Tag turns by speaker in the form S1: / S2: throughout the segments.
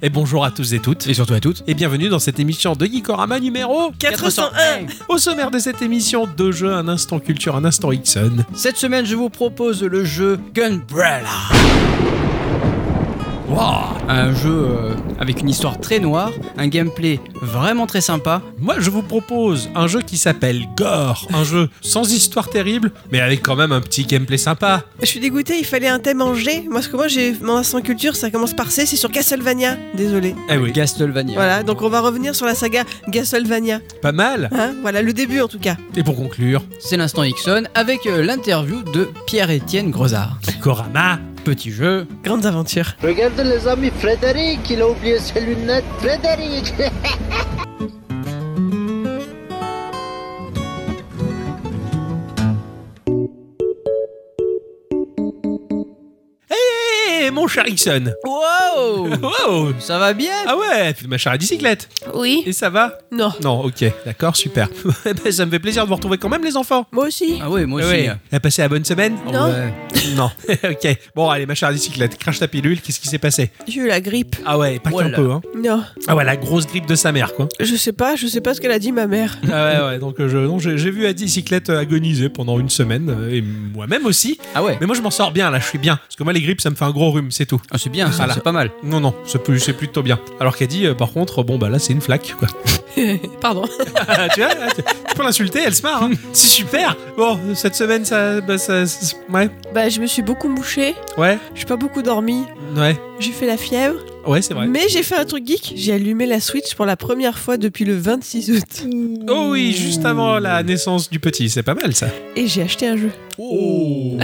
S1: Et bonjour à tous et toutes.
S2: Et surtout à toutes.
S1: Et bienvenue dans cette émission de Geekorama numéro
S3: 401
S1: Au sommaire de cette émission, deux jeux, un instant culture, un instant Ixon.
S2: Cette semaine, je vous propose le jeu Gunbrella.
S1: Waouh
S2: Un jeu euh, avec une histoire très noire, un gameplay vraiment très sympa.
S1: Moi, je vous propose un jeu qui s'appelle Gore. Un jeu sans histoire terrible, mais avec quand même un petit gameplay sympa.
S3: Je suis dégoûté, il fallait un thème en G. Moi, parce que moi, j'ai mon instant culture, ça commence par C, c'est sur Castlevania. Désolé.
S1: Eh oui,
S2: Castlevania.
S3: Voilà, donc on va revenir sur la saga Castlevania.
S1: pas mal.
S3: Hein voilà, le début en tout cas.
S1: Et pour conclure,
S2: C'est l'instant Ixon avec euh, l'interview de Pierre-Étienne Grosard.
S1: Geekorama.
S2: Petit jeu.
S3: Grandes aventures.
S4: Regardez les amis, Frédéric, il a oublié ses lunettes. Frédéric
S1: Eh, mon cher Ixon
S2: Wow
S1: Wow
S2: Oh Ça va bien
S1: Ah ouais, puis ma chère à bicyclette.
S3: Oui.
S1: Et ça va
S3: Non.
S1: Non, ok, d'accord, super. Eh ben, ça me fait plaisir de vous retrouver quand même, les enfants. Eh
S3: Moi aussi.
S2: Ah ouais, moi aussi.
S1: Ouais. Elle a passé la bonne semaine
S3: Non.
S2: Ouais.
S1: Ah Non. ok. Bon, allez, ma chère bicyclette, crache ta pilule, qu'est-ce qui s'est passé
S3: J'ai eu la grippe.
S1: Ah ouais, pas qu'un
S2: Voilà.
S1: peu, hein.
S3: Non.
S1: Ah ouais, la grosse grippe de sa mère, quoi.
S3: Je sais pas, je sais pas ce qu'elle a dit ma mère.
S1: Ah ouais, ouais, donc euh, je- non, j'ai j'ai vu la bicyclette euh, agoniser pendant une semaine, euh, et moi-même aussi.
S2: Ah ouais
S1: Mais moi, je m'en sors bien, là, je suis bien. Parce que moi, les grippes, ça me fait un gros rhume, c'est tout.
S2: Ah, C'est bien, ça,
S1: Voilà.
S2: c'est pas mal.
S1: Non, non, c'est plus- c'est plutôt bien. Alors qu'elle dit, euh, par contre, bon, bah là, c'est une flaque, quoi.
S3: Pardon.
S1: Ah, tu vois, là, tu tu peux l'insulter, elle se marre. hein. C'est super. Bon, cette semaine, ça, bah, ça- ça- ouais,
S3: Bah, je me suis beaucoup mouchée.
S1: ouais,
S3: J'ai pas beaucoup dormi.
S1: ouais,
S3: J'ai fait la fièvre.
S1: ouais, c'est vrai.
S3: Mais j'ai fait un truc geek. J'ai allumé la Switch pour la première fois depuis le 26 août.
S1: Oh oui, juste avant la naissance du petit, c'est pas mal ça.
S3: Et j'ai acheté un jeu.
S1: Oh.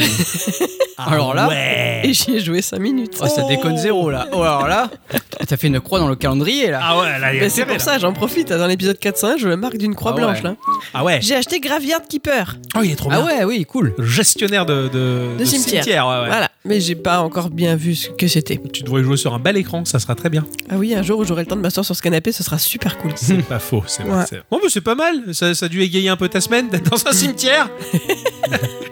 S2: Alors là-
S1: ouais.
S3: Et j'y ai joué 5 minutes.
S2: Oh, ça déconne zéro là. Oh, alors là, t'as fait une croix dans le calendrier là.
S1: Ah ouais, là, il y a
S3: Bah, c'est
S1: intérêt,
S3: pour
S1: là.
S3: ça, j'en profite. hein, Dans l'épisode 401, je me marque d'une croix
S2: Ah
S3: blanche.
S2: ouais.
S3: là.
S1: Ah ouais.
S3: J'ai acheté Graveyard Keeper.
S1: Oh, il est trop
S2: Ah
S1: bien.
S2: ouais, oui, cool.
S1: Le Gestionnaire de, de,
S3: De cimetière.
S1: ouais, ouais.
S3: Voilà. Mais j'ai pas encore bien vu ce que c'était.
S1: Tu devrais jouer sur un bel écran, ça sera très bien.
S3: Ah oui, un jour où j'aurai le temps de m'asseoir sur ce canapé, ce sera super cool.
S1: C'est pas faux, c'est vrai.
S3: Ouais.
S1: c'est vrai. Bon, bah, c'est pas mal. Ça, ça a dû égayer un peu ta semaine d'être dans un cimetière.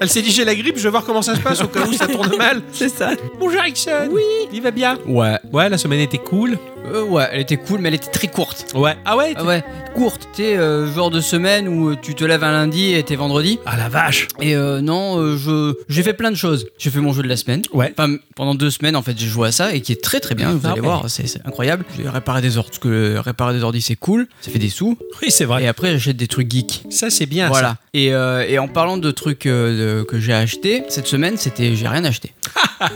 S1: Elle s'est dit j'ai la grippe, je vais voir comment ça se passe au cas où ça tourne mal.
S3: C'est ça.
S1: Bonjour Ixon Oui Il va bien
S2: Ouais.
S1: Ouais, la semaine était cool.
S2: Euh, ouais, elle était cool, mais elle était très courte.
S1: Ouais. Ah ouais
S2: Ah ouais, courte. T'es euh, genre de semaine où euh, tu te lèves un lundi et t'es vendredi.
S1: Ah la vache
S2: Et euh, non, euh, je j'ai fait plein de choses. J'ai fait mon jeu de la semaine.
S1: Ouais.
S2: Enfin, pendant deux semaines, en fait, j'ai joué à ça et qui est très très bien. Vous
S1: Ah
S2: allez
S1: ouais.
S2: voir, c'est c'est incroyable. J'ai réparé des ordi, parce que euh, réparer des ordi, c'est cool. Ça fait des sous.
S1: Oui, c'est vrai.
S2: Et après, j'achète des trucs geeks.
S1: Ça, c'est bien.
S2: voilà. Et, euh, et en parlant de trucs euh, de- que j'ai acheté cette semaine, c'était j'ai rien acheté.
S1: ça.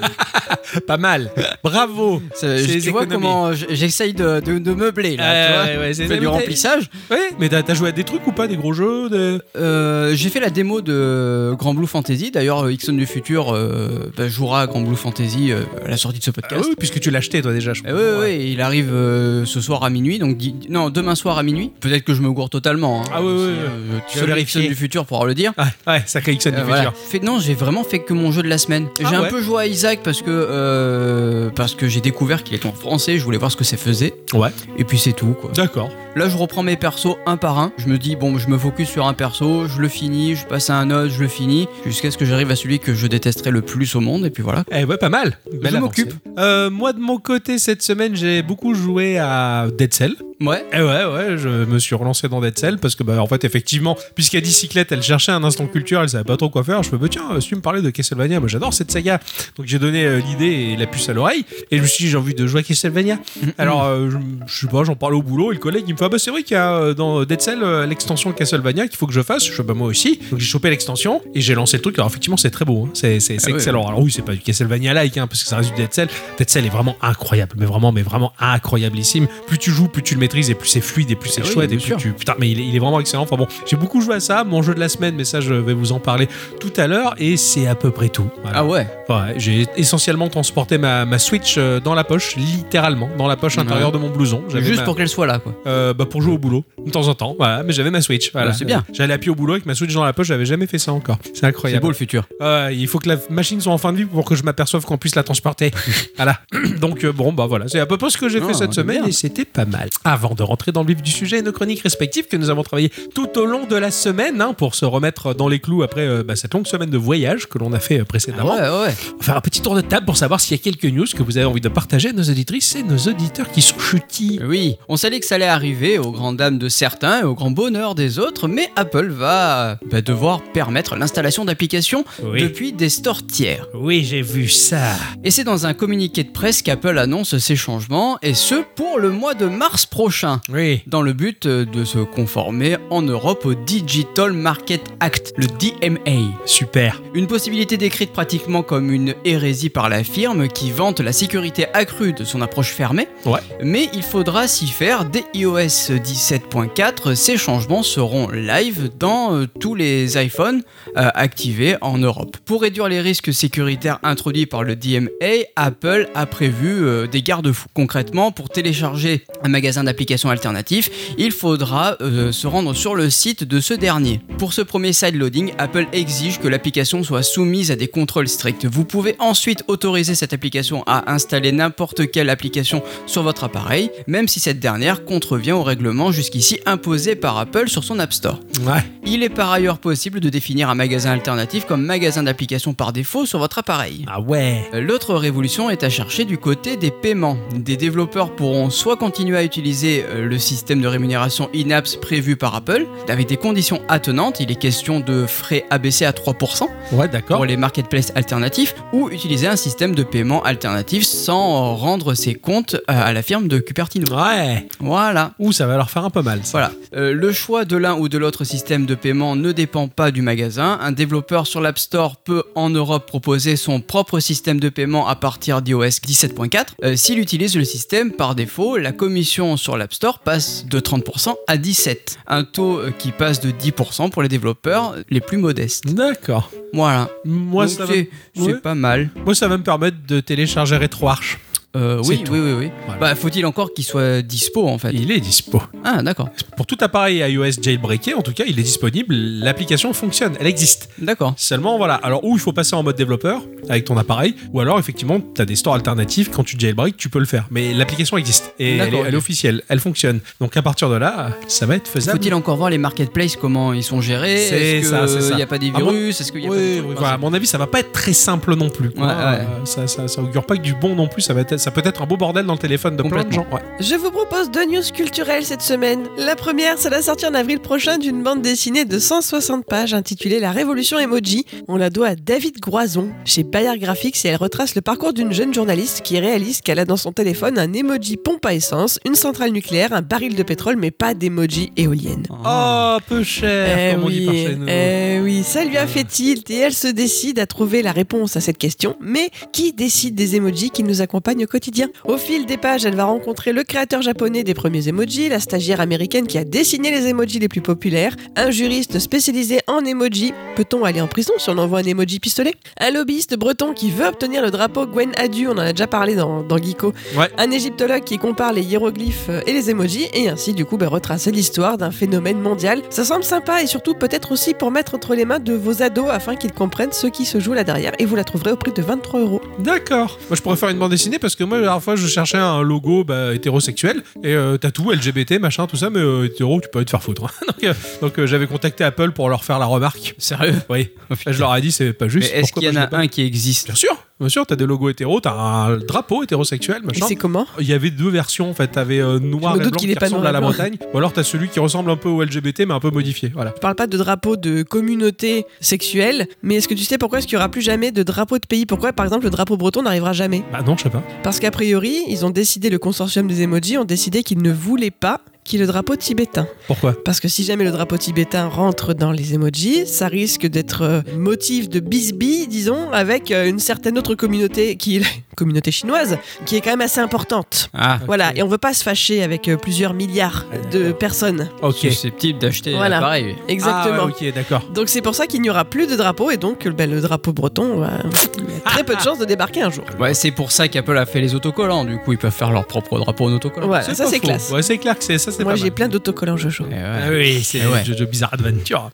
S1: Pas mal. Bravo.
S2: Ça,
S1: C'est
S2: je-
S1: les
S2: tu vois
S1: économies.
S2: comment j- j'essaye de, de- de meubler là,
S1: Euh,
S2: tu vois.
S1: ouais, ouais, c'est-
S2: Je fais du
S1: mais t'as-
S2: remplissage.
S1: Ouais, mais t'as t'as joué à des trucs ou pas Des gros jeux des-
S2: Euh, j'ai fait la démo de Grand Blue Fantasy. D'ailleurs, euh, Ixon du futur euh, bah, jouera à Grand Blue Fantasy euh, à la sortie de ce
S1: Ah
S2: podcast.
S1: oui, puisque tu l'as acheté, toi, déjà, je
S2: Eh
S1: crois.
S2: ouais, ouais, ouais, il arrive euh, ce soir à minuit, donc di- non, demain soir à minuit. Peut-être que je me gourre totalement. hein.
S1: Ah ouais, ouais,
S2: Si,
S1: ouais.
S2: euh,
S1: Tu vas
S2: seul
S1: vérifier.
S2: Ixon du futur pourra le dire.
S1: Ah, ouais, sacré Ixon du
S2: Euh, voilà.
S1: futur.
S2: Fait- non, j'ai vraiment fait que mon jeu de la semaine.
S1: Ah
S2: j'ai un
S1: ouais.
S2: peu joué à Isaac parce que euh, parce que j'ai découvert qu'il était en français. Je voulais voir ce que ça faisait.
S1: Ouais.
S2: Et puis c'est tout quoi.
S1: D'accord.
S2: Là, je reprends mes persos un par un. Je me dis, bon, je me focus sur un perso, je le finis, je passe à un autre, je le finis, jusqu'à ce que j'arrive à celui que je détesterais le plus au monde, et puis voilà.
S1: Eh ouais, pas mal. Belle
S2: Je
S1: avancée.
S2: m'occupe.
S1: Euh, moi, de mon côté, cette semaine, j'ai beaucoup joué à Dead Cell.
S2: Ouais.
S1: Eh ouais, ouais, je me suis relancé dans Dead Cell parce que, bah, en fait, effectivement, puisqu'à bicyclette, elle cherchait un instant culture, elle savait pas trop quoi faire. Je me dis, tiens, si tu me parlais de Castlevania, moi j'adore cette saga. Donc j'ai donné euh, l'idée et la puce à l'oreille. Et je me suis dit, j'ai envie de jouer à Castlevania.
S2: Mm-hmm.
S1: Alors, euh, je, je sais pas, j'en parle au boulot. Et le collègue, il me fait, ah bah, c'est vrai qu'il y a euh, dans Dead Cell euh, l'extension Castlevania qu'il faut que je fasse. Je fais, bah, moi aussi. Donc j'ai chopé l'extension et j'ai lancé le truc. Alors, effectivement, c'est très beau. hein. C'est c'est- c'est
S2: Ah ouais.
S1: excellent. Alors, oui, c'est pas du Castlevania-like, hein, parce que ça reste du Dead Cell. Dead Cell est vraiment incroyable. Mais vraiment, mais vraiment incroyablissime. Plus tu joues, plus tu le maîtrises et plus c'est fluide et plus c'est
S2: Ah oui,
S1: chouette. et
S2: bien
S1: plus
S2: sûr.
S1: tu. Putain, mais il est, il est vraiment excellent. Enfin bon, j'ai beaucoup joué à ça. Mon jeu de la semaine, mais ça, je vais vous en parler tout à l'heure. Et c'est à peu près tout. Voilà.
S2: Ah ouais.
S1: Ouais, j'ai essentiellement transporté ma, ma Switch euh, dans la poche, littéralement, dans la poche
S2: Ouais.
S1: intérieure de mon blouson. J'avais
S2: Juste
S1: ma-
S2: pour qu'elle soit là, quoi.
S1: euh, bah, pour jouer au boulot. de temps en temps, voilà, mais j'avais ma Switch. Voilà.
S2: Bah, c'est bien.
S1: J'allais à pied au boulot avec ma Switch dans la poche, j'avais jamais fait ça encore. C'est
S2: C'est
S1: incroyable.
S2: beau le futur.
S1: Euh, il faut que la machine soit en fin de vie pour que je m'aperçoive qu'on puisse la transporter. voilà. Donc euh, bon bah voilà, c'est à peu près ce que j'ai
S2: Non,
S1: fait cette
S2: on est
S1: semaine
S2: Ah, bien.
S1: et c'était pas mal. Avant de rentrer dans le vif du sujet et nos chroniques respectives que nous avons travaillées tout au long de la semaine hein, pour se remettre dans les clous après euh, bah, cette longue semaine de voyage que l'on a fait euh, précédemment,
S2: Ouais, ouais.
S1: on va faire un petit tour de table pour savoir s'il y a quelques news que vous avez envie de partager à nos auditrices et nos auditeurs qui sont chutis.
S2: Oui, on savait que ça allait arriver aux grandes dames de certains et au grand bonheur des autres, mais Apple va euh, bah, devoir permettre l'installation d'applications depuis des stores tiers.
S1: Oui, j'ai vu ça.
S2: Et c'est dans un communiqué de presse qu'Apple annonce ces changements, et ce pour le mois de mars prochain.
S1: Oui.
S2: dans le but euh, de se conformer en Europe au Digital Market Act, le DMA.
S1: Super.
S2: Une possibilité décrite pratiquement comme une hérésie par la firme qui vante la sécurité accrue de son approche fermée.
S1: Ouais.
S2: Mais il faudra s'y faire dès iOS 17.4. Ces changements seront live dans euh, tous les iPhones euh, activés en Europe. Pour réduire les risques sécuritaires introduits par le DMA, Apple a prévu euh, des garde-fous. Concrètement, pour télécharger un magasin d'applications alternatifs, il faudra euh, se rendre sur le site de ce dernier. Pour ce premier sideloading, Apple exige que l'application soit soumise à des contrôles stricts. Vous pouvez ensuite autoriser cette application à installer n'importe quelle application sur votre appareil, même si cette dernière contrevient au règlement jusqu'ici imposé par Apple sur son App Store.
S1: Ouais.
S2: Il est par ailleurs possible de définir un magasin alternatif comme magasin d'applications par défaut sur votre appareil.
S1: Ah ouais.
S2: L'autre révolution est à chercher du côté des paiements. Des développeurs pourront soit continuer à utiliser euh, le système de rémunération in-apps prévu par Apple, avec des conditions attenantes, il est question de frais abaissés à 3%
S1: Ouais, d'accord.
S2: pour les marketplaces alternatifs, ou utiliser un système de paiement alternatif sans euh, rendre ses comptes euh, à la firme de Cupertino.
S1: Ouais.
S2: Voilà.
S1: Ouh, ça va leur faire un peu mal. Ça.
S2: Voilà. Euh, le choix de l'un ou de l'autre système de paiement ne dépend pas du magasin. Un développeur sur l'App Store peut en Europe proposer son propre système de paiement à partir d'iOS 17.4. Euh, S'il utilise le système par défaut, la commission sur l'App Store passe de 30% à 17%. Un taux euh, qui passe de 10% pour les développeurs les plus modestes.
S1: D'accord.
S2: Voilà.
S1: Moi,
S2: Donc,
S1: ça va
S2: c'est
S1: Ouais.
S2: c'est pas mal.
S1: Moi, ça va me permettre de télécharger RetroArch.
S2: Euh,
S1: C'est
S2: oui,
S1: tout.
S2: oui, oui, oui.
S1: Voilà.
S2: Bah, faut-il encore qu'il soit dispo en fait
S1: Il est dispo.
S2: Ah, d'accord.
S1: Pour tout appareil iOS jailbreaké, en tout cas, il est disponible. L'application fonctionne, elle existe.
S2: D'accord.
S1: Seulement, voilà. Alors, ou il faut passer en mode développeur avec ton appareil, ou alors, effectivement, tu as des stores alternatifs. Quand tu jailbreak, tu peux le faire. Mais l'application existe. Et elle est,
S2: D'accord,
S1: elle est
S2: ok.
S1: officielle, elle fonctionne. Donc, à partir de là, ça va être faisable.
S2: Faut-il encore voir les marketplaces, comment ils sont gérés
S1: C'est
S2: Est-ce
S1: ça, c'est ça.
S2: qu'il n'y a pas des
S1: Ah bon
S2: virus Est-ce qu'il n'y a
S1: Oui,
S2: pas des
S1: oui,
S2: trucs
S1: voilà, à mon avis, ça va pas être très simple non plus. quoi.
S2: Ouais, ouais.
S1: Euh, Ça, ça, ça augure pas que du bon non plus. Ça, va être- ça peut être un beau bordel dans le téléphone de plein de gens.
S2: Complètement.
S1: Ouais.
S3: Je vous propose deux news culturelles cette semaine. La première, c'est la sortie en avril prochain d'une bande dessinée de 160 pages intitulée La Révolution Emoji. On la doit à David Groison chez Bayard Graphics et elle retrace le parcours d'une jeune journaliste qui réalise qu'elle a dans son téléphone un emoji pompe à essence, une centrale nucléaire, un baril de pétrole, mais pas d'emoji éolienne.
S2: Ah.
S1: Oh, peu cher,
S3: Eh
S1: comme on dit par
S3: oui,
S1: chez nous. Euh.
S3: eh oui, ça lui a fait tilt et elle se décide à trouver la réponse à cette question. Mais qui décide des emojis qui nous accompagnent au quotidien Au fil des pages, elle va rencontrer le créateur japonais des premiers emojis, la stagiaire américaine qui a dessiné les emojis les plus populaires, un juriste spécialisé en emojis. Peut-on aller en prison si on envoie un emoji pistolet Un lobbyiste breton qui veut obtenir le drapeau Gwen Adu, on en a déjà parlé dans, dans Geeko.
S1: Ouais.
S3: Un égyptologue qui compare les hiéroglyphes euh, et les emojis et ainsi du coup bah, retracer l'histoire d'un phénomène mondial. Ça semble sympa et surtout peut-être aussi pour mettre entre les mains de vos ados afin qu'ils comprennent ce qui se joue là derrière et vous la trouverez au prix de 23 euros.
S1: D'accord. Moi, je pourrais faire une bande dessinée parce que moi, la dernière fois, je cherchais un logo bah, hétérosexuel et euh, t'as tout, LGBT, machin, tout ça, mais euh, hétéro, tu peux aller te faire foutre. hein. donc, euh, donc, euh, j'avais contacté Apple pour leur faire la remarque.
S2: Sérieux
S1: Oui. Ah, je leur ai dit, c'est pas
S2: Mais
S1: juste.
S2: est-ce
S1: pourquoi
S2: qu'il y
S1: pas,
S2: en
S1: je l'ai pas
S2: a un qui existe
S1: Bien sûr, bien sûr, t'as des logos hétéros, t'as un drapeau hétérosexuel,
S3: Et
S1: machin.
S3: c'est comment
S1: Il y avait deux versions en fait, t'avais euh, noir
S3: Je me
S1: et
S3: doute
S1: blanc
S3: qu'il
S1: qui
S3: est pas
S1: ressemble
S3: noir
S1: à
S3: et
S1: la
S3: blanc.
S1: montagne, ou alors t'as celui qui ressemble un peu au LGBT mais un peu modifié. Voilà.
S3: Je parle pas de drapeau de communauté sexuelle, mais est-ce que tu sais pourquoi est-ce qu'il y aura plus jamais de drapeau de pays Pourquoi par exemple le drapeau breton n'arrivera jamais
S1: Bah non, je sais pas.
S3: Parce qu'a priori, ils ont décidé, le consortium des emojis ont décidé qu'ils ne voulaient pas qu'il y ait le drapeau tibétain.
S1: Pourquoi
S3: Parce que si jamais le drapeau tibétain rentre dans les emojis, ça risque d'être euh, motif de bisbille, disons, avec euh, une certaine autre communauté, qui, communauté chinoise, qui est quand même assez importante.
S2: Ah,
S3: Voilà, et on veut pas se fâcher avec euh, plusieurs milliards de personnes.
S1: Ah, Ok.
S2: susceptible d'acheter euh,
S3: Voilà.
S2: l'appareil.
S3: Exactement.
S1: Ah, ouais, ok, d'accord.
S3: Donc c'est pour ça qu'il n'y aura plus de drapeau, et donc euh, ben, le drapeau breton euh, il y a très peu de chances de débarquer un jour.
S2: Ouais, c'est pour ça qu'Apple a fait les autocollants. Du coup, ils peuvent faire leur propre drapeau en autocollant.
S3: Voilà,
S1: C'est
S3: ça
S1: pas
S3: c'est
S1: faux.
S3: classe.
S1: Ouais, c'est clair que c'est ça, c'est
S3: Moi,
S1: pas
S3: j'ai
S1: mal.
S3: plein d'autocollants Jojo.
S2: Eh ouais.
S1: Ah oui, c'est
S2: Eh ouais.
S1: Jojo Bizarre Adventure.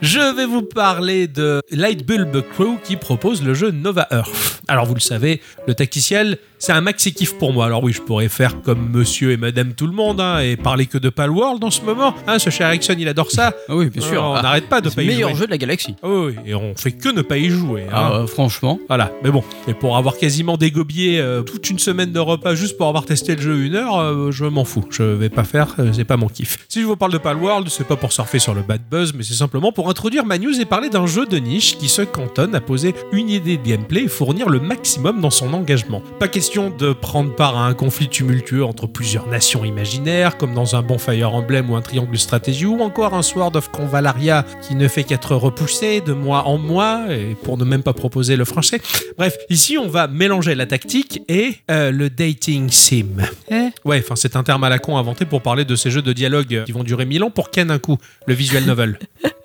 S1: Je vais vous parler de Lightbulb Crew qui propose le jeu Nova Earth. Alors vous le savez, le tacticiel, c'est un maxi kiff pour moi. Alors oui, je pourrais faire comme monsieur et madame tout le monde hein, et parler que de Palworld en ce moment. Hein, ce cher Ericsson, il adore ça.
S2: Ah oui, bien sûr.
S1: Alors, Oh, on
S2: Ah,
S1: n'arrête pas de
S2: c'est
S1: pas
S2: le
S1: y
S2: meilleur
S1: jouer.
S2: jeu de la galaxie.
S1: Ah oui, et on fait que ne pas y jouer. hein.
S2: Ah, euh, franchement.
S1: Voilà, mais bon, et pour avoir quasiment dégobillé euh, toute une semaine de repas juste pour avoir testé le jeu une heure, euh, je m'en fous. Je vais pas faire, euh, c'est pas mon kiff. Si je vous parle de Palworld, c'est pas pour surfer sur le bad buzz, mais c'est simplement pour introduire ma news et parler d'un jeu de niche qui se cantonne à poser une idée de gameplay et fournir le maximum dans son engagement. Pas question de prendre part à un conflit tumultueux entre plusieurs nations imaginaires, comme dans un bon Fire Emblem ou un Triangle Stratégie, ou encore un Sword of Convalaria qui ne fait qu'être repoussé de mois en mois, et pour ne même pas proposer le français. Bref, ici on va mélanger la tactique et euh, le dating sim. Ouais, enfin c'est un terme à la con inventé pour parler de ces jeux de dialogue euh, qui vont durer mille ans pour ken un coup, le visual novel.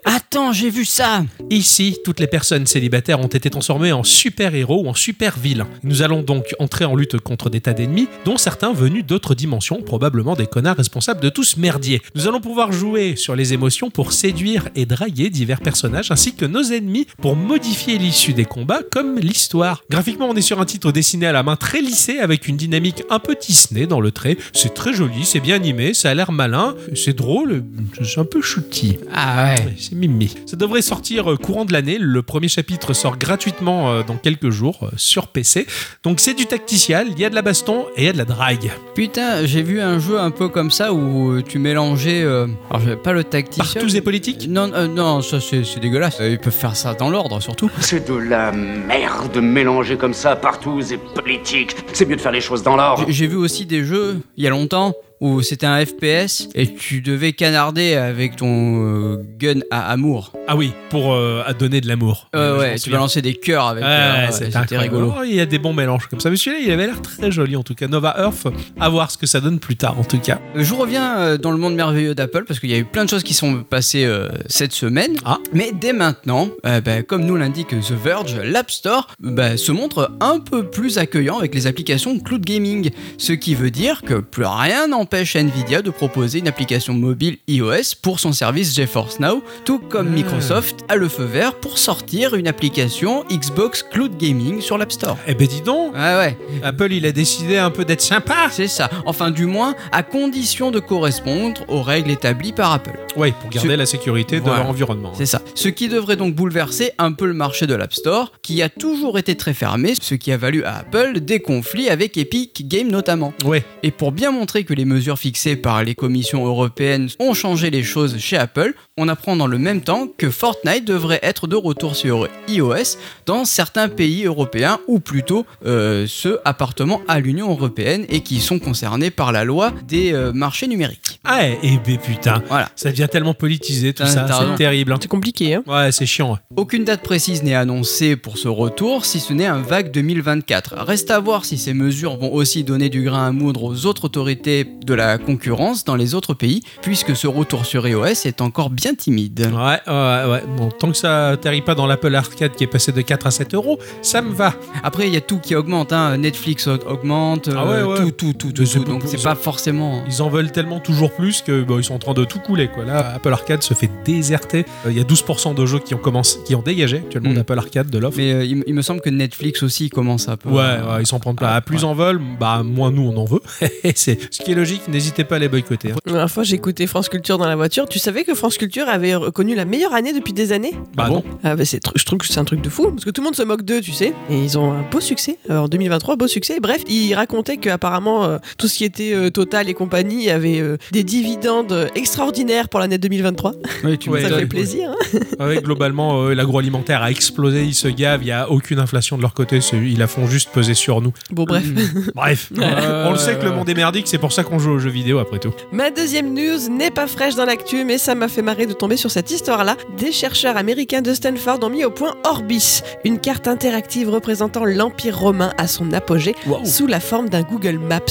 S2: Attends, j'ai vu ça.
S1: Ici, toutes les personnes célibataires ont été transformées en super-héros ou en super-vilains. Nous allons donc entrer en lutte contre des tas d'ennemis, dont certains venus d'autres dimensions, probablement des connards responsables de tout ce merdier. Nous allons pouvoir jouer sur les émotions pour séduire et draguer divers personnages, ainsi que nos ennemis pour modifier l'issue des combats comme l'histoire. Graphiquement, on est sur un titre dessiné à la main très lissé, avec une dynamique un peu Disney dans le trait. C'est très joli, c'est bien animé, ça a l'air malin, c'est drôle, c'est un peu chouti.
S2: Ah ouais.
S1: Ouais, c'est Mimi. Ça devrait sortir euh, courant de l'année. Le premier chapitre sort gratuitement euh, dans quelques jours euh, sur PC. Donc c'est du tacticial, il y a de la baston et il y a de la drague.
S2: Putain, j'ai vu un jeu un peu comme ça où euh, tu mélangeais. euh, alors, j'avais pas le tactique.
S1: Partout et politique
S2: Non, euh, non, ça c'est c'est dégueulasse. Euh, Ils peuvent faire ça dans l'ordre surtout.
S5: C'est de la merde mélangée comme ça partout, c'est politique. C'est mieux de faire les choses dans l'ordre.
S2: J'ai- J'ai vu aussi des jeux il y a longtemps où c'était un FPS et tu devais canarder avec ton euh, gun à amour.
S1: Ah oui, pour euh, à donner de l'amour.
S2: Euh,
S1: Je
S2: ouais,
S1: m'en
S2: tu
S1: souviens.
S2: balançais des cœurs avec.
S1: Ouais,
S2: euh, ouais,
S1: c'était
S2: c'était
S1: incroyable.
S2: rigolo.
S1: Oh, Il y a des bons mélanges comme ça. Mais celui-là, il avait l'air très joli en tout cas. Nova Earth, à voir ce que ça donne plus tard en tout cas.
S2: Euh, Je reviens euh, dans le monde merveilleux d'Apple parce qu'il y a eu plein de choses qui sont passées euh, cette semaine.
S1: Ah.
S2: Mais dès maintenant, euh, bah, comme nous l'indique The Verge, l'App Store euh, bah, se montre un peu plus accueillant avec les applications cloud gaming. Ce qui veut dire que plus rien n'empêche Nvidia de proposer une application mobile iOS pour son service GeForce Now, tout comme
S1: Hmm.
S2: Microsoft a le feu vert pour sortir une application Xbox Cloud Gaming sur l'App Store.
S1: Eh ben dis donc,
S2: Ouais ouais,
S1: Apple, il a décidé un peu d'être sympa.
S2: c'est ça. Enfin du moins, à condition de correspondre aux règles établies par Apple.
S1: Ouais, pour garder
S2: C'est-
S1: la sécurité de
S2: Voilà.
S1: leur environnement.
S2: C'est ça. Ce qui devrait donc bouleverser un peu le marché de l'App Store, qui a toujours été très fermé, ce qui a valu à Apple des conflits avec Epic Games notamment.
S1: Ouais,
S2: Et pour bien montrer que les mesures fixées par les commissions européennes ont changé les choses chez Apple, on apprend dans le même temps que Fortnite devrait être de retour sur iOS dans certains pays européens, ou plutôt euh, ceux appartenant à l'Union européenne et qui sont concernés par la loi des euh, marchés numériques.
S1: Ah, et ben putain,
S2: Voilà.
S1: ça devient tellement politisé tout
S2: T'as-
S1: ça,
S2: t'as
S1: c'est
S2: raison.
S1: terrible. hein.
S3: C'est compliqué, hein
S1: Ouais, c'est chiant. ouais.
S2: Aucune date précise n'est annoncée pour ce retour, si ce n'est un vague 2024. Reste à voir si ces mesures vont aussi donner du grain à moudre aux autres autorités de la concurrence dans les autres pays, puisque ce retour sur iOS est encore bien timide.
S1: Ouais, ouais, ouais. Bon, tant que ça atterrit pas dans l'Apple Arcade qui est passé de 4 à 7 euros, ça me va.
S2: Après, il y a tout qui augmente, hein. Netflix au- augmente,
S1: Ah ouais, ouais.
S2: tout, tout, tout, tout,
S1: C'est
S2: tout,
S1: pas-
S2: donc
S1: c'est-
S2: c'est pas forcément... hein.
S1: Ils en veulent tellement toujours plus que bon, ils sont en train de tout couler. Quoi. Là, Apple Arcade se fait déserter. Euh, Il y a 12% de jeux qui ont, commencé, qui ont dégagé actuellement
S2: Mm.
S1: d'Apple Arcade de l'offre.
S2: Mais euh, il, il me semble que Netflix aussi commence à peu...
S1: Ouais, ouais, ils s'en prennent plein.
S2: Ah,
S1: À plus
S2: ouais.
S1: en veulent, bah moins nous on en veut. c'est ce qui est logique. N'hésitez pas à les boycotter. hein.
S3: La dernière fois, j'écoutais France Culture dans la voiture. Tu savais que France Culture avait reconnu la meilleure année depuis des années
S1: Bah non.
S3: Ah bah c'est tr- je trouve que c'est un truc de fou parce que tout le monde se moque d'eux, tu sais. Et ils ont un beau succès euh, en 2023, beau succès. Bref, ils racontaient que apparemment euh, tout ce qui était euh, Total et compagnie avait euh, des dividendes euh, extraordinaires pour l'année 2023.
S2: Oui, tu
S1: Ouais,
S3: Ça
S2: m'étonnes.
S3: fait plaisir. hein.
S1: Ah Ouais, globalement, euh, l'agroalimentaire a explosé, ils se gavent, il n'y a aucune inflation de leur côté, c'est- ils la font juste peser sur nous.
S3: Bon bref.
S1: Mm. Bref,
S2: Ouais.
S1: on le sait que le monde est merdique, c'est pour ça qu'on joue aux jeux vidéo après tout.
S3: Ma deuxième news n'est pas fraîche dans l'actu, mais ça m'a fait marrer de tomber sur cette histoire-là. Des chercheurs américains de Stanford ont mis au point Orbis, une carte interactive représentant l'Empire romain à son apogée
S1: Oh.
S3: sous la forme d'un Google Maps.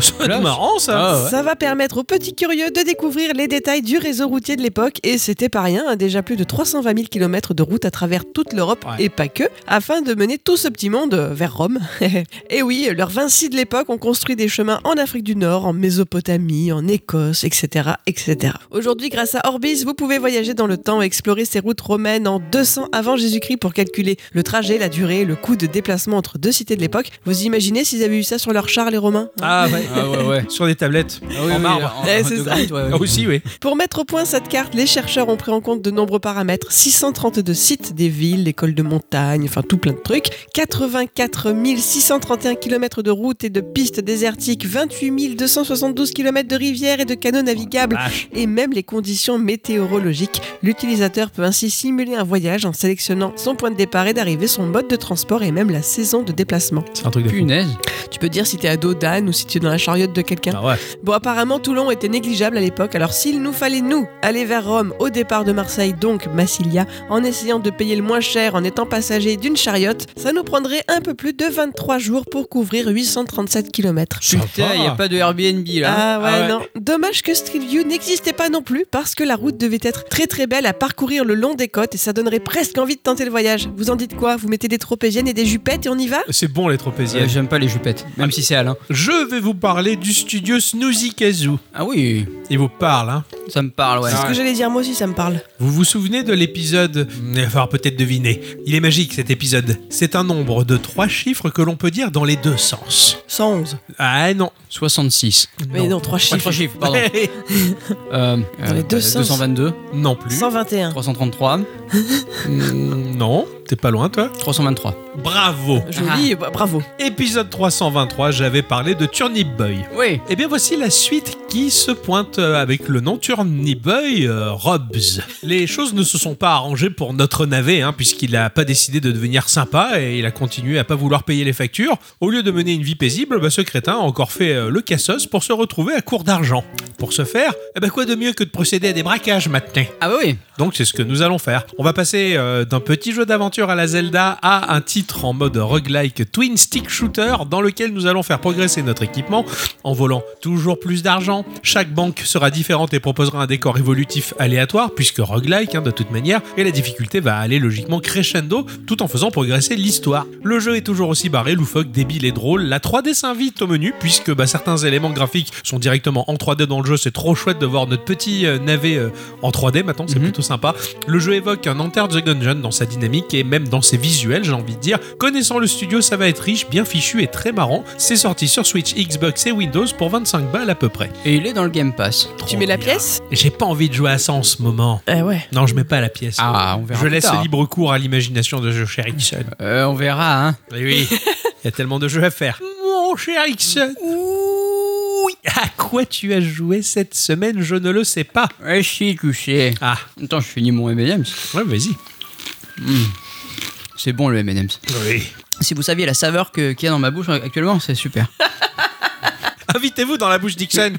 S1: C'est marrant ça
S2: Ah ouais.
S3: Ça va permettre aux petits curieux de découvrir les détails du réseau routier de l'époque, et c'était pas rien, hein, déjà plus de 320 000 km de route à travers toute l'Europe,
S1: Ouais.
S3: et pas que, afin de mener tout ce petit monde euh, vers Rome. et oui, leurs Vinci de l'époque ont construit des chemins en Afrique du Nord, en Mésopotamie, en Écosse, etc. etc. Aujourd'hui, grâce à Orbis, vous pouvez voyager dans le temps et explorer ces routes romaines en 200 avant Jésus-Christ pour calculer le trajet, la durée, le coût de déplacement entre deux cités de l'époque. Vous imaginez s'ils avaient eu ça sur leur char, les Romains
S1: Ah ouais.
S2: Ah ouais, ouais.
S1: Sur des tablettes.
S2: Ah oui,
S1: en
S2: oui,
S1: marbre.
S2: en-
S3: Ouais,
S2: de
S3: c'est ça.
S2: granit, ouais, ouais.
S1: Ah, aussi, oui.
S3: Pour mettre au point cette carte, les chercheurs ont pris en compte de nombreux paramètres 632 sites, des villes, des cols de montagne, enfin tout plein de trucs, 84 631 km de routes et de pistes désertiques, 28 272 km de rivières et de canaux
S2: Ah
S3: navigables,
S1: Vache.
S3: et même les conditions météorologiques. L'utilisateur peut ainsi simuler un voyage en sélectionnant son point de départ et d'arrivée, son mode de transport et même la saison de déplacement.
S1: C'est un truc de fou.
S2: Punaise.
S3: Tu peux dire si t'es à dos d'âne ou si tu es dans la chariote de quelqu'un.
S1: Ah ouais.
S3: Bon, apparemment, Toulon était négligeable à l'époque, alors s'il nous fallait, nous, aller vers Rome au départ de Marseille, donc Massilia, en essayant de payer le moins cher en étant passager d'une chariote, ça nous prendrait un peu plus de 23 jours pour couvrir 837 km.
S2: Putain, il n'y a pas de Airbnb là.
S3: Ah ouais, non. Dommage que Street View n'existait pas non plus parce que la route devait être très très belle à parcourir le long des côtes et ça donnerait presque envie de tenter le voyage. Vous en dites quoi Vous mettez des tropéziennes et des jupettes et on y va
S1: C'est bon les
S2: Euh,
S1: tropéziennes.
S2: J'aime pas les jupettes, même si c'est Alain.
S1: Je vais vous parler du studio Snoozy Kazoo.
S2: Ah oui,
S1: Il vous parle, hein.
S2: ça me parle, ouais.
S3: C'est ce que j'allais dire moi aussi, ça me parle.
S1: Vous vous souvenez de l'épisode Il va falloir peut-être deviner. Il est magique cet épisode. C'est un nombre de trois chiffres que l'on peut dire dans les deux sens.
S3: 111.
S1: Ah non.
S2: 66.
S3: Mais non, trois
S2: Ah,
S3: chiffres.
S2: trois chiffres, pardon. Euh, euh,
S3: les deux sens.
S2: 222,
S1: non plus.
S3: 121.
S2: 333,
S1: Mm, Non, t'es pas loin toi.
S2: 323.
S1: Bravo.
S3: Joli, bah, bravo.
S1: Épisode 323, j'avais parlé de Turnip Boy.
S2: Oui.
S1: Et bien voici la suite qui se pointe euh, avec le nom Turnip Boy euh, Robs. Les choses ne se sont pas arrangées pour notre navet, hein, puisqu'il n'a pas décidé de devenir sympa et il a continué à pas vouloir payer les factures. Au lieu de mener une vie paisible, bah, ce crétin a encore fait euh, le cassos pour se retrouver à court d'argent. Pour ce faire, eh ben, quoi de mieux que de procéder à des braquages maintenant
S2: Ah bah oui.
S1: donc c'est ce que nous allons faire. On va passer euh, d'un petit jeu d'aventure à la Zelda à un titre en mode roguelike twin stick shooter dans lequel nous allons faire progresser notre équipement en volant toujours plus d'argent. Chaque banque sera différente et proposera un décor évolutif aléatoire puisque roguelike hein, de toute manière et la difficulté va aller logiquement crescendo tout en faisant progresser l'histoire. Le jeu est toujours aussi barré, loufoque, débile et drôle. La 3D s'invite au menu puisque bah, certains éléments graphiques sont directement en 3D dans le jeu. C'est trop chouette de voir notre petit euh, navet euh, en 3D maintenant, c'est
S2: Mhm.
S1: plutôt sympa. Le jeu évoque un Enter the Gungeon dans sa dynamique et même dans ses visuels, j'ai envie de dire. Connaissant le studio, ça va être riche, bien fichu et très marrant. C'est sorti sur Switch, Xbox et Windows pour 25 balles à peu près.
S2: Et il est dans le Game Pass.
S3: Tu
S1: Trop
S3: mets la
S1: bien.
S3: pièce
S1: J'ai pas envie de jouer à ça en ce moment.
S3: Eh ouais.
S1: Non, je mets pas la pièce.
S2: Ah, on verra.
S1: je
S2: plus
S1: laisse
S2: tard.
S1: libre cours à l'imagination de cher Ixon.
S2: Euh, on verra, hein.
S1: Eh Oui, il y a tellement de jeux à faire. Mon cher Ixon Oui À quoi tu as joué cette semaine Je ne le sais pas.
S2: Eh si, tu sais.
S1: Ah,
S2: Attends, je finis mon M&M's.
S1: ouais, vas-y.
S2: C'est bon le M&M's.
S1: Oui.
S2: Si vous saviez la saveur que- qu'il y a dans ma bouche actuellement, c'est super.
S1: Invitez-vous dans la bouche d'Ixon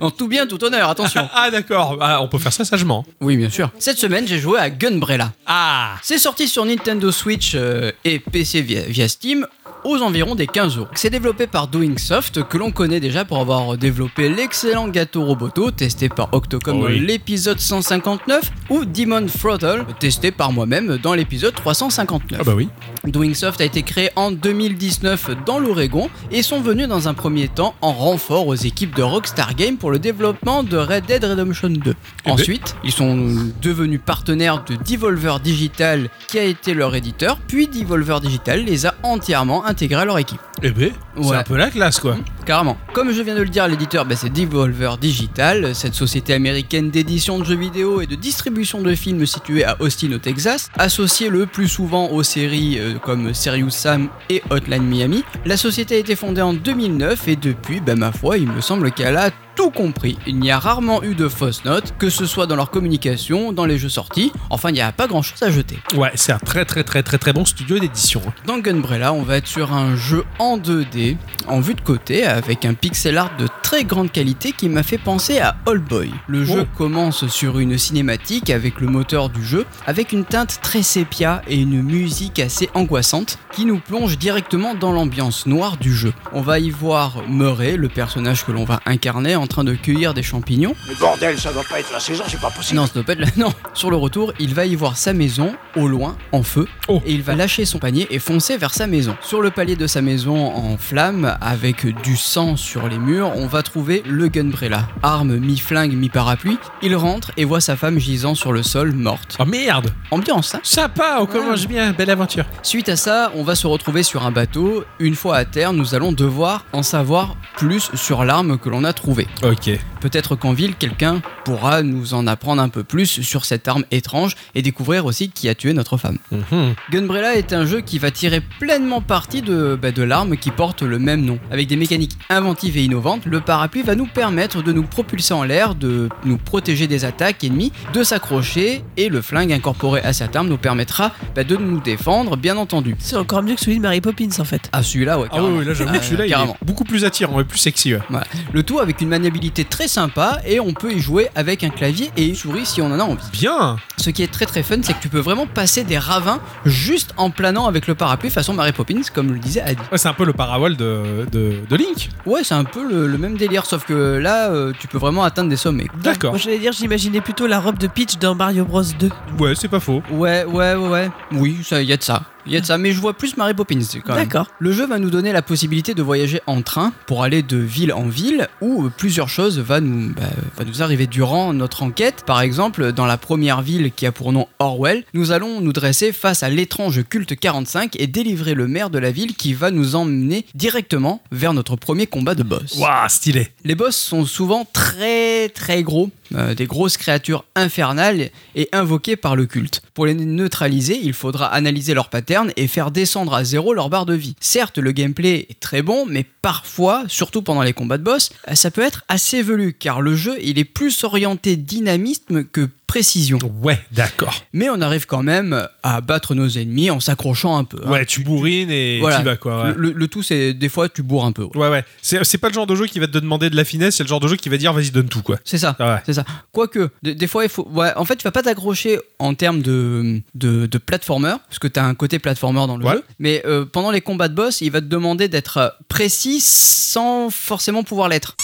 S2: En tout bien, tout honneur, attention.
S1: Ah d'accord, Ah, on peut faire ça sagement.
S2: Oui, bien sûr. Cette semaine, j'ai joué à Gunbrella.
S1: Ah
S2: C'est sorti sur Nintendo Switch euh, et PC via, via Steam aux environs des 15 euros. C'est développé par Doing Soft, que l'on connaît déjà pour avoir développé l'excellent gâteau Roboto, testé par Octocom
S1: Oui.
S2: dans l'épisode 159, ou Demon Throttle, testé par moi-même dans l'épisode 359.
S1: Ah bah oui.
S2: Doing Soft a été créé en 2019 dans l'Oregon et sont venus dans un premier temps en renfort aux équipes de Rockstar Games pour le développement de Red Dead Redemption 2.
S1: ben.
S2: Ensuite, ils sont devenus partenaires de Devolver Digital qui a été leur éditeur, puis Devolver Digital les a entièrement intégrés à leur équipe.
S1: Eh ben, c'est
S2: Ouais.
S1: un peu la classe quoi.
S2: Carrément. Comme je viens de le dire, l'éditeur, bah, c'est Devolver Digital, cette société américaine d'édition de jeux vidéo et de distribution de films située à Austin au Texas, associée le plus souvent aux séries euh, comme Serious Sam et Hotline Miami. La société a été fondée en 2009 et depuis, bah, ma foi, il me semble qu'elle a tout compris. Il n'y a rarement eu de fausses notes, que ce soit dans leur communication, dans les jeux sortis. Enfin, il n'y a pas grand chose à jeter.
S1: Ouais, c'est un très très très très très bon studio d'édition. hein.
S2: Dans Gunbrella, on va être sur un jeu en 2D, en vue de côté, avec un pixel art de très grande qualité qui m'a fait penser à Old Boy. Le jeu
S1: Oh.
S2: commence sur une cinématique avec le moteur du jeu, avec une teinte très sépia et une musique assez angoissante qui nous plonge directement dans l'ambiance noire du jeu. On va y voir Murray, le personnage que l'on va incarner, en train train de cueillir des champignons.
S5: Mais bordel, ça doit pas être la saison, c'est pas possible.
S2: Ah Non, ça doit pas être là. Non. Sur le retour, il va y voir sa maison au loin en feu
S1: Oh.
S2: et il va lâcher son panier et foncer vers sa maison. Sur le palier de sa maison en flammes, avec du sang sur les murs, on va trouver le Gunbrella, arme mi-flingue mi-parapluie. Il rentre et voit sa femme gisant sur le sol morte.
S1: Oh merde
S2: Ambiance, hein
S1: Sympa, on commence bien, belle aventure.
S2: Suite à ça, on va se retrouver sur un bateau. Une fois à terre, nous allons devoir en savoir plus sur l'arme que l'on a trouvée.
S1: Ok.
S2: Peut-être qu'en ville, quelqu'un pourra nous en apprendre un peu plus sur cette arme étrange et découvrir aussi qui a tué notre femme.
S1: Mhm.
S2: Gunbrella est un jeu qui va tirer pleinement parti de, bah, de l'arme qui porte le même nom. Avec des mécaniques inventives et innovantes, le parapluie va nous permettre de nous propulser en l'air, de nous protéger des attaques ennemies, de s'accrocher et le flingue incorporé à cette arme nous permettra bah, de nous défendre, bien entendu.
S3: C'est encore mieux que celui de Mary Poppins en fait.
S2: Ah celui-là, ouais,
S1: Ah oui,
S2: carrément.
S1: oui, là j'avoue
S2: Ah,
S1: que celui-là il
S2: carrément.
S1: est beaucoup plus attirant et plus sexy. ouais.
S2: Voilà. Le tout avec une maniabilité très sympa et on peut y jouer avec un clavier et une souris si on en a envie.
S1: Bien
S2: Ce qui est très très fun, c'est que tu peux vraiment passer des ravins juste en planant avec le parapluie façon Mary Poppins, comme le disait Adi.
S1: Ouais, C'est un peu le parawall de, de, de Link.
S2: Ouais, c'est un peu le, le même délire, sauf que là, euh, tu peux vraiment atteindre des sommets.
S1: D'accord.
S3: Moi j'allais dire, j'imaginais plutôt la robe de Peach dans Mario Bros 2.
S1: Ouais, c'est pas faux.
S2: Ouais, ouais, ouais, ouais. Oui, il y a de ça. Il y a de ça, mais je vois plus Mary Poppins quand même.
S3: D'accord.
S2: Le jeu va nous donner la possibilité de voyager en train pour aller de ville en ville où euh, plusieurs choses va nous, bah, va nous arriver durant notre enquête. Par exemple, dans la première ville qui a pour nom Orwell, nous allons nous dresser face à l'étrange culte 45 et délivrer le maire de la ville qui va nous emmener directement vers notre premier combat de boss.
S1: Waouh, stylé.
S2: Les boss sont souvent très très gros, euh, des grosses créatures infernales et invoquées par le culte. Pour les neutraliser, il faudra analyser leur pattern et faire descendre à zéro leur barre de vie. Certes, le gameplay est très bon, mais parfois, surtout pendant les combats de boss, euh, ça peut être assez velu car le jeu il est plus orienté dynamisme que précision.
S1: Ouais, d'accord.
S2: Mais on arrive quand même à battre nos ennemis en s'accrochant un peu. hein.
S1: Ouais, Ah, tu bourrines et
S2: Voilà.
S1: tu vas quoi. Ouais.
S2: Le, le- le tout c'est des fois tu bourres un peu. ouais.
S1: Ouais, ouais. C'est c'est pas le genre de jeu qui va te demander de la finesse, c'est le genre de jeu qui va dire vas-y, donne tout, quoi.
S2: C'est ça.
S1: Ah ouais.
S2: C'est ça. Quoique, de- des fois, il faut. ouais, en fait, tu vas pas t'accrocher en termes de, de, de platformer, parce que tu as un côté platformer dans le
S1: Ouais.
S2: jeu. Mais euh, pendant les combats de boss, il va te demander d'être euh, précis sans forcément pouvoir l'être.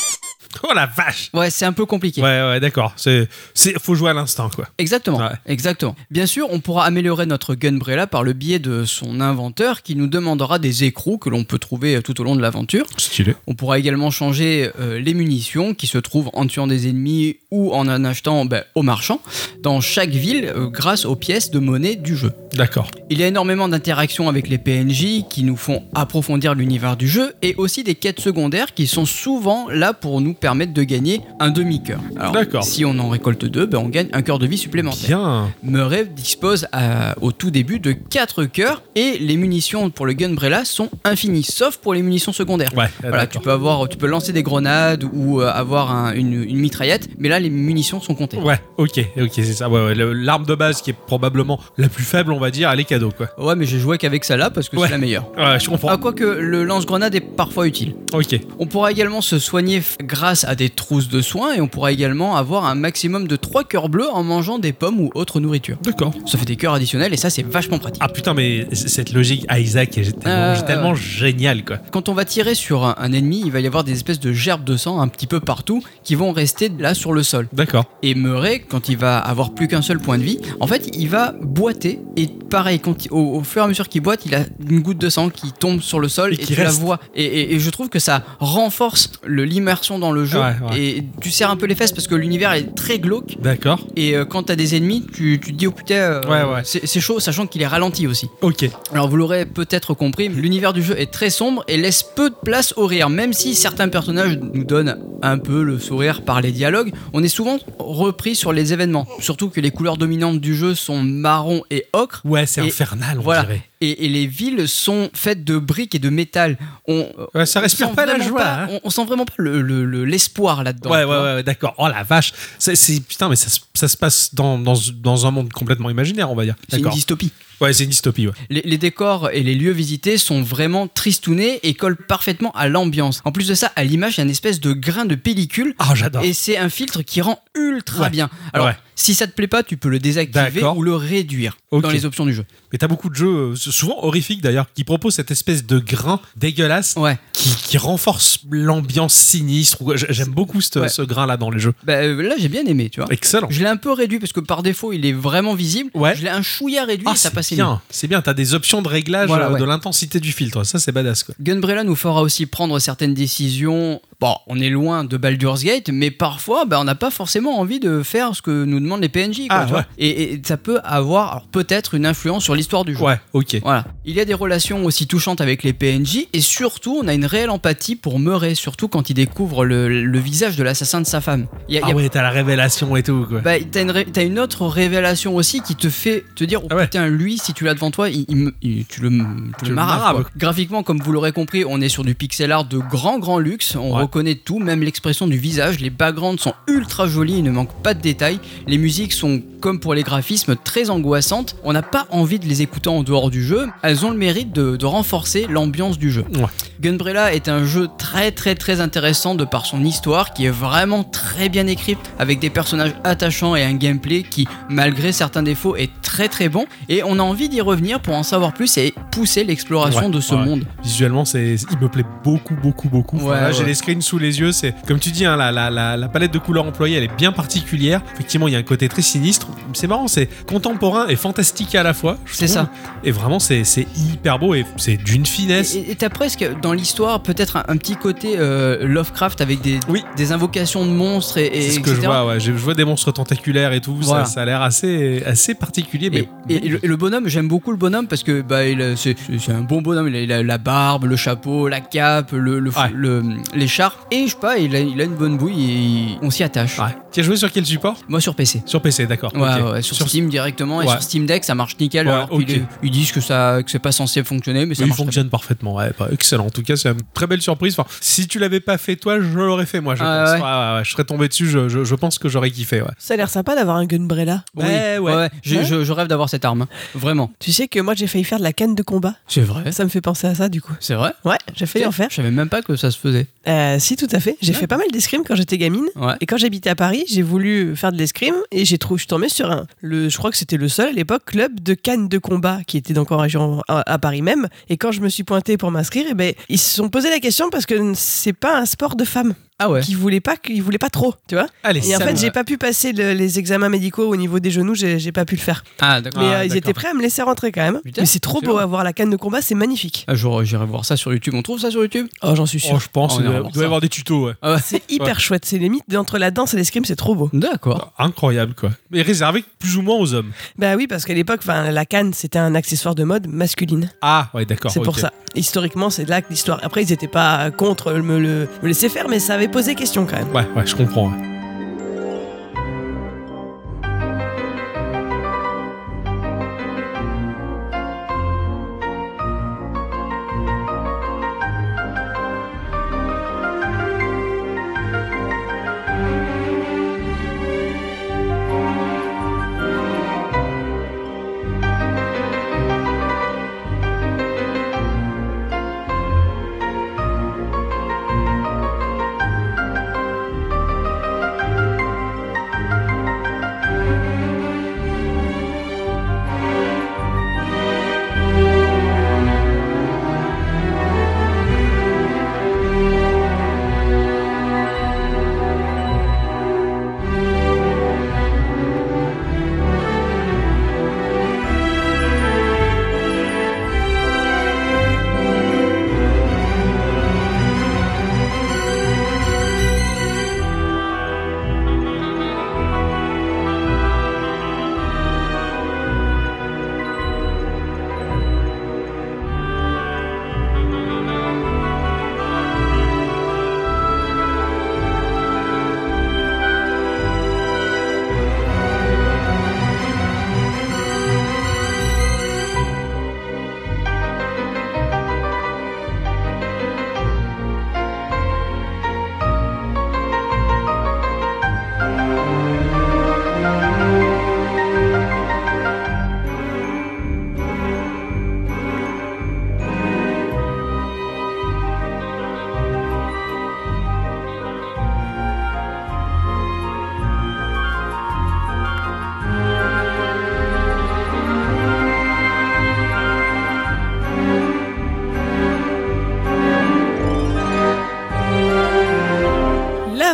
S1: Oh la vache
S2: Ouais, c'est un peu compliqué.
S1: Ouais, ouais, d'accord. C'est, c'est- faut jouer à l'instant, quoi.
S2: Exactement,
S1: Ouais.
S2: exactement. Bien sûr, on pourra améliorer notre Gunbrella par le biais de son inventeur qui nous demandera des écrous que l'on peut trouver euh, tout au long de l'aventure.
S1: Stylé.
S2: On pourra également changer euh, les munitions qui se trouvent en tuant des ennemis ou en en achetant ben, aux marchands dans chaque ville euh, grâce aux pièces de monnaie du jeu.
S1: D'accord.
S2: Il y a énormément d'interactions avec les PNJ qui nous font approfondir l'univers du jeu et aussi des quêtes secondaires qui sont souvent là pour nous permettre de gagner un demi-cœur. Alors,
S1: D'accord.
S2: Si on en récolte deux, ben, on gagne un cœur de vie supplémentaire.
S1: Bien.
S2: Murray dispose à- au tout début de 4 cœurs et les munitions pour le Gunbrella sont infinies, sauf pour les munitions secondaires.
S1: Ouais,
S2: Voilà, tu
S1: Ah, d'accord.
S2: peux avoir, tu peux lancer des grenades ou euh, avoir un- une, une mitraillette, mais là les munitions sont comptées.
S1: Ouais, ok, ok, c'est ça. Ouais, ouais. Le- L'arme de base qui est probablement la plus faible, on va dire, elle est cadeau, quoi.
S2: Ouais, mais j'ai joué qu'avec ça là parce que
S1: Ouais.
S2: c'est la meilleure.
S1: Ouais, je comprends.
S2: Ah, quoique le lance-grenade est parfois utile.
S1: Ok.
S2: On pourra également se soigner f- grâce à des trousses de soins et on pourra également avoir un maximum de 3 cœurs bleus en mangeant des pommes ou autre nourriture.
S1: D'accord.
S2: Ça fait des cœurs additionnels et ça c'est vachement pratique.
S1: Ah putain, mais c- cette logique Isaac est tellement,
S2: Ah,
S1: est tellement géniale, quoi.
S2: Quand on va tirer sur un, un ennemi, il va y avoir des espèces de gerbes de sang un petit peu partout qui vont rester là sur le sol.
S1: D'accord.
S2: Et Murray, quand il va avoir plus qu'un seul point de vie, en fait, il va boiter. Et pareil, quand il- au, au fur et à mesure qu'il boite, il a une goutte de sang qui tombe sur le sol
S1: Et
S2: et,
S1: qui
S2: tu la
S1: reste.
S2: vois. Et, et- et je trouve que ça renforce le- l'immersion dans le jeu.
S1: Ouais, ouais.
S2: Et tu serres un peu les fesses parce que l'univers est très glauque.
S1: D'accord.
S2: Et euh, quand t'as des ennemis, tu, tu te dis, oh putain, euh,
S1: Ouais, ouais.
S2: c'est c'est chaud, sachant qu'il est ralenti aussi.
S1: Ok.
S2: Alors vous l'aurez peut-être compris, l'univers du jeu est très sombre et laisse peu de place au rire, même si certains personnages nous donnent un peu le sourire par les dialogues, on est souvent repris sur les événements, surtout que les couleurs dominantes du jeu sont marron et ocre.
S1: Ouais, c'est
S2: Et
S1: infernal, on
S2: voilà.
S1: dirait.
S2: Et, et les villes sont faites de briques et de métal. On,
S1: Ouais, ça
S2: on
S1: respire
S2: sent
S1: pas la
S2: vraiment
S1: joie.
S2: pas-
S1: hein.
S2: on, on sent vraiment pas le- le- le- l'espoir là-dedans.
S1: ouais,
S2: tu
S1: ouais,
S2: vois.
S1: ouais, ouais, d'accord. Oh la vache. C'est, c'est- putain, mais ça, se- ça se passe dans, dans, dans un monde complètement imaginaire, on va dire.
S2: C'est une
S1: D'accord.
S2: dystopie.
S1: Ouais, c'est une dystopie, ouais.
S2: Les, les décors et les lieux visités sont vraiment tristounés et collent parfaitement à l'ambiance. En plus de ça, à l'image, il y a une espèce de grain de pellicule
S1: Ah, j'adore.
S2: et c'est un filtre qui rend ultra
S1: Ouais.
S2: bien. Alors,
S1: Ouais.
S2: Si ça te plaît pas, tu peux le désactiver
S1: D'accord.
S2: ou le réduire
S1: Ok.
S2: dans les options du jeu.
S1: Mais t'as beaucoup de jeux, euh, souvent horrifiques d'ailleurs, qui proposent cette espèce de grain dégueulasse
S2: Ouais.
S1: qui, qui renforce l'ambiance sinistre. ou- J'aime beaucoup ce,
S2: Ouais.
S1: ce grain-là dans les jeux.
S2: Bah, euh, là, j'ai bien aimé, tu vois.
S1: Excellent.
S2: Je l'ai un peu réduit parce que par défaut, il est vraiment visible.
S1: Ouais.
S2: Je l'ai un chouïa réduit
S1: Ah,
S2: et ça
S1: c'est
S2: passait mieux.
S1: bien, c'est bien. T'as des options de réglage
S2: Voilà,
S1: euh, de
S2: ouais.
S1: l'intensité du filtre. Ça, c'est badass. Quoi.
S2: Gunbrella nous fera aussi prendre certaines décisions. Bon, on est loin de Baldur's Gate, mais parfois, bah, on n'a pas forcément envie de faire ce que nous demandent les PNJ. quoi,
S1: Ah,
S2: tu vois.
S1: ouais.
S2: et, et ça peut avoir alors, peut-être une influence sur l'histoire du jeu.
S1: Ouais, ok.
S2: Voilà. Il y a des relations aussi touchantes avec les PNJ et surtout, on a une réelle empathie pour Murray, surtout quand il découvre le, le visage de l'assassin de sa femme. Il y a- il
S1: Ah
S2: y a-
S1: ouais, t'as la révélation et tout. Quoi.
S2: bah, t'as une, ré- t'as une autre révélation aussi qui te fait te dire oh,
S1: Ah ouais.
S2: putain lui si tu l'as devant toi il, il me- il- tu le, tu
S1: le
S2: le marabes,
S1: marabes.
S2: quoi. graphiquement comme vous l'aurez compris on est sur du pixel art de grand grand luxe on
S1: Ouais.
S2: reconnaît tout même l'expression du visage les backgrounds sont ultra jolis il ne manque pas de détails les musiques sont comme pour les graphismes très angoissantes on n'a pas envie de les écouter en dehors du jeu elles ont le mérite de- de renforcer l'ambiance du jeu
S1: Ouais.
S2: Gunbrella est un jeu très très très intéressant de par son histoire qui est vraiment très bien écrite avec des personnages attachants et un gameplay qui malgré certains défauts est très très bon et on a envie d'y revenir pour en savoir plus et pousser l'exploration
S1: Ouais,
S2: de ce
S1: ouais.
S2: monde.
S1: Visuellement, c'est, il me plaît beaucoup, beaucoup, beaucoup.
S2: Ouais,
S1: Enfin, là, j'ai
S2: ouais.
S1: les screens sous les yeux. C'est comme tu dis, hein, la, la- la- la palette de couleurs employée, elle est bien particulière. Effectivement, il y a un côté très sinistre. C'est marrant, c'est contemporain et fantastique à la fois. je
S2: C'est
S1: trouve.
S2: ça.
S1: Et vraiment, c'est, c'est hyper beau et c'est d'une finesse.
S2: Et et t'as presque dans l'histoire peut-être un, un petit côté euh, Lovecraft avec des,
S1: Oui.
S2: des invocations de monstres et, et
S1: c'est ce que
S2: etc.
S1: je vois. Ouais. Je, je vois des monstres tentaculaires et tout. ça-
S2: Voilà.
S1: Ça, a l'air assez, assez particulier. Mais
S2: Et, et- et le, et le bonhomme, j'aime beaucoup le bonhomme parce que bah, il a- c'est c'est- c'est un bon bonhomme. Il a, il a la barbe, le chapeau, la cape, le, le,
S1: Ouais.
S2: le- l'écharpe. Et je sais pas, il a, il a une bonne bouille et il- on s'y attache.
S1: Ouais. Tu as joué sur quel support
S2: Moi sur PC.
S1: Sur PC, d'accord.
S2: Ouais,
S1: ok.
S2: ouais, sur,
S1: Sur-
S2: Steam directement et
S1: Ouais.
S2: sur Steam Deck ça marche nickel.
S1: Ouais,
S2: alors qu'il
S1: ok.
S2: est- ils disent que, ça, que c'est pas censé fonctionner, mais ça
S1: Oui, il
S2: marche. très
S1: fonctionne parfaitement. ouais, bah, excellent. En tout cas, c'est une très belle surprise. Enfin, si tu l'avais pas fait toi, je l'aurais fait moi. Je,
S2: Ah,
S1: pense.
S2: ouais.
S1: Ouais, ouais, ouais, je serais tombé dessus. Je, je- je pense que j'aurais kiffé. ouais.
S3: Ça a l'air sympa d'avoir un Gunbrella.
S2: bien. Oui,
S1: Ouais, ouais.
S2: ouais, ouais. Je,
S3: Ouais.
S2: je- je rêve d'avoir cette arme. Vraiment.
S3: Tu sais que moi j'ai failli faire de la canne de combat.
S2: C'est vrai.
S3: Ça me fait penser à ça du coup.
S2: C'est vrai.
S3: Ouais, j'ai failli en faire.
S2: Je savais même pas que ça se faisait.
S3: Euh, si, tout à fait. J'ai
S2: Ouais.
S3: fait pas mal d'escrime quand j'étais gamine.
S2: Ouais.
S3: Et quand j'habitais à Paris, j'ai voulu faire de l'escrime et j'ai trouvé, je suis tombée sur un, le, je crois que c'était le seul à l'époque, club de cannes de combat qui était donc en région à, à Paris même. Et quand je me suis pointée pour m'inscrire, eh ben, ils se sont posé la question parce que c'est pas un sport de femmes.
S2: Ah ouais.
S3: Qui voulaient pas, qu'ils voulaient pas trop, tu vois.
S1: Allez,
S3: Et en
S1: ça
S3: fait,
S1: va.
S3: j'ai pas pu passer le- les examens médicaux au niveau des genoux, j'ai j'ai pas pu le faire.
S2: Ah d'accord.
S3: Mais
S1: Ah,
S3: euh, ils
S1: d'accord.
S3: étaient prêts à me laisser rentrer quand même.
S2: Putain,
S3: Mais c'est trop
S2: c'est
S3: beau
S2: vrai.
S3: à voir la canne de combat, c'est magnifique.
S2: Un jour, Ah, j'irai voir ça sur YouTube. On trouve ça sur YouTube
S3: Oh, j'en suis
S1: Oh,
S3: sûre.
S1: je pense.
S2: On
S1: il doit-
S2: ira
S1: il
S2: voir
S1: doit y
S2: ça.
S1: avoir des tutos. ouais.
S2: Ah ouais.
S3: Oh, C'est hyper chouette, c'est limite entre la danse et l'escrime, c'est trop beau.
S2: D'accord.
S1: Incroyable quoi. Mais réservé plus ou moins aux hommes.
S3: Bah oui, parce qu'à l'époque, 'fin, la canne, c'était un accessoire de mode masculine.
S1: Ah ouais, d'accord.
S3: c'est pour
S1: ok.
S3: ça. Historiquement, c'est de là que l'histoire. Après, ils n'étaient pas contre me le me laisser faire, mais ça avait posé question quand même.
S1: Ouais, ouais, je comprends. ouais.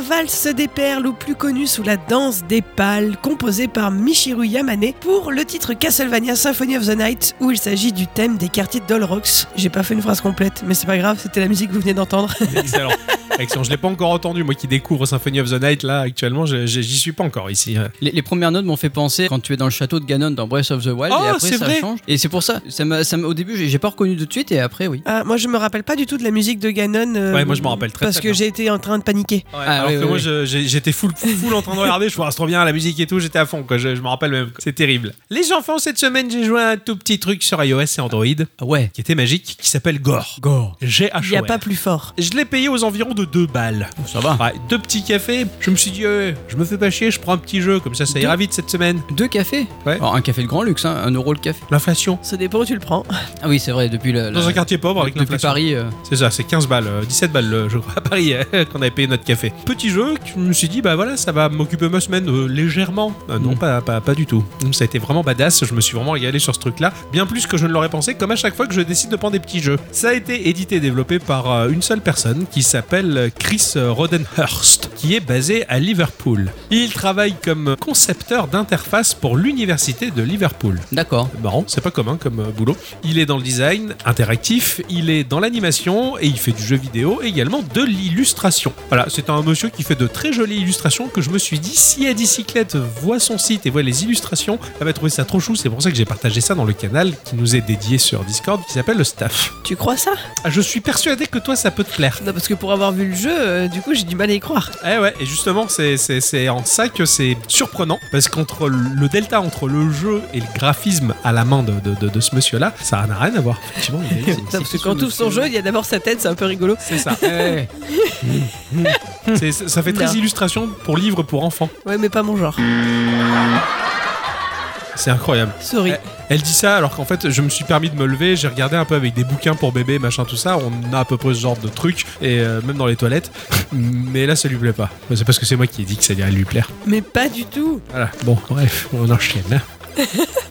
S3: valse des perles ou plus connue sous la danse des pales, composée par Michiru Yamane pour le titre Castlevania Symphony of the Night, où il s'agit du thème des quartiers de Dolrox. J'ai pas fait une phrase complète, mais c'est pas grave, c'était la musique que vous venez d'entendre.
S1: Excellent. Excellent. Je l'ai pas encore entendu. Moi qui découvre Symphony of the Night là actuellement, je- je- j'y suis pas encore ici. hein.
S2: Les, les premières notes m'ont fait penser quand tu es dans le château de Ganon dans Breath of the Wild
S1: Oh,
S2: et après
S1: c'est
S2: ça
S1: vrai.
S2: change. Et c'est pour ça, ça m'a- ça m'a- au début j'ai j'ai pas reconnu tout de suite et après oui.
S3: Ah, moi je me rappelle pas du tout de la musique de Ganon. euh,
S1: Ouais, moi, je m'en rappelle très,
S3: Parce
S1: très
S3: que
S1: bien.
S3: j'ai été en train de paniquer.
S1: Alors
S2: Ah, oui,
S1: que
S2: oui,
S1: moi
S2: oui.
S1: je- j'ai- j'étais full, full en train de regarder, je vois, ah, c'est trop bien la musique et tout, j'étais à fond, quoi. Je, je me rappelle même. quoi. C'est terrible. Les enfants, cette semaine j'ai joué à un tout petit truc sur iOS et Android qui
S2: Ah ouais.
S1: était magique, qui s'appelle Gore.
S2: Go.
S1: g
S3: Il n'y a pas plus fort.
S1: Je l'ai payé aux environs de 2 balles.
S2: Ça va.
S1: Ouais, deux petits cafés, je me suis dit, euh, je me fais pas chier, je prends un petit jeu, comme ça ça ira vite cette semaine.
S2: Deux cafés.
S1: Ouais.
S2: Alors, un café de grand luxe, hein, un euro le café.
S1: L'inflation.
S3: Ça dépend où tu le prends.
S2: Ah oui c'est vrai depuis la, la-
S1: Dans un quartier pauvre avec
S2: depuis
S1: l'inflation.
S2: Paris. euh,
S1: C'est ça, c'est 15 balles, euh, 17 balles, euh, je crois, à Paris, euh, qu'on avait payé notre café. Petit jeu, que je me suis dit, bah voilà, ça va m'occuper ma semaine euh, légèrement. Euh, non,
S2: Mm.
S1: pas, pas, pas du tout. Donc, ça a été vraiment badass, je me suis vraiment régalé sur ce truc-là, bien plus que je ne l'aurais pensé, comme à chaque fois que je décide de prendre des petits jeux. Ça a été édité et développé par euh, une seule personne qui s'appelle euh, Chris euh, Rodenhurst, qui est basé à Liverpool. Il travaille comme concepteur d'interface pour l'université de Liverpool.
S2: D'accord.
S1: Marrant, c'est pas commun comme euh, boulot. Il est dans le design interactif, il est dans l'animation et il fait du jeu vidéo et également de l'illustration. Voilà, c'est un monsieur qui fait de très jolies illustrations que je me suis dit si Adicyclette voit son site et voit les illustrations, elle va trouver ça trop chou. C'est pour ça que j'ai partagé ça dans le canal qui nous est dédié sur Discord qui s'appelle le staff.
S3: Tu crois ça
S1: Ah, Je suis persuadé que toi ça peut te plaire.
S3: Non, parce que pour avoir vu le jeu, euh, du coup j'ai du mal à y croire.
S1: Eh ouais, et justement, c'est- c'est c'est en ça que c'est surprenant, parce qu'entre le delta entre le jeu et le graphisme à la main de, de- de- de ce monsieur-là, ça n'a rien à voir. Effectivement, il est-
S3: Ça, parce que quand on ouvre son jeu, il y a d'abord sa tête, c'est un peu rigolo.
S1: c'est ça. eh,
S2: Eh,
S1: C'est- ça fait
S3: Non.
S1: très illustration pour livre pour enfants.
S3: Ouais, mais pas mon genre.
S1: Mm. C'est incroyable.
S3: Sorry.
S1: Eh, Elle dit ça alors qu'en fait, je me suis permis de me lever, j'ai regardé un peu avec des bouquins pour bébé, machin, tout ça. On a à peu près ce genre de truc, et euh, même dans les toilettes. Mais là, ça lui plaît pas. C'est parce que c'est moi qui ai dit que ça allait lui plaire.
S3: Mais pas du tout.
S1: Voilà. Bon, bref, on enchaîne. hein.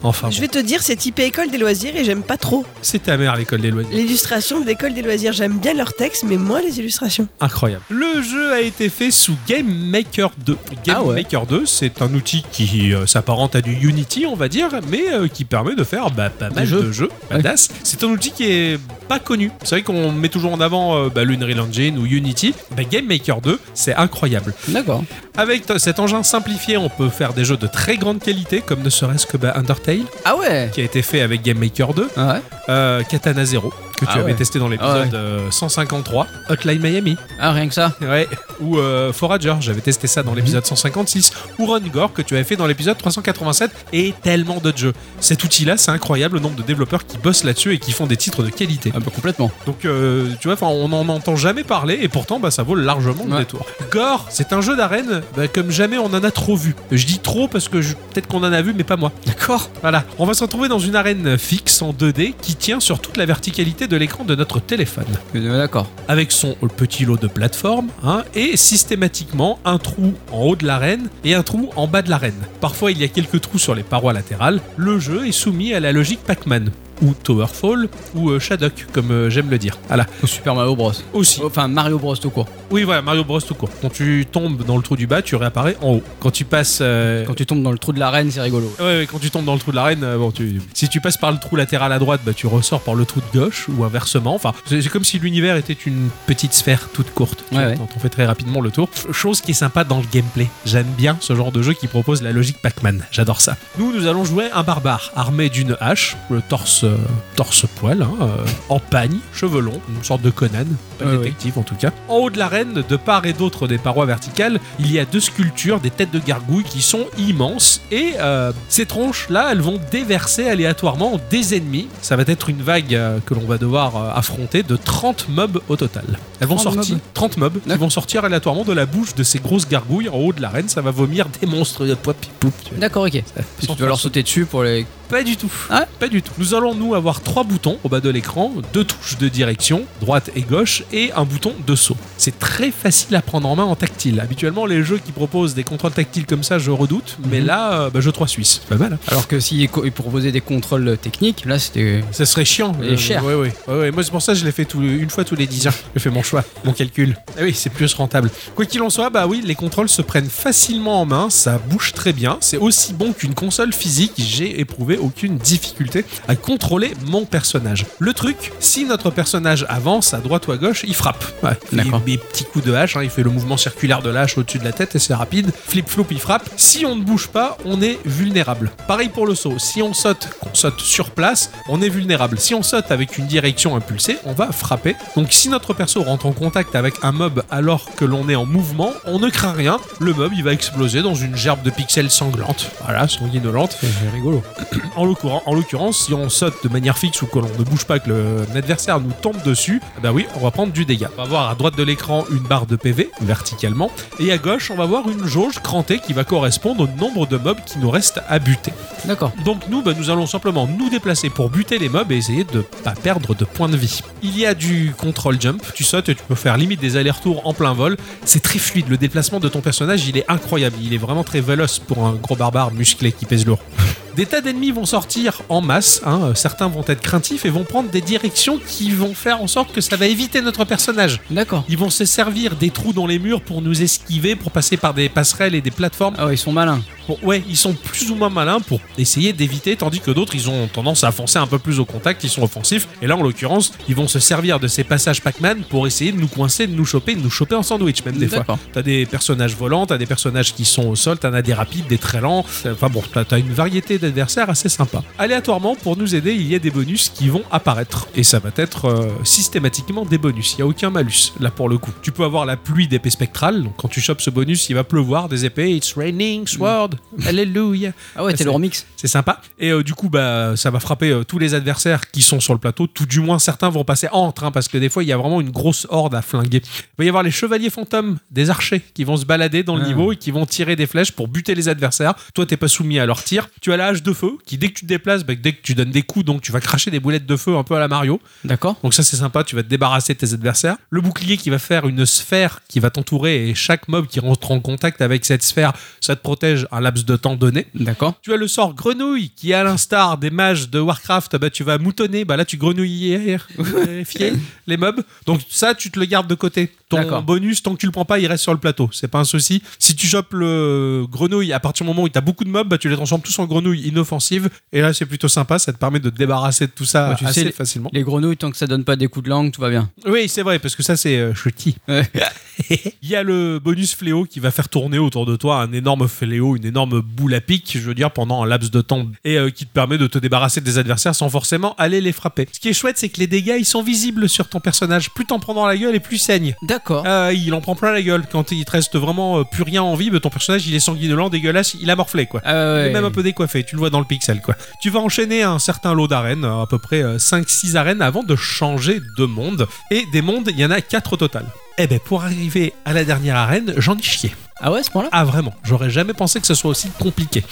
S1: Enfin,
S3: Je
S1: bon.
S3: vais te dire, c'est typé école des loisirs et j'aime pas trop.
S1: c'est ta mère l'école des loisirs.
S3: L'illustration de l'école des loisirs, j'aime bien leurs textes, mais moins les illustrations.
S1: Incroyable. Le jeu a été fait sous Game Maker 2. Game
S2: Ah ouais.
S1: Maker 2, c'est un outil qui euh, s'apparente à du Unity, on va dire, mais euh, qui permet de faire bah, pas mal
S2: jeux.
S1: de jeux. Badass. C'est un outil qui est pas connu. C'est vrai qu'on met toujours en avant euh, bah, l'Unreal Engine ou Unity. Bah, Game Maker 2, c'est incroyable.
S2: D'accord.
S1: Avec t- cet engin simplifié, on peut faire des jeux de très grande qualité, comme ne serait-ce que bah, Undertale,
S2: Ah ouais.
S1: qui a été fait avec Game Maker 2,
S2: Ah ouais.
S1: euh, Katana Zero, que tu
S2: Ah
S1: avais
S2: ouais.
S1: testé dans l'épisode
S2: Ah ouais.
S1: euh, 153, Hotline Miami.
S2: Ah rien que ça.
S1: Ouais, ou euh, Forager, j'avais testé ça dans
S2: Mhm.
S1: l'épisode 156, ou Run Gore que tu avais fait dans l'épisode 387, et tellement d'autres jeux. Cet outil-là, c'est incroyable le nombre de développeurs qui bossent là-dessus et qui font des titres de qualité.
S2: Un peu Ah bah, complètement.
S1: Donc, euh, tu vois, 'fin, on n'en entend jamais parler, et pourtant, bah, ça vaut largement le
S2: Ouais.
S1: détour. Gore, c'est un jeu d'arène, bah, comme jamais on en a trop vu. Je dis trop parce que je- peut-être qu'on en a vu, mais pas moi.
S2: D'accord.
S1: Voilà, on va se retrouver dans une arène fixe en 2D qui tient sur toute la verticalité de l'écran de notre téléphone
S2: Euh, D'accord.
S1: avec son petit lot de plateformes, hein, et systématiquement un trou en haut de l'arène et un trou en bas de l'arène. Parfois il y a quelques trous sur les parois latérales. Le jeu est soumis à la logique Pac-Man ou Towerfall ou euh, Shadok comme euh, j'aime le dire. Voilà,
S2: Ou Super Mario Bros.
S1: aussi.
S2: Enfin Mario Bros tout court.
S1: Oui voilà, Mario Bros tout court. Quand tu tombes dans le trou du bas, tu réapparais en haut. Quand tu passes euh,
S2: Quand tu tombes dans le trou de la reine c'est rigolo.
S1: Ouais, ouais, quand tu tombes dans le trou de l'arène, euh, bon, tu... si tu passes par le trou latéral à droite, bah, tu ressors par le trou de gauche ou inversement. Enfin, c'est c'est comme si l'univers était une petite sphère toute courte. tu
S2: Ouais,
S1: vois,
S2: ouais.
S1: Dont on fait très rapidement le tour. Chose qui est sympa dans le gameplay. J'aime bien ce genre de jeu qui propose la logique Pac-Man. J'adore ça. Nous, nous allons jouer un barbare armé d'une hache, le torse, euh, torse poil, hein, euh, en pagne, cheveux longs, une sorte de Conan, pas
S2: Ouais, ouais.
S1: détective en tout cas. En haut de l'arène, de part et d'autre des parois verticales, il y a deux sculptures, des têtes de gargouilles qui sont immenses et euh, ces tronches-là, elles vont déverser aléatoirement des ennemis. Ça va être une vague euh, que l'on va devoir euh, affronter de 30 mobs au total. Elles vont
S2: 30
S1: sortir
S2: mobs
S1: 30 mobs qui
S2: D'accord.
S1: vont sortir aléatoirement de la bouche de ces grosses gargouilles en haut de l'arène. Ça va vomir des monstres de poip poup.
S2: D'accord ok. Parce que tu dois leur sauter dessus pour les.
S1: Pas du tout.
S2: Ah,
S1: pas du tout. Nous allons nous avoir trois boutons au bas de l'écran, deux touches de direction, droite et gauche, et un bouton de saut. C'est très facile à prendre en main en tactile. Habituellement, les jeux qui proposent des contrôles tactiles comme ça, je redoute, mais
S2: Mhm.
S1: là, euh, bah, je 3 suisse. Pas mal. hein.
S2: Alors que s'il co- il proposait des contrôles techniques, là c'était.
S1: Ça serait chiant. Euh,
S2: Et cher.
S1: Ouais, ouais, ouais, ouais. Moi, c'est pour ça que je l'ai fait tout- une fois tous les 10 ans. J'ai fait mon choix, mon calcul. Ah oui, c'est plus rentable. Quoi qu'il en soit, bah oui, les contrôles se prennent facilement en main. Ça bouge très bien. C'est aussi bon qu'une console physique. J'ai éprouvé aucune difficulté à contrôler mon personnage. Le truc, si notre personnage avance à droite ou à gauche, il frappe. Ouais, il
S2: D'accord.
S1: des petits coups de hache. hein. il fait le mouvement circulaire de la hache au-dessus de la tête et c'est rapide. Flip flop, il frappe. Si on ne bouge pas, on est vulnérable. Pareil pour le saut. Si on saute, qu'on saute sur place, on est vulnérable. Si on saute avec une direction impulsée, on va frapper. Donc si notre perso rentre en contact avec un mob alors que l'on est en mouvement, on ne craint rien. Le mob, il va exploser dans une gerbe de pixels sanglante. Voilà, sanguinolente.
S2: C'est rigolo.
S1: En l'occurrence, en l'occurrence, si on saute de manière fixe ou que l'on ne bouge pas, que le- l'adversaire nous tombe dessus, eh ben oui, on va prendre du dégât. On va avoir à droite de l'écran une barre de PV, verticalement, et à gauche, on va voir une jauge crantée qui va correspondre au nombre de mobs qui nous restent à buter.
S2: D'accord.
S1: Donc nous, bah, nous allons simplement nous déplacer pour buter les mobs et essayer de pas perdre de points de vie. Il y a du control jump, tu sautes et tu peux faire limite des allers-retours en plein vol. C'est très fluide, le déplacement de ton personnage il est incroyable, il est vraiment très véloce pour un gros barbare musclé qui pèse lourd. Des tas d'ennemis vont sortir en masse, hein, euh, certains vont être craintifs et vont prendre des directions qui vont faire en sorte que ça va éviter notre personnage.
S2: D'accord.
S1: Ils vont se servir des trous dans les murs pour nous esquiver, pour passer par des passerelles et des plateformes.
S2: Ah ouais, ils sont malins.
S1: Bon, ouais, ils sont plus ou moins malins pour essayer d'éviter, tandis que d'autres, ils ont tendance à foncer un peu plus au contact, ils sont offensifs. Et là, en l'occurrence, ils vont se servir de ces passages Pac-Man pour essayer de nous coincer, de nous choper, de nous choper en sandwich, même des fois.
S2: D'accord.
S1: T'as des personnages volants, t'as des personnages qui sont au sol, t'en as des rapides, des très lents. Enfin bon, t'as t'as une variété d'adversaires assez sympa. Aléatoirement, pour nous aider, il y a des bonus qui vont apparaître. Et ça va être euh, systématiquement des bonus. Il n'y a aucun malus, là pour le coup. Tu peux avoir la pluie d'épées spectrales. Donc quand tu chopes ce bonus, il va pleuvoir des épées. It's raining, sword, hallelujah.
S2: Ah ouais, t'es le remix.
S1: C'est sympa. Et euh, du coup, bah, ça va frapper euh, tous les adversaires qui sont sur le plateau. Tout du moins, certains vont passer entre, hein, parce que des fois, il y a vraiment une grosse horde à flinguer. Il va y avoir les chevaliers fantômes, des archers, qui vont se balader dans le
S2: Ah.
S1: niveau et qui vont tirer des flèches pour buter les adversaires. Toi, t'es pas soumis à leur tir. Tu as la hache de feu, qui dès que tu te déplaces, bah, dès que tu donnes des coups, donc tu vas cracher des boulettes de feu un peu à la Mario.
S2: D'accord.
S1: Donc ça c'est sympa, tu vas te débarrasser de tes adversaires. Le bouclier qui va faire une sphère qui va t'entourer et chaque mob qui rentre en contact avec cette sphère, ça te protège un laps de temps donné.
S2: D'accord.
S1: Tu as le sort grenouille qui, à l'instar des mages de Warcraft, bah, tu vas moutonner. Bah, là, tu grenouilles les mobs. Donc, ça, tu te le gardes de côté. Ton
S2: D'accord.
S1: bonus, tant que tu le prends pas, il reste sur le plateau. C'est pas un souci. Si tu chopes le grenouille à partir du moment où tu as beaucoup de mobs, bah, tu les transformes tous en grenouilles inoffensives. Et là, c'est plutôt sympa. Ça te permet de te débarrasser de tout ça
S2: Ouais, tu
S1: assez
S2: sais, les-
S1: facilement.
S2: Les grenouilles, tant que ça donne pas des coups de langue, tout va bien.
S1: Oui, c'est vrai, parce que ça, c'est euh, chouti.
S2: Ouais.
S1: Il y a le bonus fléau qui va faire tourner autour de toi un énorme fléau, une énorme boule à pic, je veux dire, pendant un laps de temps, et euh, qui te permet de te débarrasser des adversaires sans forcément aller les frapper. Ce qui est chouette, c'est que les dégâts, ils sont visibles sur ton personnage. Plus t'en prends dans la gueule et plus il saigne.
S2: D'accord.
S1: Ah, il en prend plein la gueule. Quand il te reste vraiment euh, plus rien en vie, bah, ton personnage, il est sanguinolent, dégueulasse, il a morflé, quoi.
S2: Ah ouais.
S1: Il est même un peu décoiffé, tu le vois dans le pixel quoi. Tu vas enchaîner un certain lot d'arènes, euh, à peu près 5-6 arènes avant de changer de monde. Et des mondes, il y en a 4 au total. Eh ben pour arriver à la dernière arène, j'en ai chié.
S2: Ah ouais, à ce point-là
S1: Ah vraiment, j'aurais jamais pensé que ce soit aussi compliqué.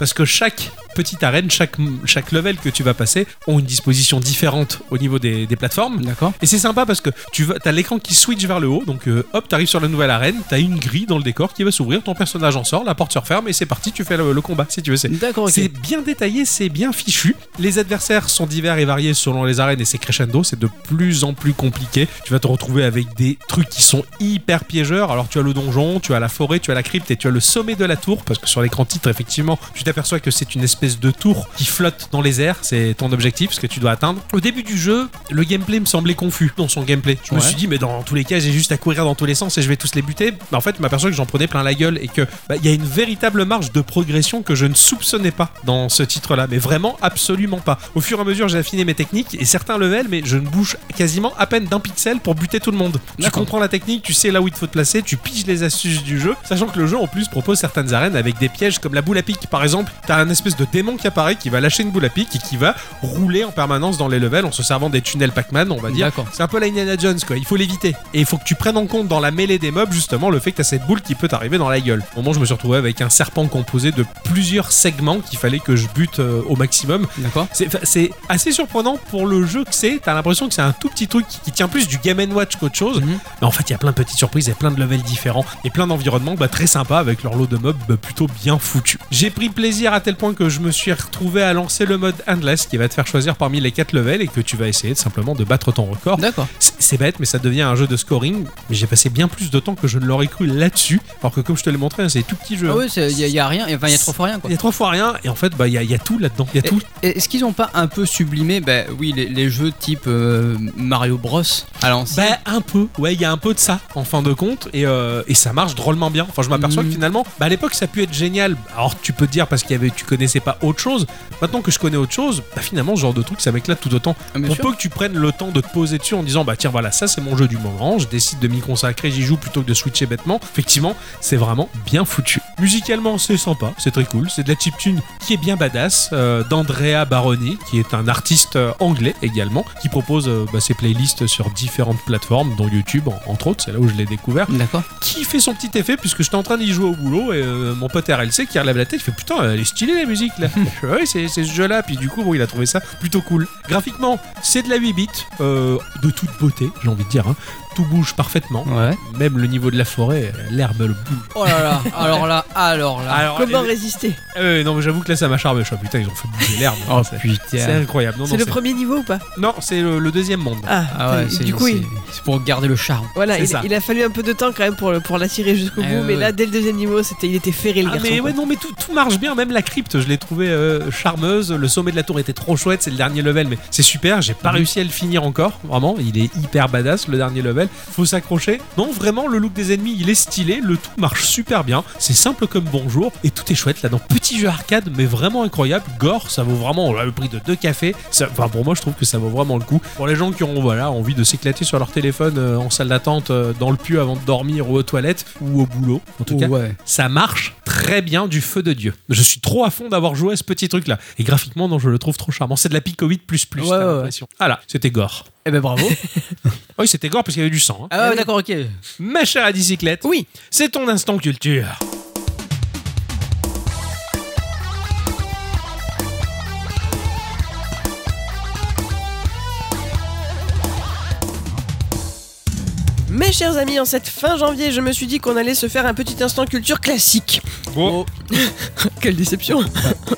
S1: Parce que chaque petite arène, chaque, chaque level que tu vas passer ont une disposition différente au niveau des- des plateformes.
S2: D'accord.
S1: Et c'est sympa parce que tu vas, t'as l'écran qui switch vers le haut, donc euh, hop, t'arrives sur la nouvelle arène, t'as une grille dans le décor qui va s'ouvrir, ton personnage en sort, la porte se referme et c'est parti, tu fais le, le combat si tu veux. C'est
S2: D'accord, ok.
S1: c'est bien détaillé, c'est bien fichu. Les adversaires sont divers et variés selon les arènes et c'est crescendo, c'est de plus en plus compliqué. Tu vas te retrouver avec des trucs qui sont hyper piégeurs. Alors tu as le donjon, tu as la forêt, tu as la crypte et tu as le sommet de la tour parce que sur l'écran titre effectivement, tu t'aperçois que c'est une espèce de tour qui flotte dans les airs, c'est ton objectif ce que tu dois atteindre. Au début du jeu, le gameplay me semblait confus dans son gameplay. Je me
S2: Ouais.
S1: suis dit mais dans tous les cas, j'ai juste à courir dans tous les sens et je vais tous les buter. Bah, en fait, je m'aperçois que j'en prenais plein la gueule et que bah, il y a une véritable marge de progression que je ne soupçonnais pas dans ce titre-là, mais vraiment absolument pas. Au fur et à mesure, j'ai affiné mes techniques et certains levels, mais je ne bouge quasiment à peine d'un pixel pour buter tout le monde. Tu
S2: D'accord.
S1: comprends la technique, tu sais là où il te faut te placer, tu piges les astuces du jeu sachant que le jeu en plus propose certaines arènes avec des pièges comme la boule à pique. Par exemple, t'as un espèce de démon qui apparaît qui va lâcher une boule à pique et qui va rouler en permanence dans les levels en se servant des tunnels Pac-Man, on va dire.
S2: D'accord.
S1: C'est un peu la Indiana Jones, quoi. Il faut l'éviter. Et il faut que tu prennes en compte dans la mêlée des mobs, justement, le fait que t'as cette boule qui peut t'arriver dans la gueule. Au moment, je me suis retrouvé avec un serpent composé de plusieurs segments qu'il fallait que je bute euh, au maximum.
S2: D'accord.
S1: C'est- fa- C'est assez surprenant pour le jeu que c'est. T'as l'impression que c'est un tout petit truc qui, qui tient plus du Game Watch qu'autre chose.
S2: Mhm.
S1: Mais en fait, il y a plein de petites surprises et plein de levels différents et plein d'environnements bah, très sympas avec leur lot de mobs bah, plutôt bien foutus. J'ai pris plaisir à tel point que je me suis retrouvé à lancer le mode Endless qui va te faire choisir parmi les 4 levels et que tu vas essayer de simplement de battre ton record.
S2: D'accord.
S1: C'est c'est bête, mais ça devient un jeu de scoring. Mais j'ai passé bien plus de temps que je ne l'aurais cru là-dessus. Alors que, comme je te l'ai montré, hein, c'est tout petit jeu.
S2: Ah oui, il y, a- y a rien, enfin il y a trop fort rien quoi.
S1: Il y a trois fois rien, et en fait, bah, il y, a- il y a tout là-dedans. Il y a tout.
S2: Et Est-ce qu'ils ont pas un peu sublimé, bah oui, les, les jeux type euh, Mario Bros à l'ancienne
S1: Bah un peu, ouais, il y a un peu de ça en fin de compte et, euh, et ça marche drôlement bien. Enfin, je m'aperçois
S2: Mhm.
S1: que finalement, bah, à l'époque ça a pu être génial. Alors tu peux te dire parce qu'il y avait, tu connaissais pas autre chose. Maintenant que je connais autre chose, bah finalement ce genre de truc ça m'éclate tout autant.
S2: Ah, bien
S1: Pour
S2: sûr.
S1: peu que tu prennes le temps de te poser dessus en disant bah tiens voilà ça c'est mon jeu du moment, je décide de m'y consacrer, j'y joue plutôt que de switcher bêtement. Effectivement, c'est vraiment bien foutu. Musicalement c'est sympa, c'est très cool, c'est de la chiptune qui est bien badass euh, d'Andrea Baroni qui est un artiste euh, anglais également qui propose euh, bah, ses playlists sur différentes plateformes dont YouTube en- entre autres, c'est là où je l'ai découvert
S2: D'accord.
S1: qui fait son petit effet puisque j'étais en train d'y jouer au boulot et euh, mon pote RLC qui relève la tête il fait putain elle est stylée la musique là Je fais, ouais c'est c'est ce jeu là puis du coup bon il a trouvé ça plutôt cool graphiquement c'est de la 8 bits euh, de toute beauté j'ai envie de dire hein. tout bouge parfaitement
S2: Ouais.
S1: même le niveau de la forêt euh, l'herbe le bouge
S2: Oh là là, alors là, Ah, alors là.
S1: alors
S3: Comment
S1: euh,
S3: résister
S1: euh, non mais j'avoue que là ça m'a charmé je fais, putain ils ont fait bouger l'herbe
S2: Oh
S1: C'est- c'est
S2: putain.
S1: incroyable non non,
S3: C'est le
S1: c'est-
S3: premier niveau ou pas
S1: non c'est le, le deuxième monde
S3: Ah,
S2: Ah ouais,
S3: t'as-
S2: c'est-
S3: du coup,
S2: c'est-
S3: il,
S2: c'est pour garder le charme.
S3: voilà,
S1: c'est
S3: il,
S1: ça.
S3: il a fallu un peu de temps quand même pour, le- pour l'attirer jusqu'au
S2: Ah,
S3: bout,
S2: ouais,
S3: mais
S2: ouais.
S3: là, dès le deuxième niveau, c'était, il était ferré le
S1: Ah
S3: garçon.
S1: mais
S3: quoi.
S1: ouais non mais tout, tout marche bien même la crypte je l'ai trouvée euh, charmeuse le sommet de la tour était trop chouette c'est le dernier level mais c'est super j'ai
S3: Mhm.
S1: pas réussi à le finir encore vraiment il est hyper badass le dernier level faut s'accrocher non vraiment le look des ennemis il est stylé le tout marche super bien c'est simple comme bonjour et tout est chouette là dans petit jeu arcade mais vraiment incroyable gore ça vaut vraiment euh, le prix de deux cafés Ça- enfin pour moi je trouve que ça vaut vraiment le coup pour les gens qui ont voilà envie de s'éclater sur leur téléphone euh, en salle d'attente euh, dans le pieu avant de dormir ou aux toilettes ou au boulot en tout cas
S2: ouais.
S1: ça marche très bien du feu de Dieu. Je suis trop à fond d'avoir joué à ce petit truc là. Et graphiquement, non, je le trouve trop charmant. C'est de la Pico 8 plus plus,
S2: Ouais,
S1: t'as
S2: ouais,
S1: l'impression. Ah là, c'était gore.
S2: Eh ben bravo.
S1: Ah Oui, c'était gore parce qu'il y avait du sang. hein.
S2: ah ouais, d'accord, ok.
S1: Ma chère à bicyclette,
S3: Oui,
S1: c'est ton instant culture.
S3: mes chers amis, en cette fin janvier, je me suis dit qu'on allait se faire un petit instant culture classique.
S1: Oh.
S3: Quelle déception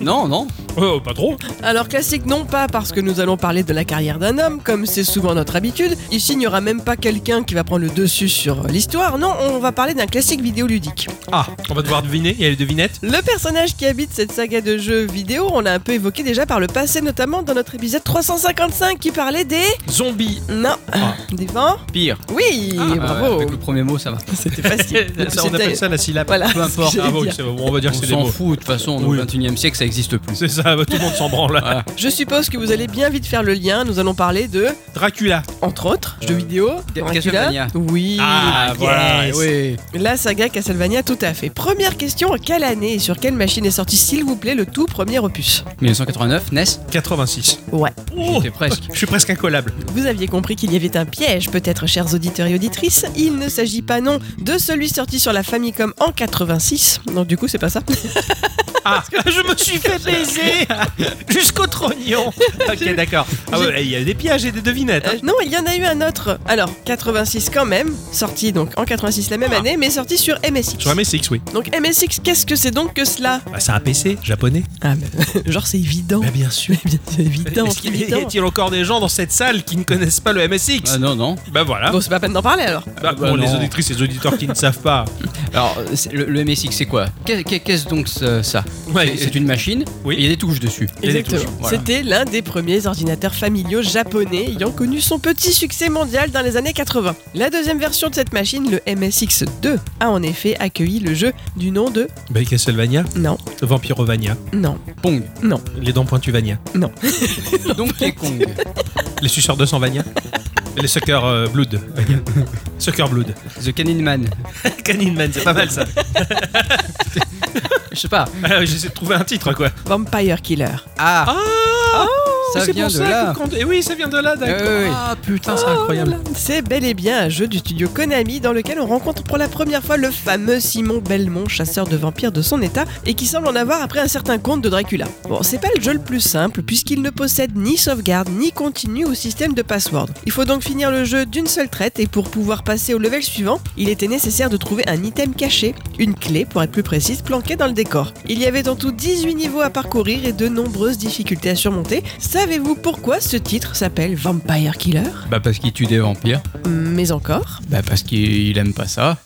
S2: Non, non.
S1: Oh, pas trop.
S3: Alors classique non pas parce que nous allons parler de la carrière d'un homme, comme c'est souvent notre habitude. Ici, il n'y aura même pas quelqu'un qui va prendre le dessus sur euh, l'histoire. Non, on va parler d'un classique vidéoludique.
S1: Ah, on va devoir deviner. Il y a les devinettes.
S3: Le personnage qui habite cette saga de jeux vidéo, on l'a un peu évoqué déjà par le passé, notamment dans notre épisode 355 qui parlait des...
S1: Zombie.
S3: Non,
S1: Ah.
S3: des vents.
S2: Pire.
S3: Oui,
S2: Ah, ouais,
S3: bravo.
S2: avec le premier mot, ça va.
S3: C'était facile.
S1: bah Ça, on appelle ça la syllabe.
S3: Voilà.
S2: Peu
S3: ce que
S2: importe,
S3: j'allais
S1: Bravo,
S3: dire.
S1: c'est bon, on va dire
S2: On
S1: que c'est des
S2: s'en
S1: mots.
S2: fout, de toute façon, au
S1: Oui.
S2: 21 e siècle, ça existe plus.
S1: C'est ça, bah, tout le monde s'en branle. là.
S2: Voilà.
S3: Je suppose que vous allez bien vite faire le lien. Nous allons parler de,
S1: Dracula.
S3: entre autres, jeux vidéo,
S2: Ca-
S3: Dracula.
S2: Castlevania.
S3: Oui.
S1: Euh, Ah, voilà.
S2: Eh oui.
S3: La saga Castlevania, tout à fait. Première question, en quelle année et sur quelle machine est sorti, s'il vous plaît, le tout premier opus
S2: 1989, NES.
S1: 86.
S3: Ouais.
S1: Oh,
S2: J'étais presque.
S1: je suis presque incollable.
S3: Vous aviez compris qu'il y avait un piège, peut-être, chers auditeurs et auditrices. Il ne s'agit pas, non, de celui sorti sur la Famicom en 86. Non, du coup, c'est pas ça.
S1: Ah, je me suis fait baiser jusqu'au trognon. Ok, d'accord. Ah ouais, il y a des pièges et des devinettes. hein.
S3: Euh, non, il y en a eu un autre. Alors, 86 quand même, sorti donc en 86 la même
S1: Ah.
S3: année, mais sorti sur MSX.
S1: Sur MSX, oui.
S3: Donc MSX, qu'est-ce que c'est donc que cela
S1: Bah, c'est un PC japonais.
S3: Ah, mais, genre c'est évident.
S1: bien sûr.
S3: C'est évident,
S1: Est-ce
S3: c'est
S1: qu'il y
S3: évident.
S1: a-t-il encore des gens dans cette salle qui ne connaissent pas le MSX
S2: Ah, non, non.
S1: Bah voilà.
S3: Bon, c'est pas peine d'en parler alors.
S1: Bah,
S2: bah
S1: bon, les
S2: non.
S1: auditrices et les auditeurs qui ne savent pas.
S2: Alors, euh, c'est- le, le MSX, c'est quoi Qu'est- qu'est- Qu'est-ce donc ce- ça
S1: Ouais,
S2: C'est- C'est une machine,
S1: Oui.
S2: et il y a des touches dessus.
S1: Il y a des touches,
S2: voilà.
S3: C'était l'un des premiers ordinateurs familiaux japonais ayant connu son petit succès mondial dans les années 80. La deuxième version de cette machine, le MSX2, a en effet accueilli le jeu du nom de
S1: Bah, Castlevania,
S3: non,
S1: Vampirovania,
S3: non,
S2: Pong,
S1: les dents pointues Vania,
S2: Donkey Kong,
S1: les suceurs de sang Vania. Les Sucker euh, Blood. Sucker Blood.
S2: The Canning Man.
S1: Canine Man, c'est pas mal ça.
S2: Je sais pas.
S1: Ah, J'essaie de trouver un titre quoi.
S3: Vampire Killer.
S2: Ah,
S1: Ah
S2: Ça
S1: c'est
S2: vient
S1: pour
S2: de là.
S1: que quand- Eh oui, ça vient de là, d'accord.
S2: oui, oui.
S1: Ah putain, c'est incroyable.
S3: C'est bel et bien un jeu du studio Konami dans lequel on rencontre pour la première fois le fameux Simon Belmont, chasseur de vampires de son état, et qui semble en avoir après un certain conte de Dracula. Bon, c'est pas le jeu le plus simple puisqu'il ne possède ni sauvegarde ni continue au système de password. Il faut donc finir le jeu d'une seule traite et pour pouvoir passer au level suivant, il était nécessaire de trouver un item caché, une clé pour être plus précise, planquée dans le décor. Il y avait en tout 18 niveaux à parcourir et de nombreuses difficultés à surmonter. Savez-vous pourquoi ce titre s'appelle Vampire Killer
S2: Bah parce qu'il tue des vampires.
S3: Mais encore
S2: Bah parce qu'il aime pas ça.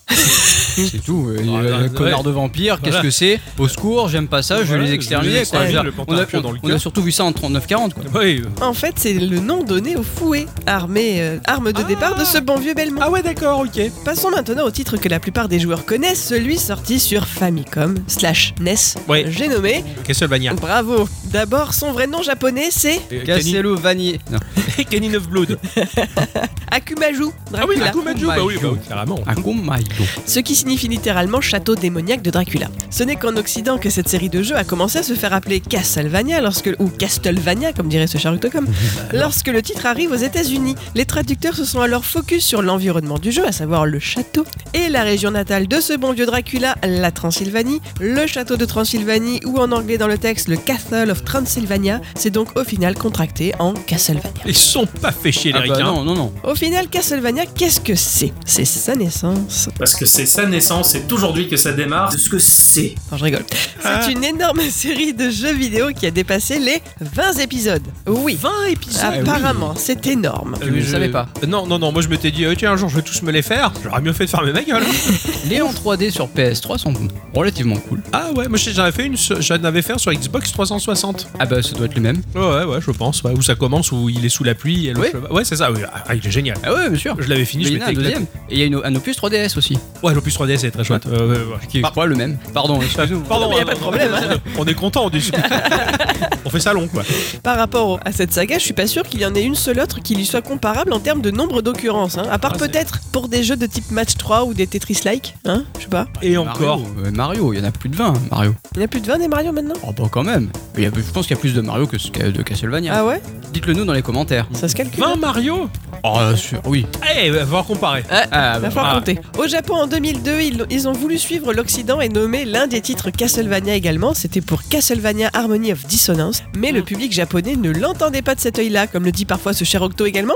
S2: c'est tout. euh,
S1: Ah,
S2: euh,
S1: ouais.
S2: connard de vampire,
S1: Voilà.
S2: qu'est-ce que c'est Au secours, j'aime pas ça, je vais
S1: Voilà,
S2: les
S1: je vais
S2: exterminer.
S1: les
S2: quoi. Je veux
S1: exterminer,
S2: dire,
S1: le
S2: on, a,
S1: pantin dans le
S2: on a
S1: cœur.
S2: surtout vu ça en 39-40 quoi.
S1: Oui.
S3: En fait, c'est le nom donné au fouet, armée, euh, arme de
S1: Ah
S3: départ de ce bon vieux Belmont.
S1: Ah ouais, d'accord, ok.
S3: Passons maintenant au titre que la plupart des joueurs connaissent, celui sorti sur Famicom slash NES.
S1: Ouais.
S3: J'ai nommé.
S1: Castlevania.
S3: Bravo. D'abord, son vrai nom japonais, c'est
S1: Euh, Canine-
S2: Castello Vanier. Non.
S1: Canine of Blood.
S3: Akumaju.
S1: Ah oui,
S3: Dracula.
S1: la
S6: Oh
S1: Kumaju, bah oui, bah oui, carrément.
S2: Un con maillot. Ah,
S3: ce qui signifie littéralement château démoniaque de Dracula. Ce n'est qu'en Occident que cette série de jeux a commencé à se faire appeler Castlevania, lorsque, ou Castlevania, comme dirait ce Sherlock Holmes, lorsque le titre arrive aux États-Unis. Les traducteurs se sont alors focus sur l'environnement du jeu, à savoir le château, et la région natale de ce bon vieux Dracula, la Transylvanie, le château de Transylvanie, ou en anglais dans le texte, le Castle of Transylvania, c'est donc au final contracté en Castlevania.
S1: Ils sont pas fait chier, les
S2: Ah bah
S1: ricains.
S2: non, non, non.
S3: Au final, Castlevania, qu'est-ce que c'est C'est sa naissance.
S6: Parce que c'est sa naissance, c'est aujourd'hui que ça démarre.
S7: de ce que c'est.
S3: Non, je rigole.
S1: Ah.
S3: C'est une énorme série de jeux vidéo qui a dépassé les 20 épisodes. Oui.
S1: 20 épisodes.
S3: Apparemment, c'est énorme.
S2: Ah Je ne savais pas.
S1: Euh, Non, non, non, moi je m'étais dit, euh, tiens, un jour je vais tous me les faire. J'aurais mieux fait de fermer ma gueule. hein.
S2: Les en 3D sur PS3 sont relativement cool.
S1: ah ouais, moi j'en avais fait une, sur- j'en avais fait un sur Xbox 360.
S2: Ah bah ça doit être le même.
S1: Ouais, ouais, ouais, je pense. ouais, où ça commence, où il est sous la pluie. Et le
S2: Oui.
S1: cheval- Ouais, c'est ça, oui. Ah, il est génial.
S2: Ah ouais, bien sûr.
S1: Je l'avais fini,
S2: Mais
S1: je
S2: il y en a
S1: m'étais
S2: un
S1: éclaté.
S2: deuxième. Et il y a une, un opus 3DS aussi,
S1: Ouais, l'opus 3DS est très chouette. Euh, ouais, ouais.
S2: qui est
S1: Par-
S2: pas le même. Pardon, excusez-nous.
S1: Pardon,
S3: mais y a
S1: euh,
S3: pas de
S1: on-
S3: problème, hein.
S1: On est content, on dit. on fait ça long, quoi.
S3: Par rapport au- à cette saga, je suis pas sûr qu'il y en ait une seule autre qui lui soit comparable en termes de nombre d'occurrences. hein. À part
S1: Ah, c'est-
S3: peut-être pour des jeux de type Match 3 ou des Tetris-like. Hein je sais pas.
S1: Et
S2: Mario,
S1: encore.
S2: euh, Mario, il y en a plus de 20, Mario.
S3: Il y en a plus de 20 des Mario maintenant
S2: Oh bah quand même. Il y a- je pense qu'il y a plus de Mario que ce qu'il y a de Castlevania.
S3: Ah ouais
S2: Dites-le nous dans les commentaires.
S3: Ça se calcule
S1: 20 Mario
S2: Oh, bien sûr, oui.
S1: Eh, va falloir comparer.
S2: Ah,
S3: Va
S2: bah,
S3: falloir
S1: Ah.
S3: compter. Au Japon en 2002, ils, l'ont- ils ont voulu suivre l'Occident et nommer l'un des titres Castlevania également. C'était pour Castlevania Harmony of Dissonance. Mais le public japonais ne l'entendait pas de cet œil-là, comme le dit parfois ce cher Octo également.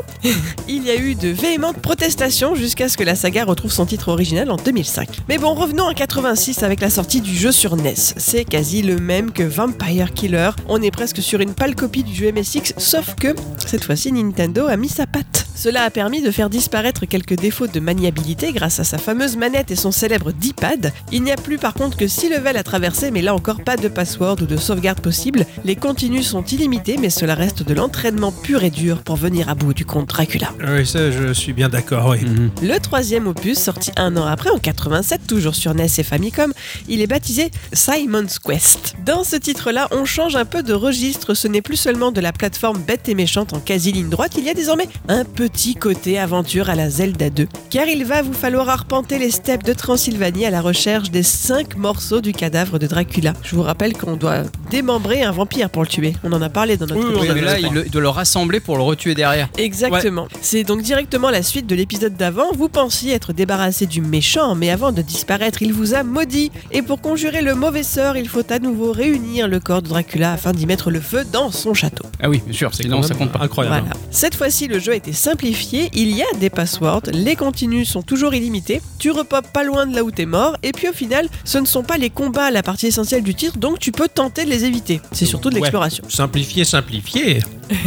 S3: Il y a eu de véhémentes protestations jusqu'à ce que la saga retrouve son titre original en 2005. Mais bon, revenons en 86 avec la sortie du jeu sur NES. C'est quasi le même que Vampire Killer. On est presque sur une pâle copie du jeu MSX, sauf que cette fois-ci, Nintendo a mis sa patte. Cela a permis de faire disparaître quelques défauts de maniabilité grâce à sa fameuse manette et son célèbre D-pad. Il n'y a plus par contre que 6 levels à traverser, mais là encore pas de password ou de sauvegarde possible. Les continues sont illimités, mais cela reste de l'entraînement pur et dur pour venir à bout du compte Dracula.
S1: Oui, ça, je suis bien d'accord, oui.
S2: Mhm.
S3: Le troisième opus, sorti un an après, en 87, toujours sur NES et Famicom, il est baptisé Simon's Quest. Dans ce titre-là, on change un peu de registre, ce n'est plus seulement de la plateforme bête et méchante en quasi-ligne droite, il y a désormais un petit côté aventure à la Zelda 2. Car il va vous falloir arpenter les steppes de Transylvanie à la recherche des 5 morceaux du cadavre de Dracula. Je vous rappelle qu'on doit démembrer un vampire pour le tuer, on en a parlé dans notre
S1: Oui,
S3: épisode.
S2: Oui, mais là,
S1: d'accord.
S2: il, le- il doit le rassembler pour le retuer derrière.
S3: Exactement. C'est donc directement la suite de l'épisode d'avant. Vous pensiez être débarrassé du méchant, mais avant de disparaître, il vous a maudit. Et pour conjurer le mauvais sort, il faut à nouveau réunir le corps de Dracula afin d'y mettre le feu dans son château.
S2: Ah oui, bien sûr,
S1: C'est
S2: sinon
S1: quand
S2: ça
S1: même
S2: compte pas.
S1: Incroyable.
S3: Voilà. Cette fois-ci, le jeu a été simplifié. Il y a des passwords, les continues sont toujours illimités. Tu repopes pas loin de là où t'es mort. Et puis au final, ce ne sont pas les combats la partie essentielle du tir, donc tu peux tenter de les éviter. C'est surtout de
S1: Ouais.
S3: l'exploration.
S1: Simplifier, simplifier.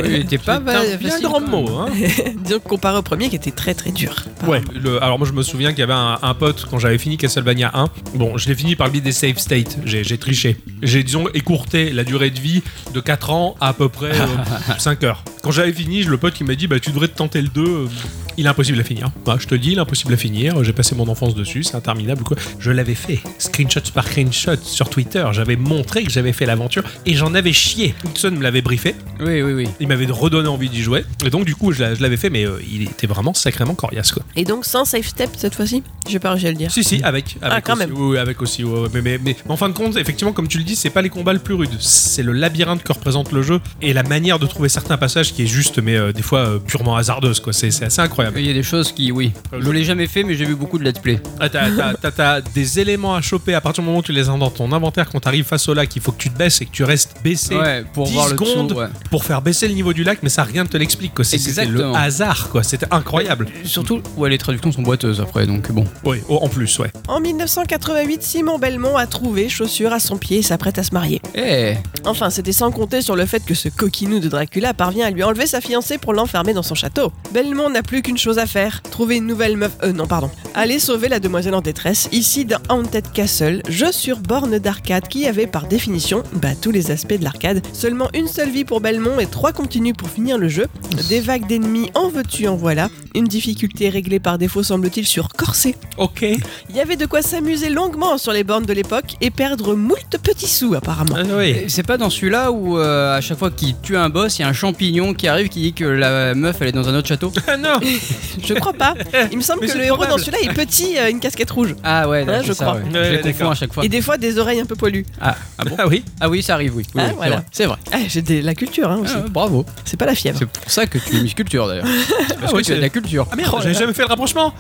S2: Oui, t'es pas
S1: C'est un
S2: facile,
S1: bien
S2: quand
S1: grand
S2: même.
S1: mot, hein.
S3: donc comparé au premier qui était très très dur.
S1: Ouais, le- alors moi je me souviens qu'il y avait un, un pote quand j'avais fini Castlevania 1. Bon, je l'ai fini par le biais des save state. J'ai j'ai triché. J'ai, disons, écourté la durée de vie de 4 ans à à peu près 5 heures. Quand j'avais fini, le pote qui m'a dit Bah, tu devrais te tenter le 2. euh, Il est impossible à finir. Bah, je te le dis, il est impossible à finir. J'ai passé mon enfance dessus, c'est interminable quoi. Je l'avais fait, screenshot par screenshot sur Twitter. J'avais montré que j'avais fait l'aventure et j'en avais chié. Hudson me l'avait briefé.
S2: Oui, oui, oui.
S1: Il m'avait redonné envie d'y jouer. Et donc, du coup, je l'a- je l'avais fait, mais euh, il était vraiment sacrément coriace quoi.
S3: Et donc sans safe step cette fois-ci J'ai pas réussi à le dire.
S1: Si, si, avec.
S2: Ah,
S1: avec
S3: quand
S1: aussi,
S3: même.
S1: oui, oui, avec aussi. ouais, ouais. Mais, mais, mais- mais en fin de compte, effectivement, comme tu le dis, c'est pas les combats le plus rude. C'est le labyrinthe que représente le jeu et la manière de trouver certains passages qui est juste, mais euh, des fois euh, purement hasardeuse quoi. C'est c'est assez incroyable.
S2: Il y a des choses qui, oui. Je l'ai jamais fait, mais j'ai vu beaucoup de let's play.
S1: Ah, t'as- T'as t'as- t'as des éléments à choper à partir du moment où tu les as dans ton inventaire quand t'arrives face au lac, il faut que tu te baisses et que tu restes baissé
S2: Ouais, pour
S1: 10
S2: voir le
S1: secondes
S2: dessous. ouais.
S1: pour faire baisser le niveau du lac, mais ça rien ne te l'explique. quoi. C'est- C'était le
S2: Exactement.
S1: hasard, quoi. C'était incroyable.
S2: Surtout, ouais, les traductions sont boiteuses après, donc bon.
S1: Oui, oh, en plus, ouais.
S3: En 1988, Simon Belmont a trouvé chaussures à son pied et s'apprête à se marier.
S2: Eh,
S3: Enfin, c'était sans compter sur le fait que ce coquinou de Dracula parvient à lui enlever sa fiancée pour l'enfermer dans son château. Belmont n'a plus qu'une chose à faire, trouver une nouvelle meuf... Euh, non, pardon. Aller sauver la demoiselle en détresse, ici dans Haunted Castle, jeu sur borne d'arcade qui avait par définition, bah, tous les aspects de l'arcade, seulement une seule vie pour Belmont et trois continues pour finir le jeu, des vagues d'ennemis en veux-tu en voilà, une difficulté réglée par défaut semble-t-il sur corset.
S1: Ok.
S3: Il y avait de quoi s'amuser longuement sur les bornes de l'époque et perdre moult petits sous apparemment.
S1: Ah, oui.
S2: eh, c'est pas dans celui-là où euh, à chaque fois qu'il tue un boss, il y a un champignon qui arrive qui dit que la meuf elle est dans un autre château
S1: Ah non
S3: Je crois pas. Il me semble
S1: Mais
S3: que
S1: c'est
S3: le héros dans
S1: probable.
S3: celui-là est petit, euh, une casquette rouge.
S2: Ah ouais,
S3: Ouais,
S2: c'est
S3: je
S2: ça,
S3: crois.
S2: ouais.
S1: Ouais,
S2: je les
S1: ouais, d'accord.
S2: confonds à chaque fois.
S3: Et des fois des oreilles un peu poilues.
S2: Ah, ah bon
S1: Ah oui
S2: Ah oui, ça arrive, oui. oui,
S3: Ah,
S2: oui, c'est
S3: voilà.
S2: vrai, C'est vrai.
S3: Ah, j'ai de la culture hein, aussi.
S2: Ah, bravo.
S3: C'est pas la fièvre.
S2: C'est pour ça que tu es musculture d'ailleurs. Parce
S1: oui,
S2: que tu
S1: c'est-
S2: as de la culture.
S1: Ah merde,
S2: Oh là
S1: j'avais
S2: là.
S1: jamais fait le rapprochement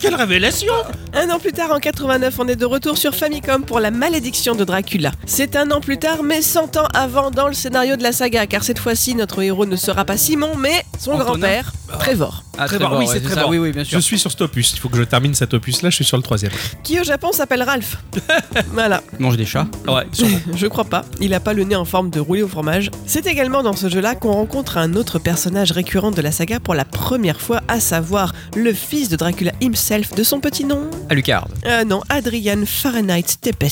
S1: Quelle révélation
S3: Un an plus tard, en 89, on est de retour sur Famicom pour La Malédiction de Dracula. C'est un an plus tard, mais 100 ans avant dans le scénario de la saga, car cette fois-ci, notre héros ne sera pas Simon, mais son
S2: Antonin.
S3: grand-père, Trevor,
S2: Ah,
S1: Très bon,
S2: bon,
S1: oui,
S2: ouais,
S1: c'est très
S2: ça,
S1: bon.
S2: Oui, oui, bien
S1: Je
S2: sûr.
S1: suis sur cet opus. Il faut que je termine cet opus-là, je suis sur le troisième.
S3: qui au Japon s'appelle Ralph. voilà.
S2: Mange des chats.
S1: Ouais, sûrement.
S3: Je crois pas, il a pas le nez en forme de roulé au fromage. C'est également dans ce jeu-là qu'on rencontre un autre personnage récurrent de la saga pour la première fois, à savoir le fils de Dracula himself, de son petit nom
S2: Alucard.
S3: Euh, non, Adrian Fahrenheit Tepes,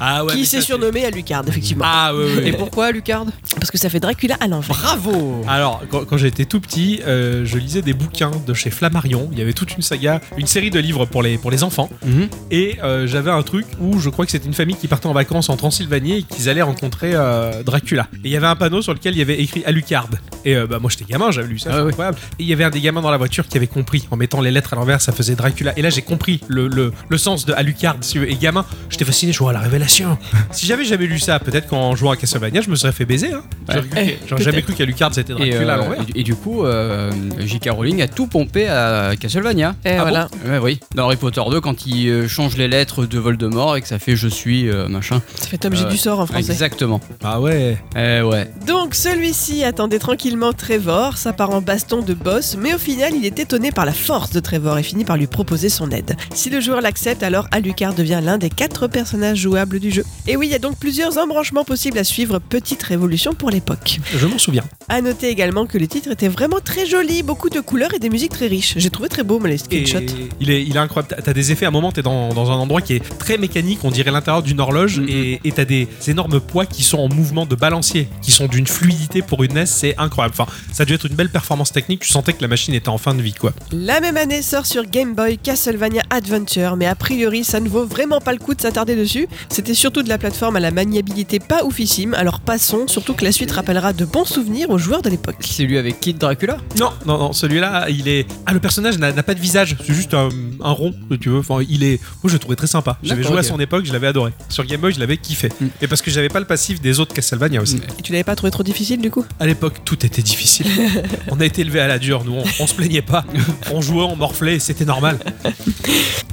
S1: Ah ouais. mais
S3: qui
S1: ça,
S3: s'est
S1: c'est-
S3: surnommé Alucard, effectivement.
S1: Ah ouais, ouais.
S2: Et pourquoi Alucard
S3: Parce que ça fait Dracula à l'envers.
S2: Bravo
S1: Alors, quand, quand j'étais tout petit, euh, je lisais des bouquins de chez Flammarion. Il y avait toute une saga, une série de livres pour les, pour les enfants.
S2: Mhm.
S1: Et euh, j'avais un truc où je crois que c'était une famille qui partait en vacances en Transylvanie et qu'ils allaient rencontrer euh, Dracula. Et il y avait un panneau sur lequel il y avait écrit Alucard. Et euh, bah, moi j'étais gamin, j'avais lu ça,
S2: Ah
S1: c'est
S2: oui.
S1: incroyable. Et il y avait un des gamins dans la voiture qui avait compris. En mettant les lettres à l'envers, ça faisait Dracula. Et là j'ai compris le, le, le sens de Alucard. si tu veux. Et gamin, j'étais fasciné, je vois la révélation. si j'avais jamais lu ça, peut-être qu'en jouant à Castlevania, je me serais fait baiser. Hein. J'aurais cru
S3: Eh,
S1: que- J'aurais jamais cru qu'Alucard c'était
S2: et,
S1: Dracula à
S2: euh,
S1: l'envers.
S2: et, et du coup, euh, J.K. Rowling a tout pompé à Castlevania.
S3: Eh,
S2: Ah
S3: voilà.
S2: bon Ouais, oui. Dans Harry Potter 2, quand il euh, change les lettres de Voldemort et que ça fait je suis euh, machin.
S3: Ça fait Tom J'ai du sort en français.
S2: Exactement.
S1: Ah ouais.
S2: Eh ouais.
S3: Donc celui-ci attendait tranquillement Trevor, ça part en baston de boss, mais au final il est étonné par la force de Trevor et finit par lui proposer son aide. Si le joueur l'accepte, alors Alucard devient l'un des quatre personnages jouables du jeu. Et oui, il y a donc plusieurs embranchements possibles à suivre, petite révolution pour l'époque.
S1: Je m'en souviens.
S3: À noter également que le titre était vraiment très joli, beaucoup de couleurs et des musiques très riches. J'ai trouvé très beau moi, les screenshots.
S1: Et Il est, il est incroyable. T'as- T'as des effets. À un moment, t'es dans, dans un endroit qui est très mécanique, on dirait l'intérieur d'une horloge,
S2: Mhm.
S1: et et t'as des énormes poids qui sont en mouvement de balancier, qui sont d'une fluidité pour une NES, c'est incroyable. Enfin, ça a dû être une belle performance technique. Tu sentais que la machine était en fin de vie, quoi.
S3: La même année sort sur Game Boy Castlevania Adventure, mais a priori ça ne vaut vraiment pas le coup de s'attarder dessus. C'était surtout de la plateforme à la maniabilité pas oufissime, alors passons, surtout que la suite rappellera de bons souvenirs aux joueurs de l'époque.
S2: C'est lui avec Kid Dracula
S1: Non, non, non. Celui-là, il est. Ah, le personnage n'a n'a pas de visage. C'est juste un, un rond, si tu veux. Enfin, il est. Moi, je le trouvais très sympa. J'avais
S2: D'accord,
S1: joué à
S2: ok.
S1: son époque, je l'avais adoré. Sur Game Boy, je l'avais kiffé.
S2: Mhm.
S1: Et parce que j'avais pas le passif des autres Castlevania aussi.
S2: Mhm.
S3: Et tu l'avais pas trouvé trop difficile du coup
S1: À l'époque, tout était difficile. on a été élevé à la dure, nous. On, on se plaignait pas. On jouait, on morflait, c'était normal.
S2: Ah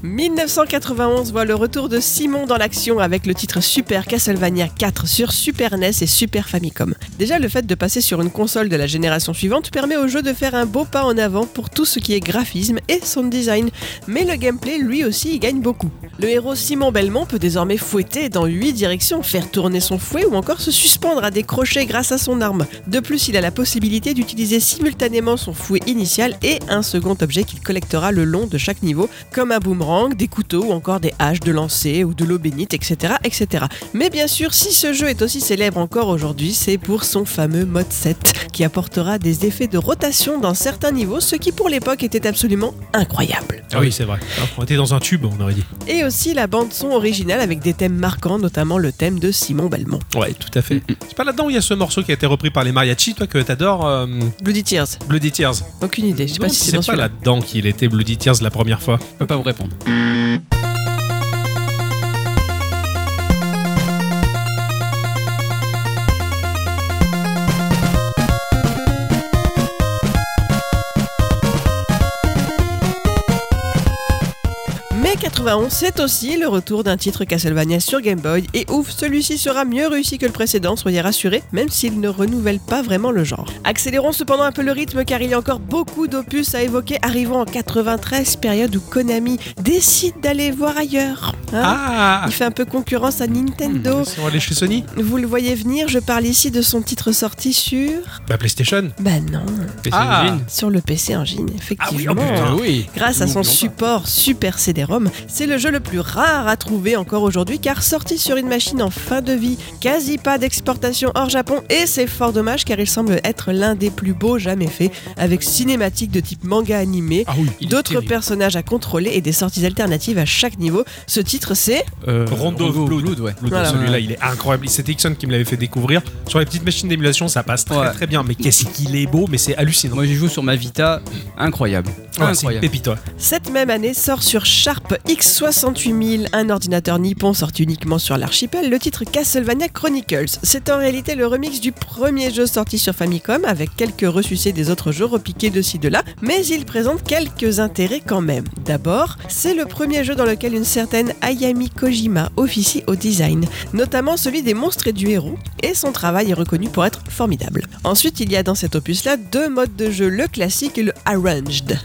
S3: 1991 voit le retour de Simon dans l'action avec le titre Super Castlevania 4 sur Super NES et Super Famicom. Déjà, le fait de passer sur une console de la génération suivante permet au jeu de faire un beau pas en avant pour tout ce qui est graphisme et sound design, mais le gameplay lui aussi y gagne beaucoup. Le héros Simon Belmont peut désormais fouetter dans 8 directions, faire tourner son fouet ou encore se suspendre à des crochets grâce à son arme. De plus, il a la possibilité d'utiliser simultanément son fouet initial et un second objet qu'il collectera le long de chaque niveau, comme un boomerang, des couteaux ou encore des haches de lancer ou de l'eau bénite, etc., etc. Mais bien sûr, si ce jeu est aussi célèbre encore aujourd'hui, c'est pour son fameux mode 7, qui apportera des effets de rotation dans certains certains niveaux, ce qui pour l'époque était absolument incroyable.
S1: Ah oui, c'est vrai. On était dans un tube, on aurait dit.
S3: Et aussi la bande-son originale avec des thèmes marquants, notamment le thème de Simon Belmont.
S1: Ouais, tout à
S2: Mm,
S1: fait. C'est pas là-dedans où il y a ce morceau qui a été repris par les mariachis, toi, que t'adores, euh,
S3: Bloody Tears,
S1: Bloody Tears.
S3: aucune idée, je sais pas
S1: Non,
S3: si c'est dans
S1: pas
S3: celui-là.
S1: là-dedans qu'il était Bloody Tears la première fois.
S2: Je peux pas vous répondre.
S3: Mais 91, c'est aussi le retour d'un titre Castlevania sur Game Boy, et ouf, celui-ci sera mieux réussi que le précédent, soyez rassurés, même s'il ne renouvelle pas vraiment le genre. Accélérons cependant un peu le rythme car il y a encore beaucoup d'opus à évoquer, arrivant en 93, période où Konami décide d'aller voir ailleurs. hein.
S1: Ah
S3: Il fait un peu concurrence à Nintendo.
S1: Ils sont allés chez Sony
S3: Vous le voyez venir, je parle ici de son titre sorti sur...
S1: Bah, PlayStation.
S3: Bah non,
S1: Ah.
S2: Engine.
S3: sur le PC Engine, effectivement.
S2: Ah oui.
S3: Grâce à son
S2: N'oublions pas.
S3: support Super CD-ROM, c'est le jeu le plus rare à trouver encore aujourd'hui car sorti sur une machine en fin de vie, quasi pas d'exportation hors Japon et c'est fort dommage car il semble être l'un des plus beaux jamais faits avec cinématiques de type manga animé.
S1: Ah oui.
S2: Il est
S3: D'autres
S2: terrible.
S3: personnages à contrôler et des sorties alternatives à chaque niveau. Ce titre, c'est.
S2: Euh,
S1: Rondo of Blood.
S2: ouais.
S1: Blood,
S3: Voilà.
S1: Celui-là, il est incroyable. C'est Dixon qui me l'avait fait découvrir. Sur les petites machines d'émulation, ça passe très
S2: Ouais.
S1: très bien. Mais qu'est-ce qu'il est beau, mais c'est hallucinant.
S2: Moi, j'ai joué sur ma Vita. Incroyable.
S1: Ouais, c'est une
S2: Incroyable.
S1: pépite, ouais.
S3: Cette même année sort sur Sharp X68000, un ordinateur nippon sorti uniquement sur l'archipel, le titre Castlevania Chronicles. C'est en réalité le remix du premier jeu sorti sur Famicom, avec quelques ressucés des autres jeux repiqués de ci de là, mais il présente quelques intérêts quand même. D'abord, c'est le premier jeu dans lequel une certaine Ayami Kojima officie au design, notamment celui des monstres et du héros, et son travail est reconnu pour être formidable. Ensuite, il y a dans cet opus-là deux modes de jeu, le classique et le arranged.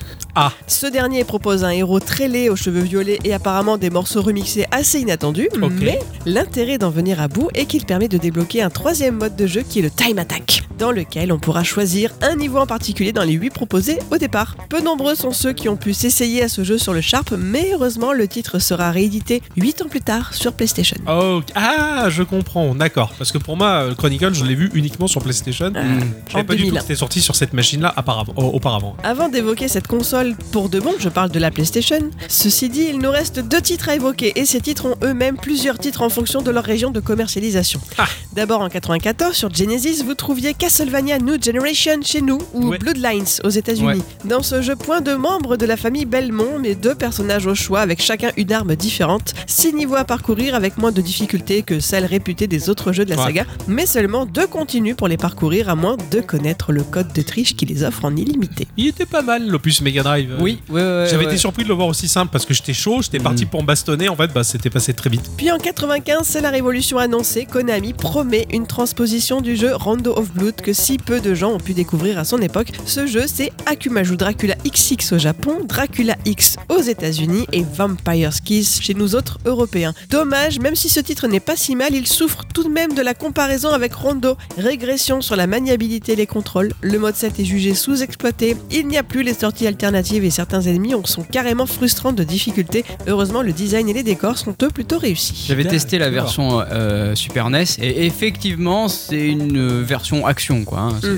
S3: Ce dernier propose un héros très laid aux cheveux violets et apparemment des morceaux remixés assez inattendus,
S1: Ok.
S3: mais l'intérêt d'en venir à bout est qu'il permet de débloquer un troisième mode de jeu qui est le Time Attack, dans lequel on pourra choisir un niveau en particulier dans les 8 proposés au départ. Peu nombreux sont ceux qui ont pu s'essayer à ce jeu sur le Sharp, mais heureusement le titre sera réédité 8 ans plus tard sur PlayStation.
S1: Oh, ah, je comprends, d'accord. Parce que pour moi, euh, Chronicle, je l'ai vu uniquement sur PlayStation. Je
S2: Euh,
S3: en
S1: savais pas du tout
S3: 2001.
S1: que c'était sorti sur cette machine-là apparemment- a- auparavant.
S3: Avant d'évoquer cette console pour de bon, je parle de la PlayStation. Ceci dit, il nous reste deux titres à évoquer et ces titres ont eux-mêmes plusieurs titres en fonction de leur région de commercialisation.
S1: Ah.
S3: D'abord en 94 sur Genesis, vous trouviez Castlevania New Generation chez nous ou
S1: Ouais.
S3: Bloodlines aux États-Unis. Dans ce jeu, point de membres de la famille Belmont, mais deux personnages au choix avec chacun une arme différente, six niveaux à parcourir avec moins de difficultés que celles réputées des autres jeux de la
S1: Ouais.
S3: saga, mais seulement deux continues pour les parcourir à moins de connaître le code de triche qui les offre en illimité.
S1: Il était pas mal, l'opus Mega Drive.
S2: Oui, ouais, ouais, ouais,
S1: J'avais
S2: ouais.
S1: été surpris de le voir aussi simple parce que j'étais chaud, j'étais
S2: Mm.
S1: parti pour me bastonner. En fait, bah, c'était passé très vite.
S3: Puis en 95, c'est la révolution annoncée. Konami promet une transposition du jeu Rondo of Blood que si peu de gens ont pu découvrir à son époque. Ce jeu, c'est Akumaju Dracula XX au Japon, Dracula X aux États-Unis et Vampire's Kiss chez nous autres Européens. Dommage, même si ce titre n'est pas si mal, il souffre tout de même de la comparaison avec Rondo. Régression sur la maniabilité et les contrôles. Le mode 7 est jugé sous-exploité. Il n'y a plus les sorties alternatives et certains ennemis ont- sont carrément frustrants de difficulté. Heureusement, le design et les décors sont eux plutôt réussis.
S2: J'avais testé la
S1: D'accord.
S2: version euh, Super NES et effectivement c'est une euh, version action quoi. hein. C'est-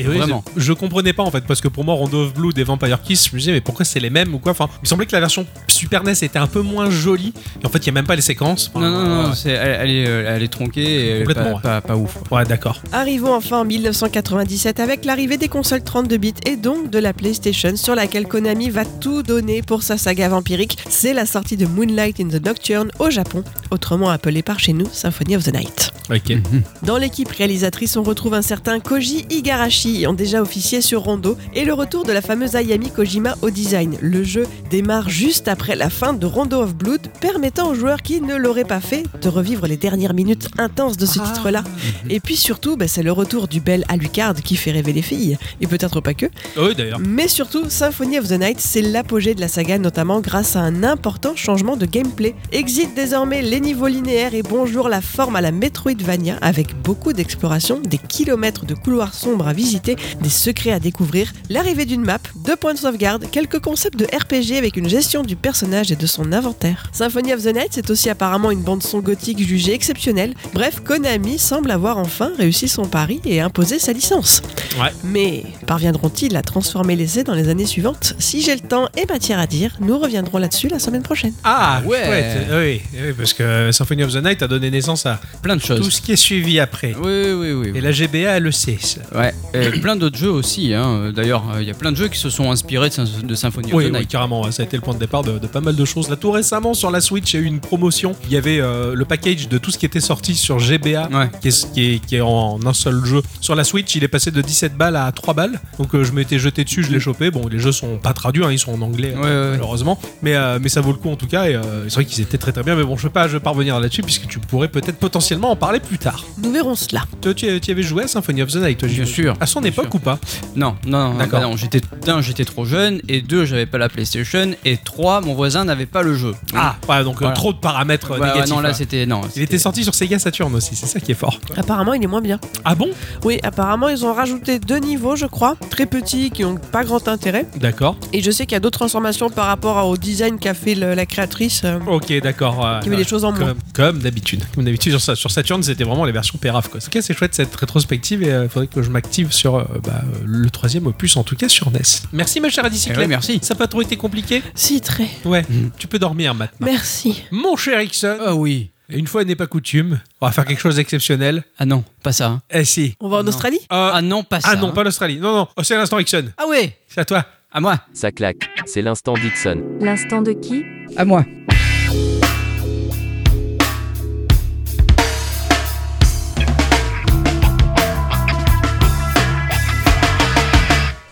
S1: Et oui,
S2: Vraiment.
S1: Je, je comprenais pas en fait parce que pour moi, Rondo of Blood et Vampire Kiss, je me disais mais pourquoi c'est les mêmes ou quoi Enfin, il me semblait que la version Super NES était un peu moins jolie. Et en fait, il y a même pas les séquences. Enfin,
S2: Non non non,
S1: ouais.
S2: c'est- elle, elle est, euh, elle est tronquée et elle est pas,
S1: Complètement,
S2: pas- pas ouf.
S1: Ouais, d'accord.
S3: Arrivons enfin en 1997 avec l'arrivée des consoles 32 bits et donc de la PlayStation sur laquelle Konami va tout donner pour sa saga vampirique. C'est la sortie de Moonlight in the Nocturne au Japon, autrement appelée par chez nous Symphony of the Night.
S1: Ok.
S2: Mm.
S3: Dans l'équipe réalisatrice, on retrouve un certain Koji Igarashi, ayant déjà officié sur Rondo, et le retour de la fameuse Ayami Kojima au design. Le jeu démarre juste après la fin de Rondo of Blood, permettant aux joueurs qui ne l'auraient pas fait de revivre les dernières minutes intenses de ce titre-là. Et puis surtout, bah, c'est le retour du bel Alucard qui fait rêver les filles, et peut-être pas que.
S1: Oui, d'ailleurs.
S3: Mais surtout, Symphony Valley of the Night, c'est l'apogée de la saga, notamment grâce à un important changement de gameplay. Exit désormais les niveaux linéaires et bonjour la forme à la Metroidvania, avec beaucoup d'exploration, des kilomètres de couloirs sombres à visiter, des secrets à découvrir, l'arrivée d'une map, deux points de sauvegarde, quelques concepts de RPG avec une gestion du personnage et de son inventaire. Symphony of the Night, c'est aussi apparemment une bande-son gothique jugée exceptionnelle. Bref, Konami semble avoir enfin réussi son pari et imposé sa licence.
S1: Ouais.
S3: Mais parviendront-ils à transformer l'essai dans les années suivantes Si j'ai le temps et matière à dire, nous reviendrons là-dessus la semaine prochaine.
S1: Ah,
S2: Ouais.
S1: chouette. Oui, oui, parce que Symphony of the Night a donné naissance à
S2: Plein de
S1: tout
S2: choses.
S1: ce qui est suivi après.
S2: Oui, oui, oui.
S1: Et la GBA, elle le sait. ça.
S2: Ouais, et plein d'autres jeux aussi. hein. D'ailleurs, il y a plein de jeux qui se sont inspirés de, Sym- de Symphony of
S1: Oui,
S2: the
S1: oui,
S2: Night.
S1: carrément, ouais, ça a été le point de départ de, de pas mal de choses. Là, tout récemment, sur la Switch, il y a eu une promotion. Il y avait euh, le package de tout ce qui était sorti sur GBA,
S2: Ouais.
S1: qui, est, qui est- qui est en un seul jeu. Sur la Switch, il est passé de 17 balles à 3 balles. Donc, euh, je m'étais jeté dessus, je l'ai chopé. Bon, les jeux sont pas traduits, hein, ils sont en anglais.
S2: Ouais, ouais, ouais.
S1: Malheureusement, mais, euh, mais ça vaut le coup en tout cas. Et euh, c'est vrai qu'ils étaient très très bien. Mais bon, je ne pas, je vais pas revenir là-dessus puisque tu pourrais peut-être potentiellement en parler plus tard.
S3: Nous verrons cela.
S1: Toi, tu, tu y avais joué à Symphony of the Night, toi,
S2: Bien
S1: j'imagine.
S2: sûr.
S1: À son
S2: bien
S1: époque
S2: sûr.
S1: ou pas
S2: Non, non, non,
S1: D'accord.
S2: bah non, j'étais d'un, j'étais trop jeune, et deux, j'avais pas la PlayStation, et trois, mon voisin n'avait pas le jeu.
S1: Ah, ouais, donc euh,
S2: Voilà.
S1: trop de paramètres euh,
S2: Ouais, ouais,
S1: négatifs.
S2: non, là
S1: là.
S2: c'était non.
S1: Il était sorti sur Sega Saturn aussi, c'est ça qui est fort.
S3: Apparemment, il est moins bien.
S1: Ah bon
S3: Oui, apparemment, ils ont rajouté deux niveaux, je crois, très petits, qui ont pas grand intérêt.
S1: D'accord.
S3: Et je sais qu'il y a d'autres transformations par rapport au design qu'a fait le- la créatrice, euh,
S1: Ok, d'accord. euh,
S3: qui met les choses en moins.
S1: comme, comme d'habitude. Comme d'habitude, sur, Sa- sur Saturn, c'était vraiment les versions pérave. Quoi. En tout cas, c'est chouette cette rétrospective et il faudrait que je m'active sur euh, bah, euh, le troisième opus, en tout cas sur NES. Merci, ma chère
S2: Eh
S1: Adicyclette.
S2: oui, merci. Mm.
S1: Ça n'a pas trop été compliqué
S3: Si, très.
S1: Ouais, tu peux dormir maintenant.
S3: Merci.
S1: Mon cher Ixon,
S2: Ah oui.
S1: une fois n'est pas coutume, on va faire quelque chose d'exceptionnel.
S2: Ah non, pas ça. hein.
S1: Eh si.
S3: On va en
S2: Non.
S3: Australie
S1: Euh,
S2: Ah non, pas ça.
S1: ah non,
S2: hein.
S1: pas l'Australie. Non, non, oh, c'est à l'instant Ixon.
S2: Ah ouais.
S1: C'est à toi.
S2: À moi.
S7: Ça claque, c'est l'instant Dixon.
S8: L'instant de qui
S2: À moi.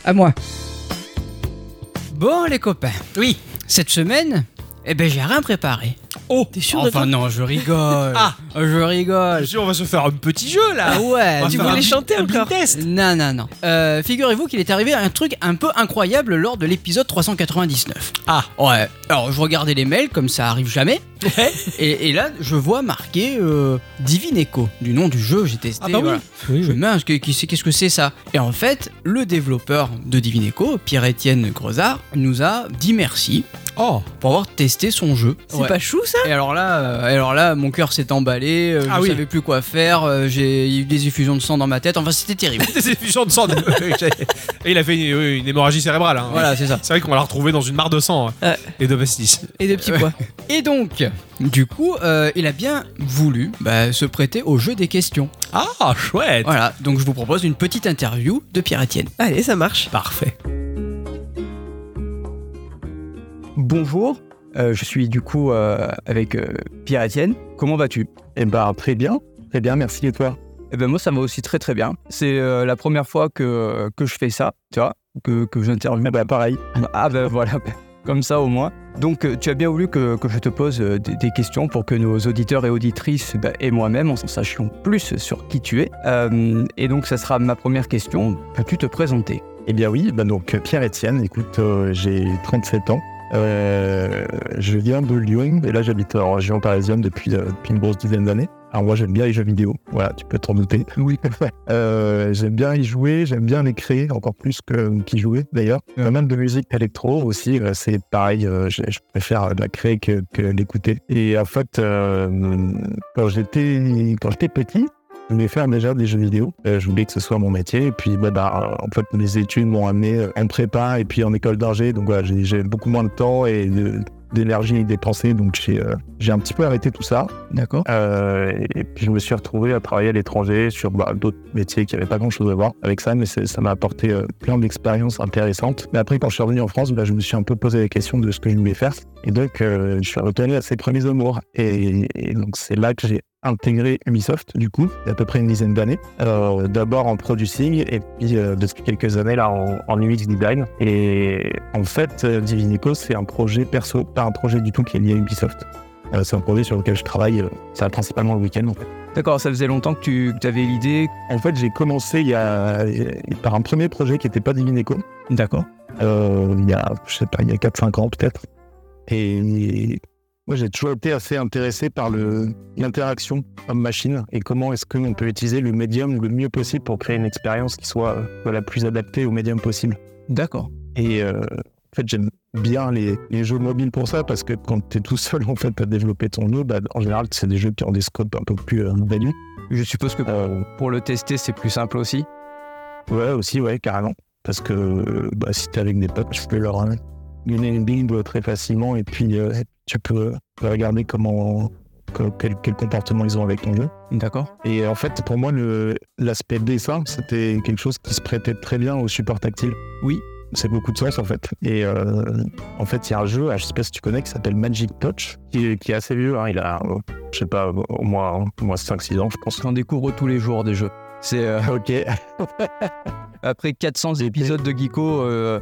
S2: À moi. Bon les copains. Oui. Cette semaine, eh ben j'ai rien préparé.
S1: Oh,
S3: T'es sûr de
S2: Enfin
S3: toi
S2: non, je rigole.
S1: Ah.
S2: je rigole.
S1: on va se faire un petit jeu là.
S2: Ah ouais.
S1: On va
S2: tu
S1: faire
S2: voulais
S1: un-
S3: chanter
S1: un
S3: encore
S1: blind test.
S2: non, non, non. Euh, Figurez-vous qu'il est arrivé un truc un peu incroyable lors de l'épisode 399.
S1: Ah.
S2: Ouais. Alors, je regardais les mails, comme ça arrive jamais. et, et là, je vois marqué euh, Divine Echo, du nom du jeu, j'ai testé.
S1: Ah bah oui.
S2: voilà. Je me dis, mince, qu'est- qu'est-ce qu'est-ce que c'est ça Et en fait, le développeur de Divine Echo, Pierre-Étienne Grozard, nous a dit merci
S1: Oh.
S2: pour avoir testé son jeu.
S3: C'est
S2: Ouais.
S3: pas chou, ça
S2: Et alors là, euh, alors là, mon cœur s'est emballé, euh,
S1: Ah
S2: je
S1: oui.
S2: savais plus quoi faire, euh, j'ai eu des effusions de sang dans ma tête, enfin c'était terrible.
S1: des effusions de sang. Et il a fait une, oui, une hémorragie cérébrale. hein.
S2: Voilà, c'est ça.
S1: C'est vrai qu'on l'a retrouvé dans une mare de sang hein,
S3: Ouais.
S1: et de pastis.
S3: Et de petits pois.
S2: Et donc, du coup, euh, il a bien voulu bah, se prêter au jeu des questions.
S1: Ah, chouette.
S2: Voilà, donc je vous propose une petite interview de Pierre-Étienne.
S3: Allez, ça marche.
S1: Parfait.
S9: Bonjour, euh, je suis du coup euh, avec euh, Pierre Etienne. Comment vas-tu
S10: Eh ben, très bien. Très bien, merci. Et toi
S9: Eh ben moi ça va aussi très très bien. C'est euh, la première fois que, que je fais ça, tu vois, que, que j'interviewe.
S10: Eh ben, pareil.
S9: Ah ben voilà, comme ça au moins. Donc euh, tu as bien voulu que, que je te pose euh, des, des questions pour que nos auditeurs et auditrices bah, et moi-même en sachions plus sur qui tu es. Euh, et donc ça sera ma première question. Peux-tu te présenter
S10: Eh bien, oui. Ben, donc, Pierre-Étienne, écoute, euh, j'ai 37 ans. Euh, je viens de Lyon et là, j'habite en région parisienne depuis, euh, depuis une grosse dizaine d'années. Alors, moi, j'aime bien les jeux vidéo. Voilà, tu peux t'en douter. Oui. j'aime bien y jouer, j'aime bien les créer, encore plus que- qu'y jouer d'ailleurs. Euh, Même de musique électro aussi, euh, c'est pareil. euh, je, je préfère euh, la créer que, que l'écouter. Et en fait, euh, quand j'étais quand j'étais petit, Je voulais faire déjà des jeux vidéo. Euh, je voulais que ce soit mon métier. Et puis, bah, bah, euh, en fait, mes études m'ont amené euh, en prépa et puis en école d'ingé. Donc, voilà, j'ai j'ai beaucoup moins de temps et de- d'énergie dépensée. Donc, j'ai euh, j'ai un petit peu arrêté tout ça.
S9: D'accord.
S10: Euh, et et puis, je me suis retrouvé à travailler à l'étranger sur bah, d'autres métiers qui n'avaient pas grand-chose à voir avec ça. Mais c'est- ça m'a apporté euh, plein d'expériences intéressantes. Mais après, quand je suis revenu en France, bah, je me suis un peu posé la question de ce que je voulais faire. Et donc, euh, je suis retourné à ses premiers amours. Et, et donc, c'est là que j'ai intégré Ubisoft, du coup, il y a à peu près une dizaine d'années. Euh, D'abord en producing, et puis euh, depuis quelques années, là, en, en UX design. Et en fait, euh, Divine Echo, c'est un projet perso, pas un projet du tout qui est lié à Ubisoft. Euh, c'est un projet sur lequel je travaille, euh, ça va principalement le week-end, en fait.
S9: D'accord, ça faisait longtemps que tu avais l'idée.
S10: En fait, j'ai commencé il y a, par un premier projet qui n'était pas Divine Echo.
S9: D'accord.
S10: euh, il y a, je sais pas, il y a 4-5 ans peut-être. Et, et moi, j'ai toujours été assez intéressé par le- l'interaction homme-machine et comment est-ce qu'on peut utiliser le médium le mieux possible pour créer une expérience qui soit euh, la plus adaptée au médium possible.
S9: D'accord.
S10: Et euh, en fait, j'aime bien les, les jeux mobiles pour ça, parce que quand tu es tout seul en fait, à développer ton jeu, bah, en général, c'est des jeux qui ont des scopes un peu plus euh, valus.
S9: Je suppose que
S10: Euh,
S9: pour le tester, c'est plus simple aussi.
S10: ouais, aussi, ouais, carrément. Parce que euh, bah, si tu es avec des potes, tu peux leur euh, donner une build très facilement, et puis euh, tu peux euh, regarder comment, que- quel, quel comportement ils ont avec ton jeu.
S9: D'accord.
S10: Et en fait, pour moi, le- l'aspect dessin, c'était quelque chose qui se prêtait très bien au support tactile.
S9: Oui.
S10: C'est beaucoup de sens en fait. Et euh, en fait, il y a un jeu, ah, je sais pas si tu connais, qui s'appelle Magic Touch, qui, est- qui est assez vieux. hein. Il a, euh, je sais pas, au moins, au moins 5-6 ans, je pense.
S9: J'en découvre tous les jours des jeux. C'est euh,
S10: Ok.
S9: après 400 épisodes de Geeko euh,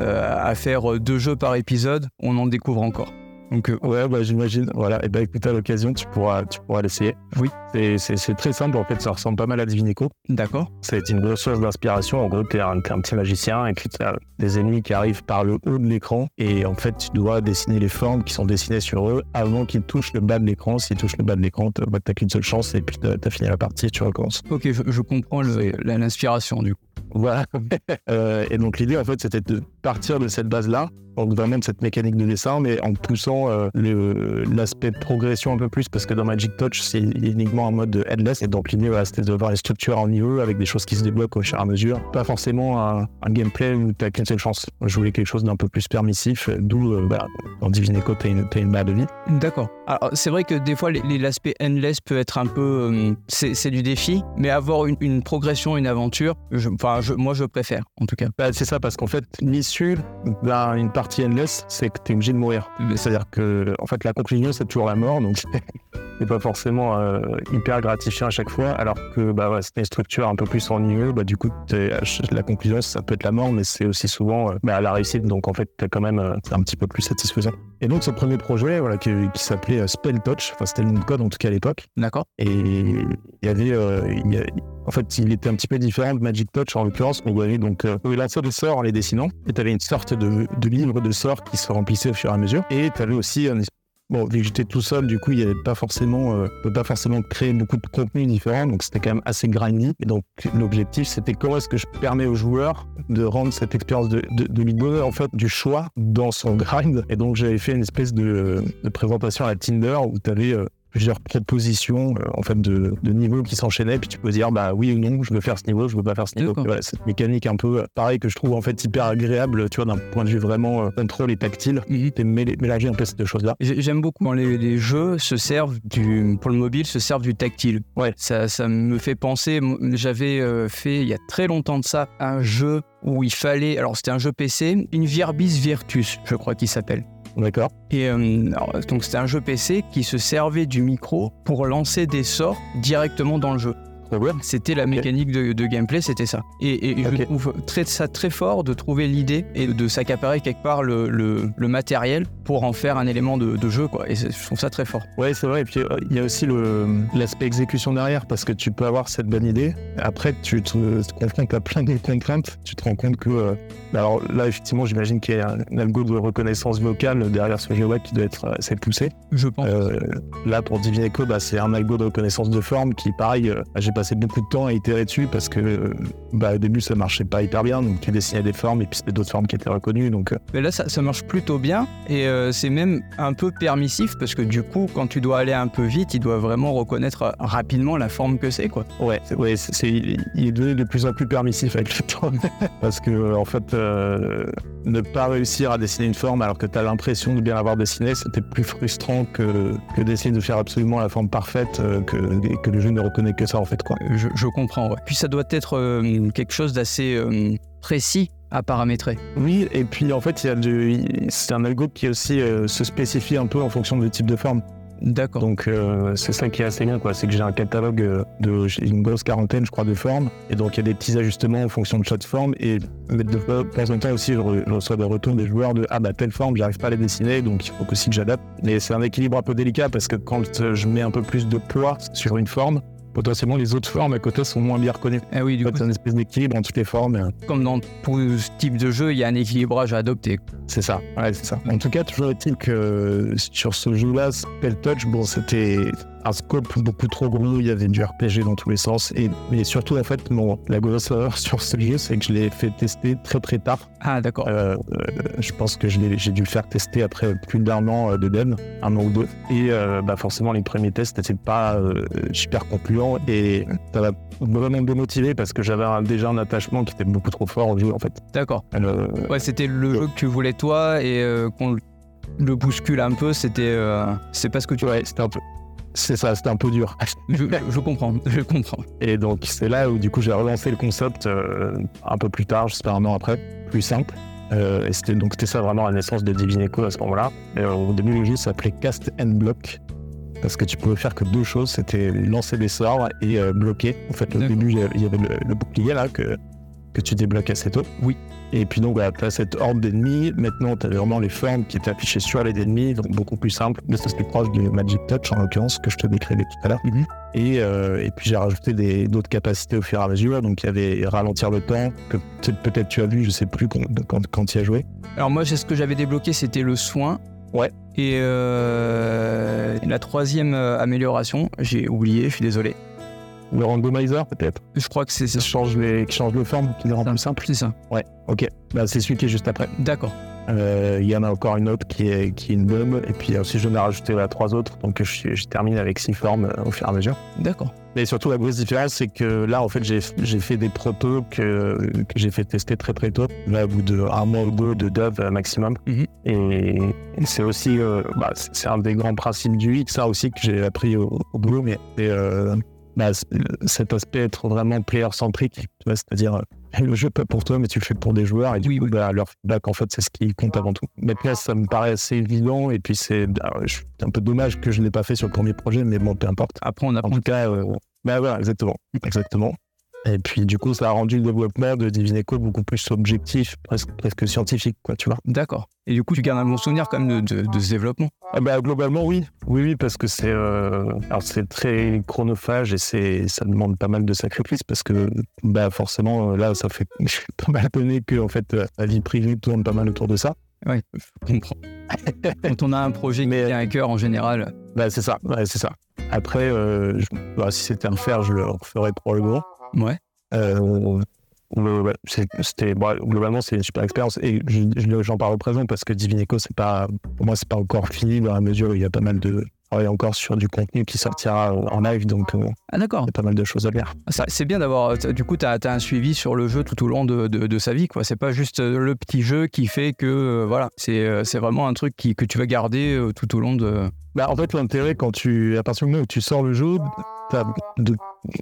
S9: euh, à faire euh, deux jeux par épisode, on en découvre encore. Donc euh,
S10: Ouais, bah, j'imagine. Voilà. Et bah, écoute, à l'occasion, tu pourras, tu pourras l'essayer.
S9: Oui.
S10: C'est- C'est c'est très simple en fait. Ça ressemble pas mal à Divinico.
S9: d'accord.
S10: Ça a été une grosse source d'inspiration. En gros, t'es un, t'es un petit magicien et puis t'as des ennemis qui arrivent par le haut de l'écran. Et en fait, tu dois dessiner les formes qui sont dessinées sur eux avant qu'ils touchent le bas de l'écran. S'ils touchent le bas de l'écran, t'as bah, t'as qu'une seule chance et puis t'as t'as fini la partie et tu recommences.
S9: Ok, je, je comprends le- la- l'inspiration du coup.
S10: Voilà. Euh, et donc, l'idée, en fait, c'était de partir de cette base-là, donc vraiment de cette mécanique de dessin, mais en poussant euh, le- l'aspect progression un peu plus, parce que dans Magic Touch, c'est uniquement un mode de headless. Et donc, l'idée, voilà, c'était de voir les structures en niveau avec des choses qui se débloquent au fur et à mesure. Pas forcément un, un gameplay où t'as qu'une seule chance. Je voulais quelque chose d'un peu plus permissif, euh, d'où, euh, voilà, dans Divine Echo, t'as une, t'as une barre de vie.
S9: D'accord. Alors c'est vrai que des fois les- les- l'aspect endless peut être un peu, euh, c'est c'est du défi, mais avoir une, une progression, une aventure, je- enfin je- moi je préfère en tout cas.
S10: Bah, c'est ça, parce qu'en fait, l'issue d'un- une partie endless, c'est que t'es obligé de mourir. C'est-à-dire que, en fait, la conclusion, c'est toujours la mort, donc c'est pas forcément euh, hyper gratifiant à chaque fois, alors que, bah, ouais, c'est des structures un peu plus ennuyeuses, bah, du coup, t'es- la conclusion, ça peut être la mort, mais c'est aussi souvent euh, bah, la réussite, donc en fait, t'as quand même, euh, c'est un petit peu plus satisfaisant. Et donc, ce premier projet, voilà, qui, qui s'appelait euh, Spell Touch, enfin, c'était le nom de code, en tout cas, à l'époque,
S9: D'accord.
S10: et il y avait, euh, il y a- en fait, il était un petit peu différent de Magic Touch en l'occurrence. On avait donc euh, la sorte de sorts en les dessinant, et t'avais une sorte de, de livre de sorts qui se remplissait au fur et à mesure. Et t'avais aussi un es- Bon, vu que j'étais tout seul, du coup, il n'y avait pas forcément, euh, on peut pas forcément créer beaucoup de contenu différent, donc c'était quand même assez grindy. Et donc, l'objectif, c'était comment est-ce que je permets aux joueurs de rendre cette expérience de, de, de lui donner, en fait, du choix dans son grind. Et donc, j'avais fait une espèce de, de présentation à la Tinder où t'avais euh, plusieurs propositions euh, en fait de, de niveaux qui s'enchaînaient puis tu peux dire bah oui ou non je veux faire ce niveau je veux pas faire ce niveau
S9: D'accord.
S10: Voilà, cette mécanique un peu euh, pareil que je trouve en fait hyper agréable tu vois d'un point de vue vraiment euh, contrôle et tactile
S9: Mhm.
S10: t'es mêlé- mélangé un peu ces deux choses là
S9: J'ai- J'aime beaucoup quand les, les jeux se servent du pour le mobile se servent du tactile.
S10: Ouais.
S9: Ça, ça me fait penser. m- J'avais euh, fait il y a très longtemps de ça un jeu où il fallait. Alors c'était un jeu PC, une Virbis Virtus, je crois qu'il s'appelle.
S10: d'accord
S9: Et euh, alors, donc c'était un jeu PC qui se servait du micro pour lancer des sorts directement dans le jeu.
S10: Très bien.
S9: C'était la mécanique de, de gameplay, c'était ça. Et, et je
S10: Ok.
S9: trouve très, ça très fort de trouver l'idée et de s'accaparer quelque part le, le- le matériel pour en faire un élément de, de jeu, quoi. Et c'est- je trouve ça très fort.
S10: Ouais, c'est vrai. Et puis, euh, il y a aussi le- l'aspect exécution derrière, parce que tu peux avoir cette bonne idée. Après, tu te, te confrontes à plein de contraintes. Tu te rends compte que. euh, bah alors là, effectivement, j'imagine qu'il y a un, un algo de reconnaissance vocale derrière ce jeu web qui doit être euh, assez poussé.
S9: Je pense.
S10: Euh, là, pour Divine Echo, bah, c'est un algo de reconnaissance de forme qui, pareil, euh, j'ai passé beaucoup de temps à itérer dessus parce que euh, bah, au début, ça marchait pas hyper bien. Donc, tu dessinais des formes et puis c'était d'autres formes qui étaient reconnues. Donc, euh,
S9: Mais là, ça, ça marche plutôt bien et euh, c'est même un peu permissif parce que du coup, quand tu dois aller un peu vite, il doit vraiment reconnaître euh, rapidement la forme que c'est, quoi.
S10: Ouais, c'est- ouais, c'est- c'est- il il est devenu de plus en plus permissif avec le temps. Parce que, euh, en fait, euh, ne pas réussir à dessiner une forme alors que tu as l'impression de bien l'avoir dessinée, c'était plus frustrant que, que d'essayer de faire absolument la forme parfaite, euh, que, et que le jeu ne reconnaît que ça, en fait. Quoi.
S9: Euh, Je, je comprends, ouais. Puis ça doit être euh, quelque chose d'assez euh, précis à paramétrer.
S10: Oui, et puis, en fait, il y a du- il- c'est un algo qui aussi euh, se spécifie un peu en fonction du type de forme.
S9: D'accord.
S10: Donc euh, c'est ça qui est assez bien, quoi. C'est que j'ai un catalogue euh, de j'ai une grosse quarantaine, je crois, de formes. Et donc il y a des petits ajustements en fonction de chaque forme. Et mais de fois- de temps en temps aussi, je, re- je reçois des retours des joueurs de ah bah telle forme, j'arrive pas à la dessiner, donc il faut aussi que j'adapte. Mais c'est un équilibre un peu délicat parce que quand euh, je mets un peu plus de poids sur une forme. potentiellement les autres formes à côté sont moins bien reconnues.
S9: Ah oui,
S10: En
S9: du coup,
S10: fait, C'est une espèce d'équilibre en toutes les formes. euh,
S9: comme dans tout ce type de jeu, il y a un équilibrage à adopter.
S10: C'est ça, ouais, c'est ça. En tout cas, toujours est-il que euh, sur ce jeu-là, Spell Touch, bon, c'était un scope beaucoup trop gros, il y avait du RPG dans tous les sens. Et, mais surtout, en fait, mon, la grosse erreur sur ce jeu, c'est que je l'ai fait tester très très tard.
S9: Ah, d'accord.
S10: Euh, euh, je pense que je l'ai- j'ai dû le faire tester après plus d'un an euh, de dev, un an ou deux. Et euh, bah, forcément, les premiers tests n'étaient pas euh, super concluants et ça m'a vraiment démotivé parce que j'avais un- déjà un attachement qui était beaucoup trop fort au jeu, en fait.
S9: D'accord.
S10: Euh,
S9: Ouais, c'était le jeu que tu voulais toi et euh, qu'on le- le bouscule un peu, c'était. euh, c'est pas ce que tu.
S10: ouais, c'était un peu. C'est ça, c'était un peu dur.
S9: Je, je comprends, je comprends.
S10: Et donc c'est là où du coup j'ai relancé le concept euh, un peu plus tard, j'espère un an après, plus simple. Euh, et c'était donc c'était ça vraiment la naissance de Divineco à ce moment-là. Et, euh, Au début le jeu s'appelait Cast and Block parce que tu pouvais faire que deux choses, c'était lancer des sorts et euh, bloquer. En fait au
S9: D'accord.
S10: début il y a- il y avait le, le bouclier là que que tu débloques assez tôt.
S9: Oui.
S10: Et puis donc, voilà, t'as cette horde d'ennemis. Maintenant, t'as vraiment les formes qui étaient affichées sur les ennemis, donc beaucoup plus simple. Mais ça, c'est plus proche du Magic Touch, en l'occurrence, que je te décrivais tout à l'heure.
S9: Mhm.
S10: Et, euh, et puis j'ai rajouté des- d'autres capacités au fur et à mesure. Donc il y avait ralentir le temps, que peut- peut-être tu as vu, je sais plus quand, quand, quand tu y as joué.
S9: Alors, moi, c'est ce que j'avais débloqué, c'était le soin.
S10: Ouais.
S9: Et euh, la troisième euh, amélioration, j'ai oublié, je suis désolé.
S10: Le randomizer, peut-être.
S9: Je crois que c'est
S10: Qui
S9: ça.
S10: change les, qui change les formes, qui les rend plus simples.
S9: C'est ça.
S10: Ouais, ok. Bah, c'est celui qui est juste après.
S9: D'accord.
S10: Euh, Il y en a encore une autre qui est, qui est une bombe. Et puis aussi, je en ai rajouté là, trois autres. Donc je, je termine avec six formes euh, au fur et à mesure.
S9: D'accord.
S10: Mais surtout, la grosse différence, c'est que là, en fait, j'ai j'ai fait des protos que, que j'ai fait tester très très tôt, là, au bout de un mois ou deux de dev euh, maximum.
S9: Mhm.
S10: Et c'est aussi, euh, bah, c'est c'est un des grands principes du hit, ça aussi que j'ai appris au, au boulot, mais c'est, euh, bah, c'est- cet aspect être vraiment player-centrique, tu vois, c'est-à-dire. euh, Le jeu pas pour toi, mais tu le fais pour des joueurs et du
S9: Oui,
S10: coup,
S9: oui.
S10: bah, leur feedback en fait, c'est ce qui compte avant tout. Maintenant, ça me paraît assez évident et puis c'est alors, je- c'est un peu dommage que je ne l'ai pas fait sur le premier projet, mais bon, peu importe.
S9: Après, on
S10: En
S9: apprend.
S10: tout cas, euh, bah voilà, exactement. Exactement. Et puis, du coup, ça a rendu le développement de Divineco beaucoup plus objectif, presque, presque scientifique, quoi, tu vois.
S9: D'accord. Et du coup, tu gardes un bon souvenir quand même de, de- de ce développement.
S10: Ah bah, globalement, oui. Oui, oui, parce que c'est euh, alors, c'est très chronophage et c'est- ça demande pas mal de sacrifices parce que, bah, forcément, euh, là, ça fait pas mal d'années que, en fait, euh, la vie privée tourne pas mal autour de ça.
S9: Je comprends. Quand on a un projet
S10: Mais-
S9: qui tient à cœur en général.
S10: Bah, c'est ça. Ouais, c'est ça. Après, euh, je- bah, si c'était à refaire, je le referais probablement.
S9: Ouais.
S10: Euh, ouais, ouais, c'est- c'était bon, globalement c'est une super expérience et je- je- j'en parle au présent parce que Divinico c'est pas pour moi c'est pas encore fini dans la mesure où il y a pas mal de travail encore sur du contenu qui sortira en live donc euh, il
S9: Ah, d'accord.
S10: y a pas mal de choses à faire
S9: Ça, C'est bien d'avoir. t'as- Du coup, tu as, un suivi sur le jeu tout au long de, de- de sa vie. quoi. C'est pas juste euh, le petit jeu qui fait que. euh, voilà. C'est euh, c'est vraiment un truc qui- que tu vas garder euh, tout au long de.
S10: bah en fait l'intérêt quand tu à partir du moment où tu sors le jeu t'as de,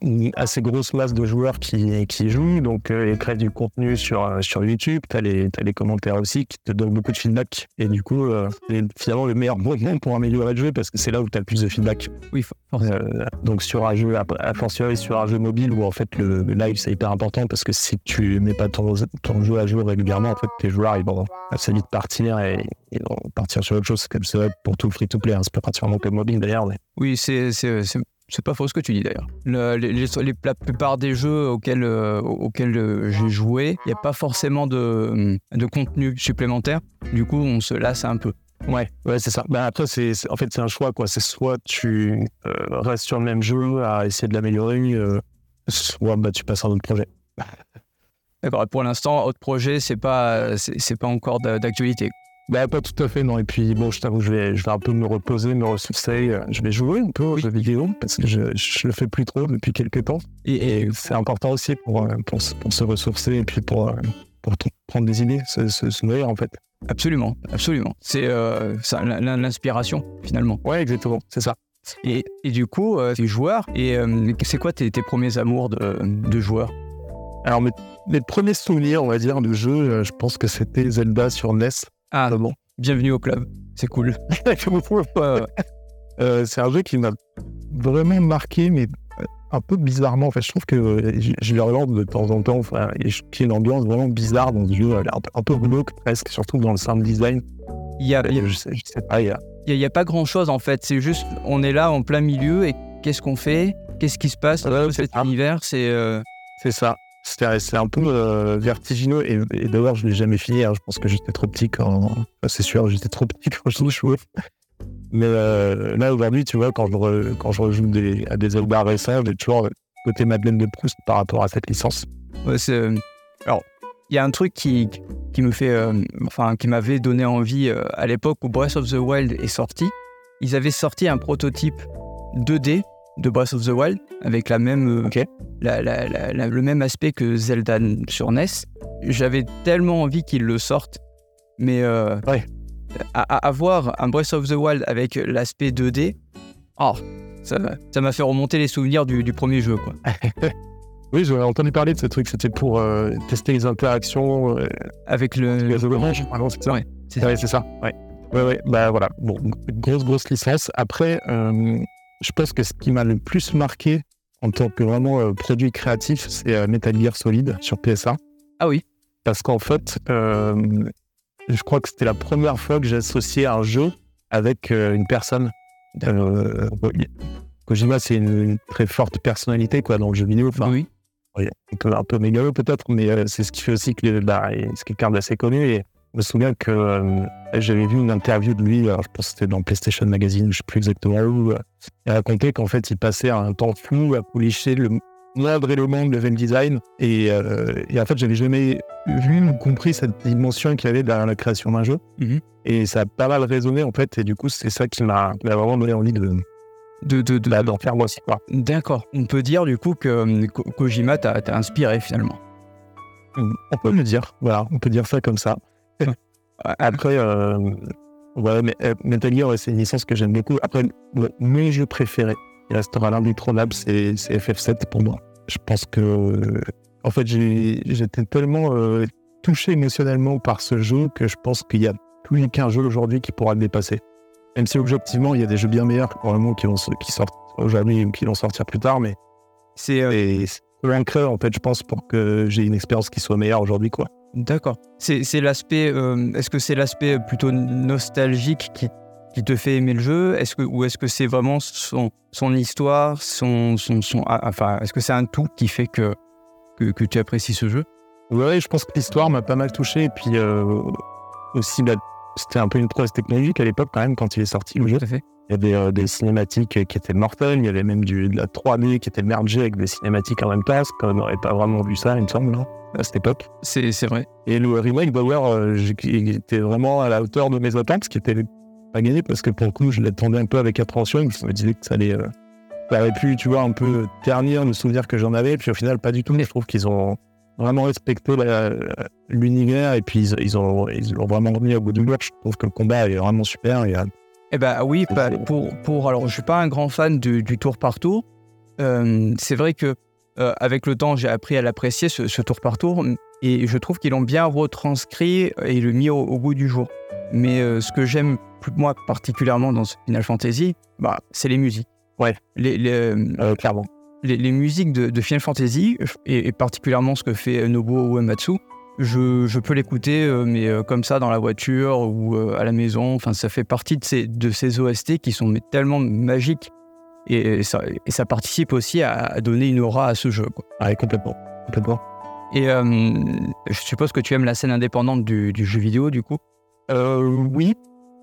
S10: une assez grosse masse de joueurs qui, qui jouent donc euh, ils créent du contenu sur, euh, sur YouTube t'as les, t'as les commentaires aussi qui te donnent beaucoup de feedback et du coup euh, c'est finalement le meilleur moyen pour améliorer le jeu parce que c'est là où t'as le plus de feedback
S9: Oui, for- forcément.
S10: Euh, donc sur un jeu, à- à fortiori sur un jeu mobile où en fait le, le live c'est hyper important parce que si tu mets pas ton, ton jeu à jouer régulièrement, en fait tes joueurs ils vont assez vite partir et ils vont partir sur autre chose comme ça pour tout le free to play. hein. C'est pas pratiquement que mobile d'ailleurs. mais-
S9: Oui, c'est. c'est- c'est- c'est pas faux ce que tu dis d'ailleurs. Le- les- les- les- la plupart des jeux auxquels, euh, auxquels euh, j'ai joué, il n'y a pas forcément de, mm, de contenu supplémentaire. Du coup, on se lasse un peu.
S10: Ouais, ouais, c'est ça. Ben après, c'est, c'est- en fait, c'est un choix, quoi. C'est soit tu euh, restes sur le même jeu à essayer de l'améliorer, euh, soit bah, tu passes à un autre projet.
S9: D'accord. Et Pour l'instant, autre projet, c'est pas, c'est c'est pas encore d'a- d'actualité.
S10: Bah, pas tout à fait, non. Et puis, bon, je t'avoue, je vais, je vais un peu me reposer, me ressourcer. Euh, Je vais jouer un peu aux jeux vidéo parce que je, je le fais plus trop depuis quelques temps.
S9: Et,
S10: Et
S9: et-
S10: c'est important aussi pour, euh, pour, se- pour se ressourcer et puis pour, euh, pour t- prendre des idées, se, se- se nourrir en fait.
S9: absolument, absolument. C'est euh, ça, l'in- l'in- l'inspiration finalement.
S10: Ouais, exactement, c'est ça.
S9: Et, et du coup, euh, t'es joueur. Et euh, c'est quoi tes, tes premiers amours de, de joueur
S10: Alors, mes, mes premiers souvenirs, on va dire, de jeu, euh, je pense que c'était Zelda sur NES.
S9: Ah,
S10: Ah bon.
S9: bienvenue au club. C'est cool. Ouais, ouais.
S10: Euh, c'est un jeu qui m'a vraiment marqué, mais euh, un peu bizarrement. En fait, je trouve que euh, je, je le relance de temps en temps, enfin, et je qu'il y a une ambiance vraiment bizarre dans ce jeu, un, un peu glauque presque, surtout dans le sound design.
S9: Il y a, il y a-
S10: Euh, Je sais, je sais pas, il y a-
S9: il y a- il y a pas grand chose en fait. C'est juste, on est là en plein milieu et qu'est-ce qu'on fait Qu'est-ce qui se passe
S10: Ouais,
S9: dans
S10: c'est
S9: cet
S10: ça.
S9: univers C'est euh,
S10: C'est ça. C'était- C'est un peu euh, vertigineux. Et, et d'ailleurs, je l'ai jamais fini. hein. Je pense que j'étais trop petit quand. enfin, c'est sûr, j'étais trop petit quand je le jouais. Mais euh, là, aujourd'hui, tu vois, quand je, re- quand je rejoue des, à des Zelda récents, j'ai toujours le côté Madeleine de Proust par rapport à cette licence.
S9: ouais, c'est, euh, Alors, il y a un truc qui, qui me fait, euh, enfin, qui m'avait donné envie euh, à l'époque où Breath of the Wild est sorti. Ils avaient sorti un prototype 2D de Breath of the Wild avec la même, euh,
S10: Ok.
S9: la- la- la- la- le même aspect que Zelda sur NES. J'avais tellement envie qu'ils le sortent, mais euh,
S10: Ouais.
S9: à- à- avoir un Breath of the Wild avec l'aspect 2D, oh, ça ça m'a fait remonter les souvenirs du, du premier jeu. Quoi.
S10: Oui, j'avais entendu parler de ce truc. C'était pour euh, tester les interactions. euh,
S9: Avec le,
S10: les hommages. Ah non, c'est ça.
S9: Ouais, c'est
S10: Ouais, c'est ça. Ouais. Ouais, ouais. Bah voilà. Bon, une grosse, grosse licence. Après, euh, je pense que ce qui m'a le plus marqué en tant que vraiment euh, produit créatif, c'est euh, Metal Gear Solid sur PSA.
S9: Ah oui.
S10: Parce qu'en fait, euh, je crois que c'était la première fois que j'ai associé un jeu avec euh, une personne. Euh, Kojima, c'est une, une très forte personnalité quoi, dans le jeu vidéo. Enfin,
S9: oui.
S10: un peu, un peu mégalo peut-être, mais euh, c'est ce qui fait aussi que bah, et c'est quelqu'un d'assez connu. Et je me souviens que euh, j'avais vu une interview de lui, alors je pense que c'était dans PlayStation Magazine, je ne sais plus exactement où, euh, il racontait qu'en fait il passait un temps fou à policher le moindre élément de level design. Et, euh, et en fait, j'avais jamais vu ou compris cette dimension qu'il y avait derrière la création d'un jeu.
S9: Mhm.
S10: Et ça a pas mal résonné en fait, et du coup, c'est ça qui m'a qui m'a vraiment donné envie de,
S9: De, de- de-
S10: bah, d'en faire moi aussi. Quoi.
S9: D'accord. On peut dire du coup que euh, Ko- Kojima t'a t'a inspiré finalement.
S10: On peut le dire, voilà, on peut dire ça comme ça. Après, euh, voilà, mais, euh, Metal Gear, ouais, c'est une licence que j'aime beaucoup. Après, le- mes jeux préférés, il restera l'indétrônable, c'est c'est FF7 pour moi. Je pense que, euh, en fait, j'ai- j'étais tellement euh, touché émotionnellement par ce jeu que je pense qu'il y a plus qu'un jeu aujourd'hui qui pourra le dépasser. Même si objectivement, il y a des jeux bien meilleurs probablement qui, vont se- qui sortent aujourd'hui ou qui vont sortir plus tard, mais
S9: C'est euh,
S10: et c'est un creux, en fait, je pense, pour que j'ai une expérience qui soit meilleure aujourd'hui, quoi.
S9: d'accord. C'est c'est l'aspect. euh, Est-ce que c'est l'aspect plutôt nostalgique qui qui te fait aimer le jeu Est-ce que ou est-ce que c'est vraiment son son histoire, son son, son- ah, enfin est-ce que c'est un tout qui fait que que, que tu apprécies ce jeu
S10: Ouais, je pense que l'histoire m'a pas mal touché. Et puis euh, aussi, bah, c'était un peu une prouesse technologique à l'époque, quand même, quand il est sorti le jeu.
S9: à fait.
S10: Il y avait euh, des cinématiques euh, qui étaient mortelles, il y avait même du, de la 3D qui était mergée avec des cinématiques en même temps, parce qu'on n'aurait pas vraiment vu ça, il me semble, non, à cette époque.
S9: C'est c'est vrai.
S10: Et le remake Bauer, euh, j'ai- il était vraiment à la hauteur de mes attentes, ce qui était pas gagné parce que pour le coup, je l'attendais un peu avec attention. et Je me disais que ça allait. euh, ça aurait pu, tu vois, un peu ternir le souvenir que j'en avais. Puis au final, pas du tout. Je trouve qu'ils ont vraiment respecté la- l'univers et puis ils, ils ont ils l'ont vraiment remis au bout du bout. Je trouve que le combat est vraiment super. Et, euh,
S9: Eh ben oui,
S10: C'est-
S9: pa- pour, pour, alors je suis pas un grand fan du, du tour par tour. Euh, c'est vrai que euh, avec le temps, j'ai appris à l'apprécier ce, ce tour par tour, et je trouve qu'ils l'ont bien retranscrit et le mis au, au goût du jour. Mais euh, ce que j'aime plus- moi particulièrement dans ce Final Fantasy, bah, c'est les musiques.
S10: Ouais.
S9: Les, les,
S10: euh, clairement.
S9: les, les musiques de, de Final Fantasy, et, et particulièrement ce que fait Nobuo Uematsu, je, je peux l'écouter, euh, mais euh, comme ça, dans la voiture ou euh, à la maison. Enfin, ça fait partie de ces, de ces OST qui sont mais, tellement magiques. Et ça, et ça participe aussi à, à donner une aura à ce jeu. quoi.
S10: Ouais, complètement. Complètement.
S9: Et euh, je suppose que tu aimes la scène indépendante du, du jeu vidéo, du coup.
S10: Euh, oui,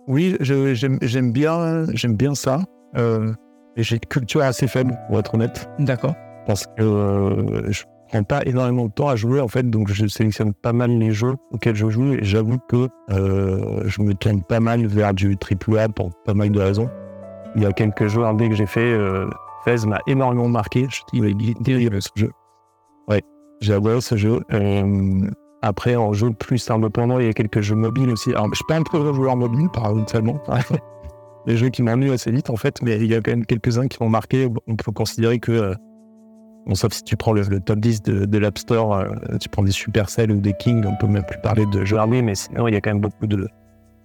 S10: oui, je- j'aime j'aime bien, j'aime bien ça. Euh, et j'ai une culture assez faible, pour être honnête.
S9: D'accord.
S10: parce que euh, je prends pas énormément de temps à jouer en fait, donc je sélectionne pas mal les jeux auxquels je joue et j'avoue que euh, je me tourne pas mal vers du triple A pour pas mal de raisons. Il y a quelques jeux indés que j'ai fait, euh, Fez m'a énormément marqué. Je trouve qu'il est terrible ce jeu. Ouais, j'ai adoré ce jeu. Euh, après, en jeu plus indépendant, il y a quelques jeux mobiles aussi. Alors, je suis pas un très gros joueur mobile, paradoxalement. Les jeux qui m'ennuient assez vite, en fait, mais il y a quand même quelques-uns qui m'ont marqué. On peut considérer que euh, Bon, sauf si tu prends le, le top 10 de, de l'App Store, euh, tu prends des Supercell ou des King, on peut même plus parler de jeux indés, mais sinon, il y a quand même beaucoup de.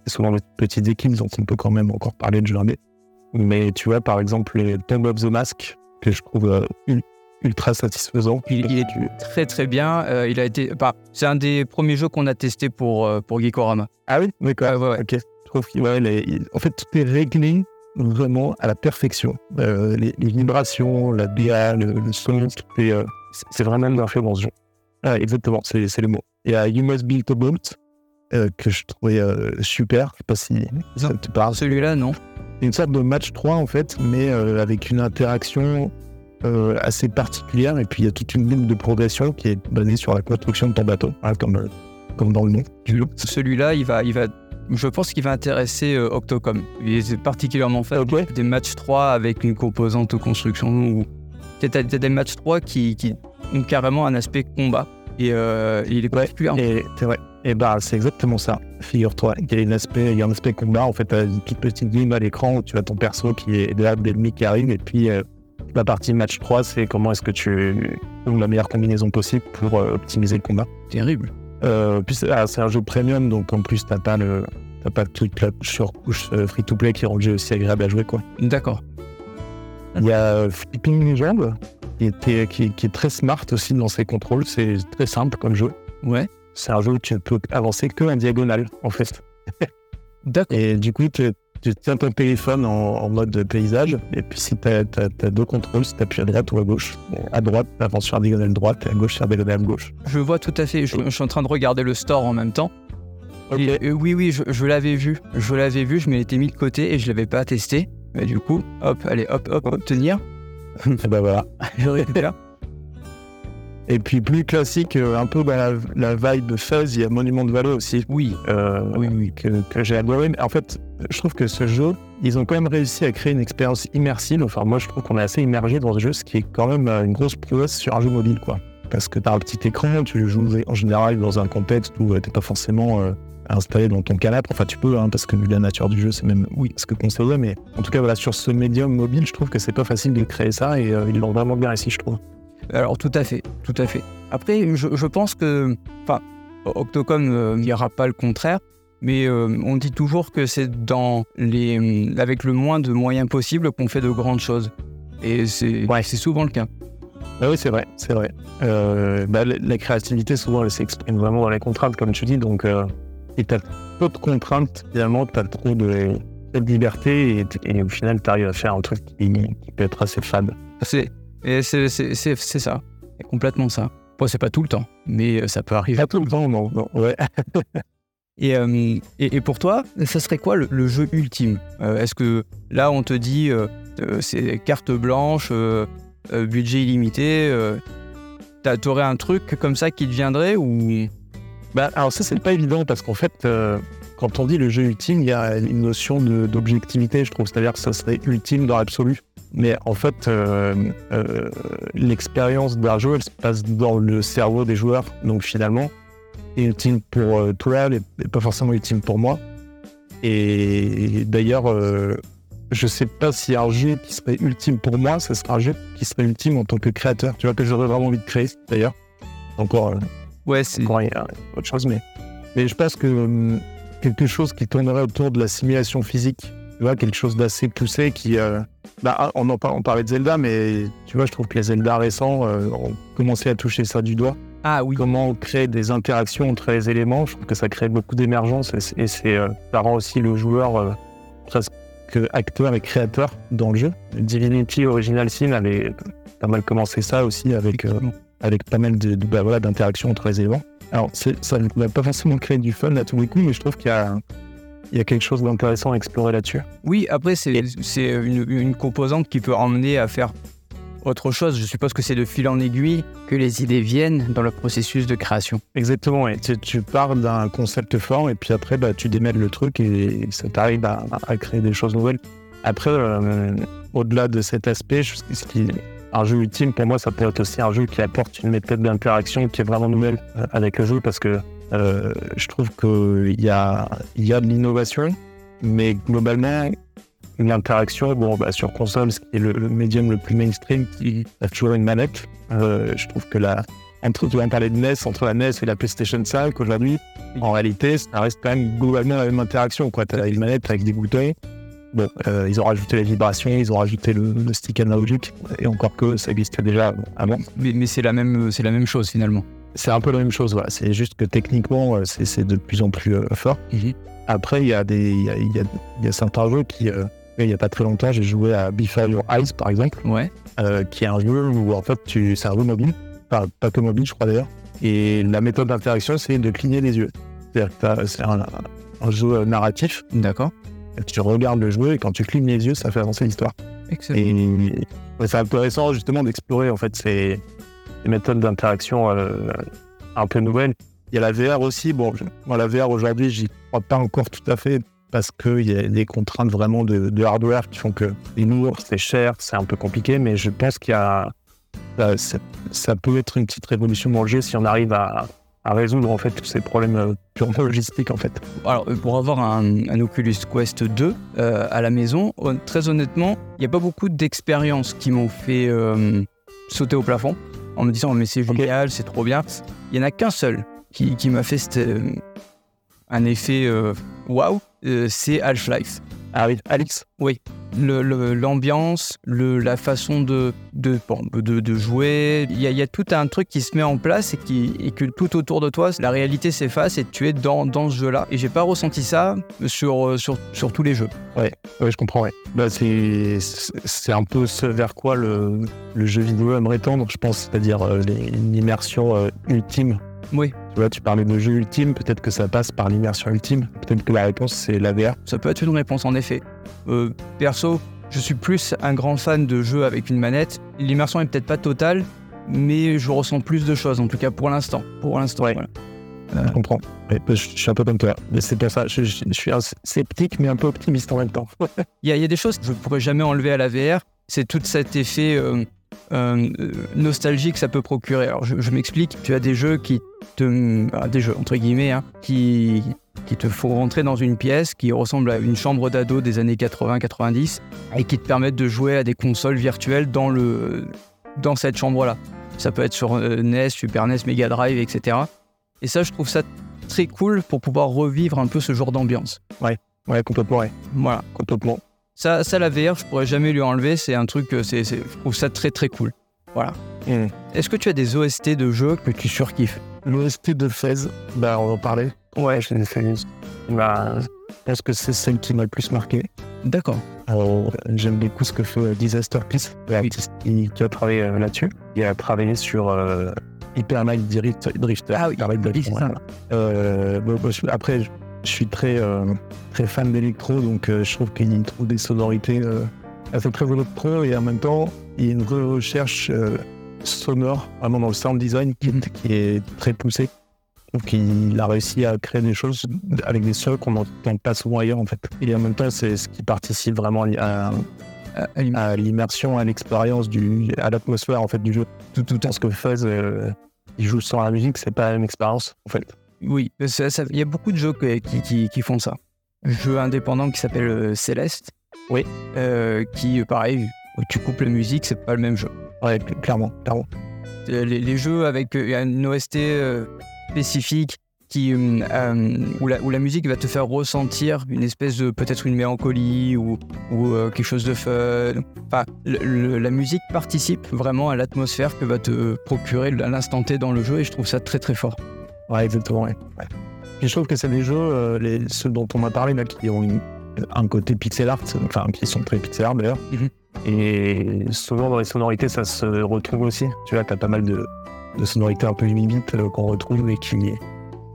S10: C'est souvent les petites équipes, donc on peut quand même encore parler de jeux indés. Mais tu vois, par exemple, les Tomb of the Mask, que je trouve euh, ul- ultra satisfaisant.
S9: Il, il est très très bien. Euh, il a été, bah, c'est un des premiers jeux qu'on a testé pour euh, pour Geekorama.
S10: Ah oui D'accord.
S9: Ah, ouais, ouais.
S10: Ok. Je trouve qu'il ouais, les- il- en fait, tout est réglé vraiment à la perfection. Euh, les, les vibrations, la BA, le, le son, tout est, euh, c'est- c'est vraiment une invention. Ah, exactement, c'est c'est le mot. Il y a You Must Build a Boat, euh, que je trouvais euh, super. Je sais pas si ça te parle.
S9: Celui-là, non.
S10: C'est une sorte de match 3 en fait, mais euh, avec une interaction euh, assez particulière. Et puis il y a toute une ligne de progression qui est basée sur la construction de ton bateau, hein, comme, euh, comme dans le nom du jeu.
S9: Celui-là, il va, il va, je pense qu'il va intéresser euh, Octocom. Il est particulièrement fan
S10: Ah, ouais.
S9: des matchs 3 avec une composante construction. Ou t'as, t'as des matchs 3 qui, qui ont carrément un aspect combat. Et euh, il est
S10: Ouais,
S9: particulièrement
S10: Et c'est vrai. Et bah, c'est exactement ça. Figure-toi qu'il y a un aspect, il y a un aspect combat. En fait, t'as une petite petite game à l'écran où tu as ton perso qui est derrière d'ennemis qui arrive. Et puis, euh, la partie match 3, c'est comment est-ce que tu trouves la meilleure combinaison possible pour euh, optimiser le combat.
S9: terrible.
S10: Euh, puis, c'est ah, c'est un jeu premium, donc en plus, t'as pas le. T'as pas toute la surcouche euh, free-to-play qui rend le jeu aussi agréable à jouer, quoi.
S9: D'accord.
S10: Il y a euh, Flipping Legend, qui, était- qui- qui est très smart aussi dans ses contrôles. C'est très simple comme jeu.
S9: Ouais.
S10: C'est un jeu où tu ne peux avancer que en diagonale, en fait.
S9: D'accord.
S10: Et du coup, tu, tu tiens ton téléphone en, en mode paysage, et puis si tu as, deux contrôles, si tu appuies à droite ou à gauche, à droite, tu avances sur la diagonale droite, et à gauche sur la diagonale gauche.
S9: Je vois tout à fait. Je, je suis en train de regarder le store en même temps. Et, euh, oui, oui, je, je l'avais vu. Je l'avais vu, je me l'étais mis de côté et je l'avais pas testé. Mais du coup, hop, allez, hop, hop, obtenir.
S10: Et ben voilà.
S9: Je récupère.
S10: Et puis plus classique, euh, un peu bah, la, la vibe fuzz, il y a Monument de Valo aussi.
S9: Oui.
S10: euh,
S9: Oui, oui.
S10: que, que j'ai adoré. Mais en fait, je trouve que ce jeu, ils ont quand même réussi à créer une expérience immersive. Enfin, moi, je trouve qu'on est assez immergé dans ce jeu, ce qui est quand même euh, une grosse prouesse sur un jeu mobile, quoi. Parce que t'as un petit écran, tu joues en général dans un contexte où euh, t'es pas forcément euh, installé dans ton canapé. Enfin, tu peux, hein, parce que vu la nature du jeu, c'est même oui, ce que qu'on sait, mais en tout cas, voilà, sur ce médium mobile, je trouve que c'est pas facile de créer ça et euh, ils l'ont vraiment bien réussi, je trouve.
S9: Alors tout à fait, tout à fait. Après, je, je pense que, enfin, Octocom euh, n'ira pas le contraire, mais euh, on dit toujours que c'est dans les, mm, avec le moins de moyens possible qu'on fait de grandes choses, et c'est
S10: Ouais.
S9: c'est souvent le cas.
S10: Ah oui, c'est vrai, c'est vrai. Euh, bah, la- la créativité, souvent, elle s'exprime vraiment dans les contraintes, comme tu dis. Donc, euh, et t'as peu de contraintes, finalement, t'as trop de, peu de liberté, et, et au final, t'arrives à faire un truc qui, qui peut être assez fade.
S9: C'est et c'est- c'est- c'est- c'est ça, c'est complètement ça. Bon, c'est pas tout le temps, mais euh, ça peut arriver.
S10: Pas tout le temps, non, non, ouais.
S9: Et, euh, et, et pour toi, ça serait quoi le, le jeu ultime Euh, Est-ce que là, on te dit euh, euh, c'est carte blanche, euh, euh, budget illimité euh, t'as- T'aurais un truc comme ça qui te viendrait ou...
S10: Bah, alors ça, c'est pas évident parce qu'en fait, euh, quand on dit le jeu ultime, il y a une notion de- d'objectivité, je trouve. C'est-à-dire que ça serait ultime dans l'absolu. Mais en fait, euh, euh, l'expérience d'un jeu, elle se passe dans le cerveau des joueurs. Donc finalement, c'est ultime pour euh, toi et et pas forcément ultime pour moi. Et d'ailleurs, euh, je sais pas si un jeu qui serait ultime pour moi, ce serait un jeu qui serait ultime en tant que créateur. Tu vois, que j'aurais vraiment envie de créer, d'ailleurs. Encore, euh,
S9: Ouais, c'est...
S10: encore rien, autre chose, mais. Mais je pense que hum, quelque chose qui tournerait autour de la simulation physique, tu vois, quelque chose d'assez poussé qui. euh, bah, ah, on en par- on parlait de Zelda, mais tu vois, je trouve que les Zelda récents euh, ont commencé à toucher ça du doigt.
S9: Ah oui,
S10: Comment créer des interactions entre les éléments, je trouve que ça crée beaucoup d'émergence et c'est- et c'est, euh, ça rend aussi le joueur euh, presque acteur et créateur dans le jeu. Divinity Original Sin avait pas mal commencé ça aussi avec. euh,
S9: effectivement.
S10: avec pas mal de, de- bah voilà, d'interactions entre les éléments. Alors, c'est- ça ne va pas forcément créer du fun à tous les coups, mais je trouve qu'il y a, il y a quelque chose d'intéressant à explorer là-dessus.
S9: Oui, après, c'est c'est une, une composante qui peut emmener à faire autre chose. Je suppose que c'est de fil en aiguille que les idées viennent dans le processus de création.
S10: Exactement, et tu, tu pars d'un concept fort, et puis après, bah, tu démêles le truc, et ça t'arrive à, à créer des choses nouvelles. Après, euh, au-delà de cet aspect, je- ce qui- un jeu ultime, pour moi, ça peut être aussi un jeu qui apporte une méthode d'interaction qui est vraiment nouvelle euh, avec le jeu, parce que euh, je trouve qu'il y a, il y a de l'innovation, mais globalement, l'interaction, bon, bah, sur console, ce qui est le, le médium le plus mainstream, qui a toujours une manette, euh, je trouve que la, entre, tu vas parler de NES, entre la NES et la PlayStation 5 aujourd'hui, en réalité, ça reste quand même globalement la même interaction. Tu as une manette avec des boutons. Bon, euh, ils ont rajouté les vibrations, ils ont rajouté le, le stick analogique, et encore que ça existait déjà avant.
S9: Mais, mais c'est la, même- c'est la même chose finalement.
S10: C'est un peu la même chose, voilà. c'est juste que techniquement, euh, c'est c'est de plus en plus euh, fort.
S9: Mhm.
S10: Après, il y, a des- il y a, il y a- il y a certains jeux qui, euh, Et il n'y a pas très longtemps, j'ai joué à Before Your Eyes, par exemple,
S9: Ouais.
S10: euh, qui est un jeu où en fait, tu... c'est un jeu mobile, enfin, pas que mobile, je crois d'ailleurs. Et la méthode d'interaction, c'est de cligner les yeux. C'est-à-dire que t'as- c'est un, un jeu euh, narratif,
S9: D'accord.
S10: Et tu regardes le jeu et quand tu clignes les yeux, ça fait avancer l'histoire.
S9: Excellent.
S10: Et ouais, c'est intéressant justement d'explorer en fait ces, ces méthodes d'interaction euh, un peu nouvelles. Il y a la VR aussi. Bon, je- moi, la VR aujourd'hui, j'y crois pas encore tout à fait parce qu'il y a des contraintes vraiment de, de hardware qui font que c'est lourd, c'est cher, c'est un peu compliqué, mais je pense qu'il y a. Ça, ça- ça peut être une petite révolution dans le jeu si on arrive à, à résoudre en fait tous ces problèmes euh, purement logistiques en fait.
S9: Alors, euh, pour avoir un, un Oculus Quest 2 euh, à la maison, hon- très honnêtement, il n'y a pas beaucoup d'expériences qui m'ont fait euh, sauter au plafond en me disant mais c'est
S10: Ok.
S9: génial, c'est trop bien. Il n'y en a qu'un seul qui, qui m'a fait cette, euh, un effet euh, waouh, euh, c'est Half-Life.
S10: Ah oui, Alex.
S9: Le- le- L'ambiance, le, la façon de, de, bon, de, de jouer, il y, a- il y a tout un truc qui se met en place et, qui, et que tout autour de toi, la réalité s'efface et tu es dans, dans ce jeu-là. Et j'ai pas ressenti ça sur, euh, sur, sur tous les jeux.
S10: Oui, je comprends, ouais. Bah, c'est, c'est c'est un peu ce vers quoi le, le jeu vidéo aimerait tendre, je pense, c'est-à-dire euh, les- une immersion euh, ultime.
S9: Oui.
S10: Tu vois, tu parlais de jeu ultime, peut-être que ça passe par l'immersion ultime, peut-être que la réponse c'est la VR.
S9: Ça peut être une réponse en effet. Euh, perso, je suis plus un grand fan de jeux avec une manette. L'immersion est peut-être pas totale, mais je ressens plus de choses, en tout cas pour l'instant. Pour l'instant,
S10: Ouais.
S9: voilà.
S10: Je comprends. Ouais, bah, je je suis un peu comme toi. Mais c'est pour ça, je, je- je suis un sceptique mais un peu optimiste en même temps.
S9: Il y, a- il y a des choses que je ne pourrais jamais enlever à la VR, c'est tout cet effet euh, euh, euh, nostalgie que ça peut procurer. Alors je, je m'explique, tu as des jeux qui te... bah, des jeux entre guillemets, hein, qui, qui te font rentrer dans une pièce qui ressemble à une chambre d'ado des années 80-90 et qui te permettent de jouer à des consoles virtuelles dans, le, dans cette chambre-là. Ça peut être sur euh, NES, Super NES, Mega Drive, etc. Et ça, je trouve ça très cool pour pouvoir revivre un peu ce genre d'ambiance.
S10: Ouais, complètement, ouais.
S9: Voilà.
S10: Complètement.
S9: Ça, ça, la VR, je pourrais jamais lui enlever. C'est un truc, euh, c'est, c'est- je trouve ça très très cool. Voilà.
S10: Mm.
S9: Est-ce que tu as des OST de jeux que tu surkiffes
S10: L'OST de Fez, bah, on en parlait. Ouais, je Bah, je pense que c'est celle qui m'a le plus marqué.
S9: D'accord.
S10: Alors, j'aime beaucoup ce que fait euh, Disaster Peace, l'artiste qui, qui a travaillé euh, là-dessus. Il a travaillé sur euh, Hyper Light Drift, Drifter.
S9: Ah oui,
S10: Hyper Light
S9: oui,
S10: Drifter,
S9: c'est ça.
S10: voilà. Euh, bon, bon, je- après, je, je suis très, euh, très fan d'électro, donc euh, je trouve qu'il y trouve des sonorités euh, assez très pro et en même temps, il y a une vraie recherche euh, sonore, vraiment dans le sound design, qui, est- qui est très poussée. Je trouve qu'il a réussi à créer des choses avec des sons qu'on n'entend pas souvent ailleurs en fait. Et en même temps, c'est ce qui participe vraiment à,
S9: Euh, allez,
S10: à l'immersion, à l'expérience, du- à l'atmosphère en fait du jeu. Tout, tout ce que Fuzz euh, il joue sans la musique, c'est pas la même expérience en fait.
S9: Oui, ça- ça- il y a beaucoup de jeux que- qui, qui- qui font ça. Un jeu indépendant qui s'appelle euh, Céleste.
S10: Oui.
S9: Euh, qui, pareil, tu coupes la musique, c'est pas le même jeu.
S10: Ouais, cl- clairement, clairement.
S9: Euh, les, les jeux avec euh, une OST euh, spécifique qui, hum, euh, où, la, où la musique va te faire ressentir une espèce de peut-être une mélancolie ou, ou, euh, quelque chose de fun. Enfin, le- le- la musique participe vraiment à l'atmosphère que va te procurer à l'instant T dans le jeu et je trouve ça très très fort.
S10: Ouais, exactement. Ouais. ouais. Et je trouve que c'est des jeux, euh, les, ceux dont on m'a parlé là, qui ont une- euh, un côté pixel art, enfin qui sont très pixel art d'ailleurs.
S9: Mhm.
S10: Et souvent dans les sonorités, ça se retrouve aussi. Tu vois, t'as pas mal de, de sonorités un peu limites euh, qu'on retrouve et qui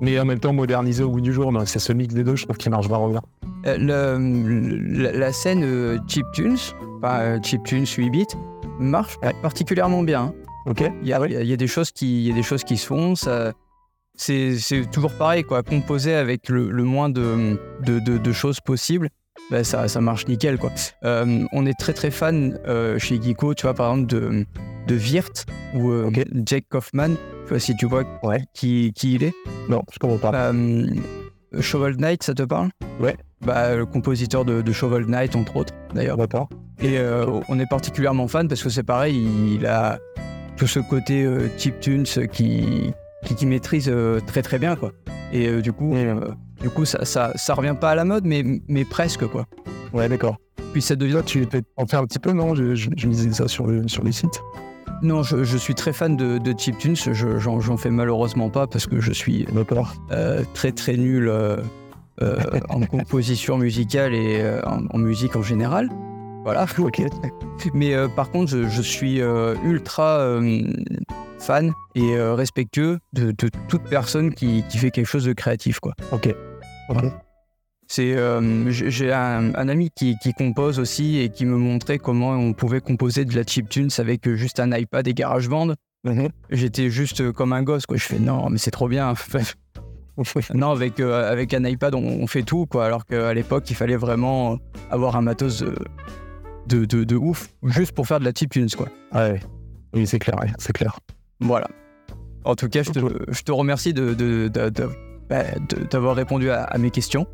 S10: mais en même temps modernisées au bout du jour. Donc c'est ce mix des deux, je trouve qu'il marche vraiment bien.
S9: Euh, le- la, la scène euh, chiptunes, enfin euh, chiptunes 8 bits, marche euh,
S10: Ouais.
S9: particulièrement bien. hein.
S10: Ok.
S9: Il y, a- il y a- il y a des choses qui, il y a des choses qui se font. Ça, c'est, c'est toujours pareil, quoi. Composer avec le, le moins de, de, de- de choses possibles, bah, ça, ça marche nickel, quoi. Euh, on est très très fan euh, chez Geeko, tu vois, par exemple de de Wirt ou euh,
S10: Ok.
S9: Jake Kaufman. Je sais pas si tu vois
S10: Ouais.
S9: qui, qui il est.
S10: Non, je comprends pas.
S9: Euh, Shovel Knight, ça te parle
S10: Ouais.
S9: Bah, le compositeur de, de Shovel Knight, entre autres, d'ailleurs.
S10: D'accord.
S9: Et euh, on est particulièrement fan parce que c'est pareil, il a tout ce côté euh, chiptunes qui, qui, qui maîtrise euh, très très bien quoi. Et euh, du coup,
S10: Oui.
S9: euh, du coup ça, ça, ça revient pas à la mode, mais, mais presque quoi.
S10: Ouais, d'accord.
S9: Puis ça
S10: Et
S9: devient.
S10: toi, tu peux en faire un petit peu, non je, je, je lisais ça sur, le, sur les sites.
S9: Non, je, je suis très fan de, de chiptunes, je- j'en j'en fais malheureusement pas parce que je suis
S10: D'accord.
S9: euh, très très nul euh, euh, en composition musicale et euh, en, en musique en général. Voilà.
S10: Ok.
S9: Mais euh, par contre, je, je suis euh, ultra euh, fan et euh, respectueux de, de toute personne qui, qui fait quelque chose de créatif, quoi.
S10: Ok. Ok.
S9: C'est, euh, j'ai j'ai un, un ami qui, qui compose aussi et qui me montrait comment on pouvait composer de la chiptunes avec euh, juste un iPad et GarageBand.
S10: Mhm.
S9: J'étais juste euh, comme un gosse, quoi. Je fais non, mais c'est trop bien. non, avec, euh, avec un iPad, on, on fait tout, quoi. Alors qu'à l'époque, il fallait vraiment euh, avoir un matos de, de, de- de ouf, juste pour faire de la chiptunes, quoi.
S10: Ah Ouais. Oui, c'est clair, ouais, c'est clair.
S9: Voilà. En tout cas, je te, je te remercie de, de- de- de- bah, de- d'avoir répondu à- à mes questions.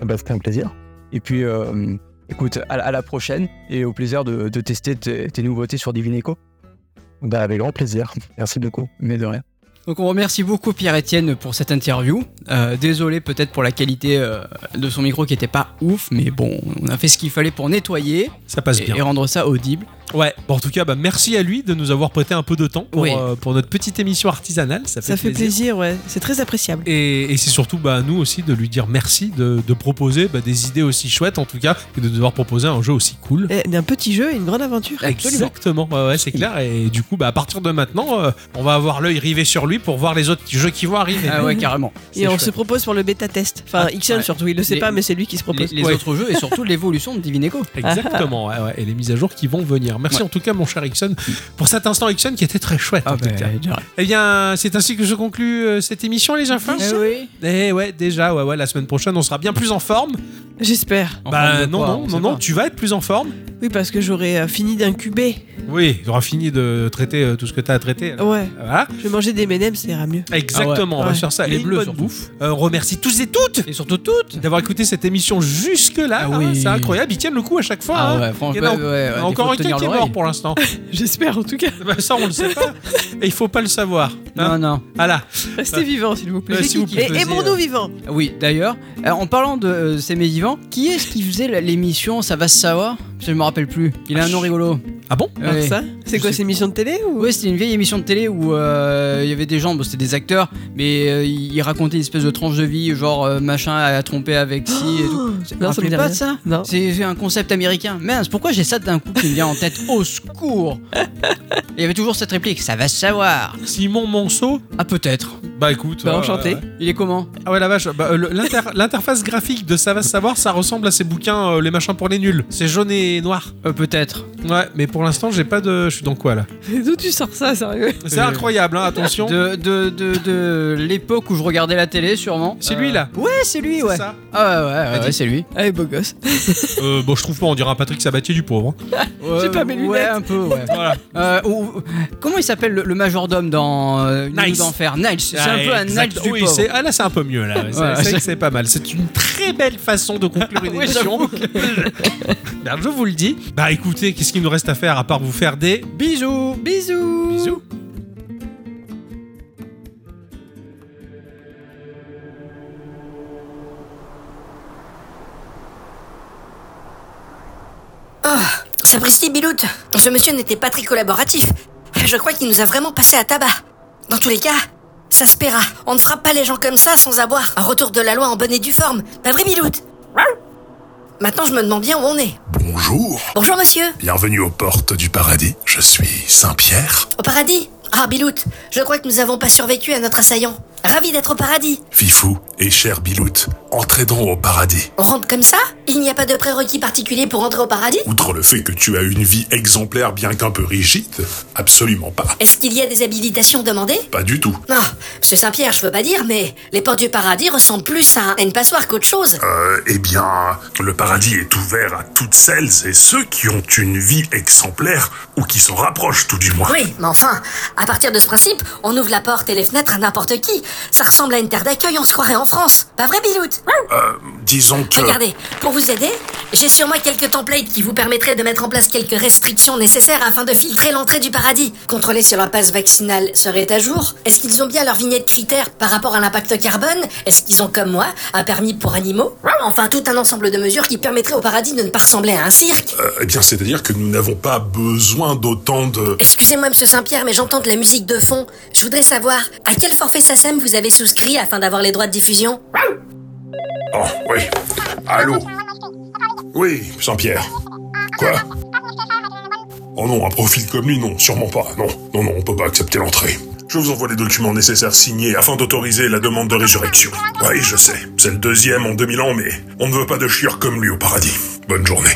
S10: Ah Bah, C'était un plaisir.
S9: Et puis, euh, écoute, à, à la prochaine et au plaisir de, de tester tes, tes nouveautés sur Divineco.
S10: Bah, avec grand plaisir. Merci beaucoup.
S9: Mais de rien.
S2: Donc on remercie beaucoup Pierre-Etienne pour cette interview. Euh, désolé peut-être pour la qualité euh, de son micro qui était pas ouf, mais bon, on a fait ce qu'il fallait pour nettoyer
S1: Ça passe
S2: et,
S1: bien.
S2: et rendre ça audible.
S1: Ouais, bon, en tout cas, bah, merci à lui de nous avoir prêté un peu de temps pour,
S2: Oui.
S1: euh, pour notre petite émission artisanale. Ça fait,
S3: Ça fait plaisir, ouais. C'est très appréciable.
S1: Et, et c'est surtout bah, à nous aussi de lui dire merci de, de proposer bah, des idées aussi chouettes, en tout cas, et de devoir proposer un jeu aussi cool.
S3: Et D'un petit jeu et une grande aventure. Absolument.
S1: Exactement, ouais, ouais, c'est clair. Et du coup, bah, à partir de maintenant, euh, on va avoir l'œil rivé sur lui pour voir les autres jeux qui vont arriver.
S2: Ah ouais, carrément.
S3: Et on se propose pour le bêta test. Enfin,
S2: Ah,
S3: Ixon
S2: ouais.
S3: surtout, il le sait
S2: Les-
S3: pas, mais c'est lui qui se
S2: Les,
S3: propose.
S2: les
S1: Ouais. Ah,
S2: autres jeux et surtout l'évolution de Divineco.
S1: Exactement, ouais, ouais, et les mises à jour qui vont venir. Merci
S2: Ouais. Ah
S1: en tout cas, mon cher Ixon, pour cet instant Ixon qui était très chouette. en tout
S2: bah
S1: cas.
S2: déjà.
S1: Eh bien, c'est ainsi que je conclue euh, cette émission, les enfants.
S2: Eh oui.
S1: Eh ouais, déjà, ouais, ouais, la semaine prochaine, on sera bien plus en forme.
S3: J'espère.
S2: En forme
S1: bah
S2: de
S1: non,
S2: quoi, on
S1: non,
S2: sait
S1: non, non,
S2: pas.
S1: tu vas être plus en forme.
S3: Oui, parce que j'aurais euh, fini d'incuber.
S1: Oui, tu auras fini de traiter euh, tout ce que tu as à traiter.
S3: Ouais.
S2: Ah
S1: Voilà,
S3: Je vais manger des M&M, ça ira mieux.
S1: exactement, on va
S3: Ouais.
S1: faire ça.
S2: Et les
S1: une
S2: bleus,
S1: bonne
S2: surtout.
S1: bouffe. Euh, on remercie tous et toutes
S2: Et surtout toutes.
S1: d'avoir écouté cette émission jusque-là.
S2: Ah oui.
S1: hein, c'est incroyable, ils tiennent le coup à chaque fois.
S2: Ah
S1: hein.
S2: ouais, franchement,
S1: Il y en a
S2: ouais,
S1: Il y
S2: ouais, des
S1: a encore
S2: fois,
S1: un qui
S2: tenir
S1: est
S2: l'oreille.
S1: mort pour l'instant.
S3: J'espère en tout cas.
S1: Bah, ça, on le sait pas. Et il faut pas le savoir. hein.
S2: Non, non.
S1: Voilà.
S3: Restez vivants, s'il vous plaît.
S1: Euh, si vous
S3: et
S1: faisiez,
S3: aimons-nous
S1: euh,
S3: vivants.
S2: Oui, d'ailleurs, euh, en parlant de euh, ces médivants, qui est-ce qui faisait la- l'émission Ça va se savoir Je ne me rappelle plus. Il a un nom rigolo.
S1: Ah bon
S2: Ouais.
S3: Alors ça, c'est
S2: Je
S3: quoi,
S2: sais
S3: ces missions de télé ou
S2: Ouais, c'était une vieille émission de télé où euh, il y avait des gens, bon, c'était des acteurs, mais euh, ils racontaient une espèce de tranche de vie, genre euh, machin à tromper avec si et
S1: Ah,
S2: tout. Vous
S3: Oh, Non, ça me
S2: rappelez
S3: dit
S2: pas
S3: rien.
S2: de ça
S3: Non.
S2: C'est c'est un concept américain. Mince, pourquoi j'ai ça d'un coup qui me vient en tête Au secours Il y avait toujours cette réplique, ça va se savoir.
S1: Simon Monceau
S2: Ah, peut-être.
S1: Bah écoute.
S3: Bah,
S1: euh,
S3: enchanté.
S2: Il est comment
S1: Ah ouais la vache, bah, euh, le- l'inter- l'interface graphique de Ça va se savoir, ça ressemble à ces bouquins euh, Les machins pour les nuls. C'est jaune et noir.
S2: Euh, Peut-être.
S1: Ouais, mais pour l'instant j'ai pas de... Je suis dans quoi là
S3: D'où tu sors ça, sérieux
S1: C'est
S2: Euh,
S1: incroyable, hein, attention.
S2: De, de, de, de l'époque où je regardais la télé, sûrement.
S1: C'est
S2: Euh,
S1: lui là
S2: Ouais, c'est lui,
S1: C'est
S2: ouais.
S1: ça
S2: Ah ouais, ouais, ouais,
S1: Vas-y.
S2: ouais, c'est lui.
S3: Allez, beau gosse.
S1: Euh, Bon je trouve pas, on dirait un Patrick Sabatier du pauvre. hein.
S2: Ouais,
S3: pas mes
S2: Ouais,
S3: lunettes.
S2: un peu, ouais.
S1: Voilà.
S2: Euh, ou- ou- comment il s'appelle le, le majordome dans euh, Une
S1: Nice.
S2: Nuit d'enfer Niles. C'est un
S1: Ouais,
S2: peu un
S1: exact.
S2: Niles du
S1: oui,
S2: pauvre.
S1: c'est- Ah là c'est un peu mieux là. C'est
S2: Ouais.
S1: c'est vrai que c'est pas mal. C'est une très belle façon de conclure une
S2: Ouais,
S1: émission.
S2: j'avoue
S1: Ben, je vous le dis. Bah écoutez, qu'est-ce qu'il nous reste à faire à part vous faire des
S2: Bisous, bisous.
S1: bisous
S8: Sapristi Biloute, ce monsieur n'était pas très collaboratif. Je crois qu'il nous a vraiment passé à tabac. Dans tous les cas, ça se paiera. On ne frappe pas les gens comme ça sans avoir un retour de la loi en bonne et due forme. Pas vrai, Biloute Maintenant, je me demande bien où on est.
S11: Bonjour,
S8: Bonjour, monsieur.
S11: bienvenue aux portes du paradis. Je suis Saint-Pierre.
S8: Au paradis Ah, Biloute, je crois que nous n'avons pas survécu à notre assaillant. Ravi d'être au paradis.
S11: Fifou et cher Biloute, entrez donc au paradis.
S8: On rentre comme ça Il n'y a pas de prérequis particulier pour entrer au paradis
S11: Outre le fait que tu as une vie exemplaire bien qu'un peu rigide, absolument pas.
S8: Est-ce qu'il y a des habilitations demandées
S11: Pas du tout.
S8: Non, Ah, monsieur Saint-Pierre, je veux pas dire, mais les portes du paradis ressemblent plus à un- à une passoire qu'autre chose.
S11: Euh, eh bien, le paradis est ouvert à toutes celles et ceux qui ont une vie exemplaire, ou qui s'en rapprochent tout du moins.
S8: Oui, mais enfin, à partir de ce principe, on ouvre la porte et les fenêtres à n'importe qui. Ça ressemble à une terre d'accueil, on se croirait en France. Pas vrai, Biloute
S11: Euh, disons que...
S8: Regardez, pour vous aider, j'ai sur moi quelques templates qui vous permettraient de mettre en place quelques restrictions nécessaires afin de filtrer l'entrée du paradis. Contrôler si leur passe vaccinale serait à jour. Est-ce qu'ils ont bien leur vignette critère par rapport à l'impact carbone Est-ce qu'ils ont, comme moi, un permis pour animaux Enfin, tout un ensemble de mesures qui permettraient au paradis de ne pas ressembler à un cirque.
S11: Euh, eh bien, c'est-à-dire que nous n'avons pas besoin d'autant de...
S8: Excusez-moi, monsieur Saint-Pierre, mais j'entends de la musique de fond. Je voudrais savoir à quel forfait SACEM vous avez souscrit afin d'avoir les droits de diffusion.
S10: Oh, oui. Allô Oui, Saint-Pierre. Quoi Oh non, un profil comme lui, non, sûrement pas. Non, non, non, on peut pas accepter l'entrée. Je vous envoie les documents nécessaires signés afin d'autoriser la demande de résurrection. Oui, je sais, c'est le deuxième en 2000 ans, mais on ne veut pas de chieur comme lui au paradis. Bonne journée.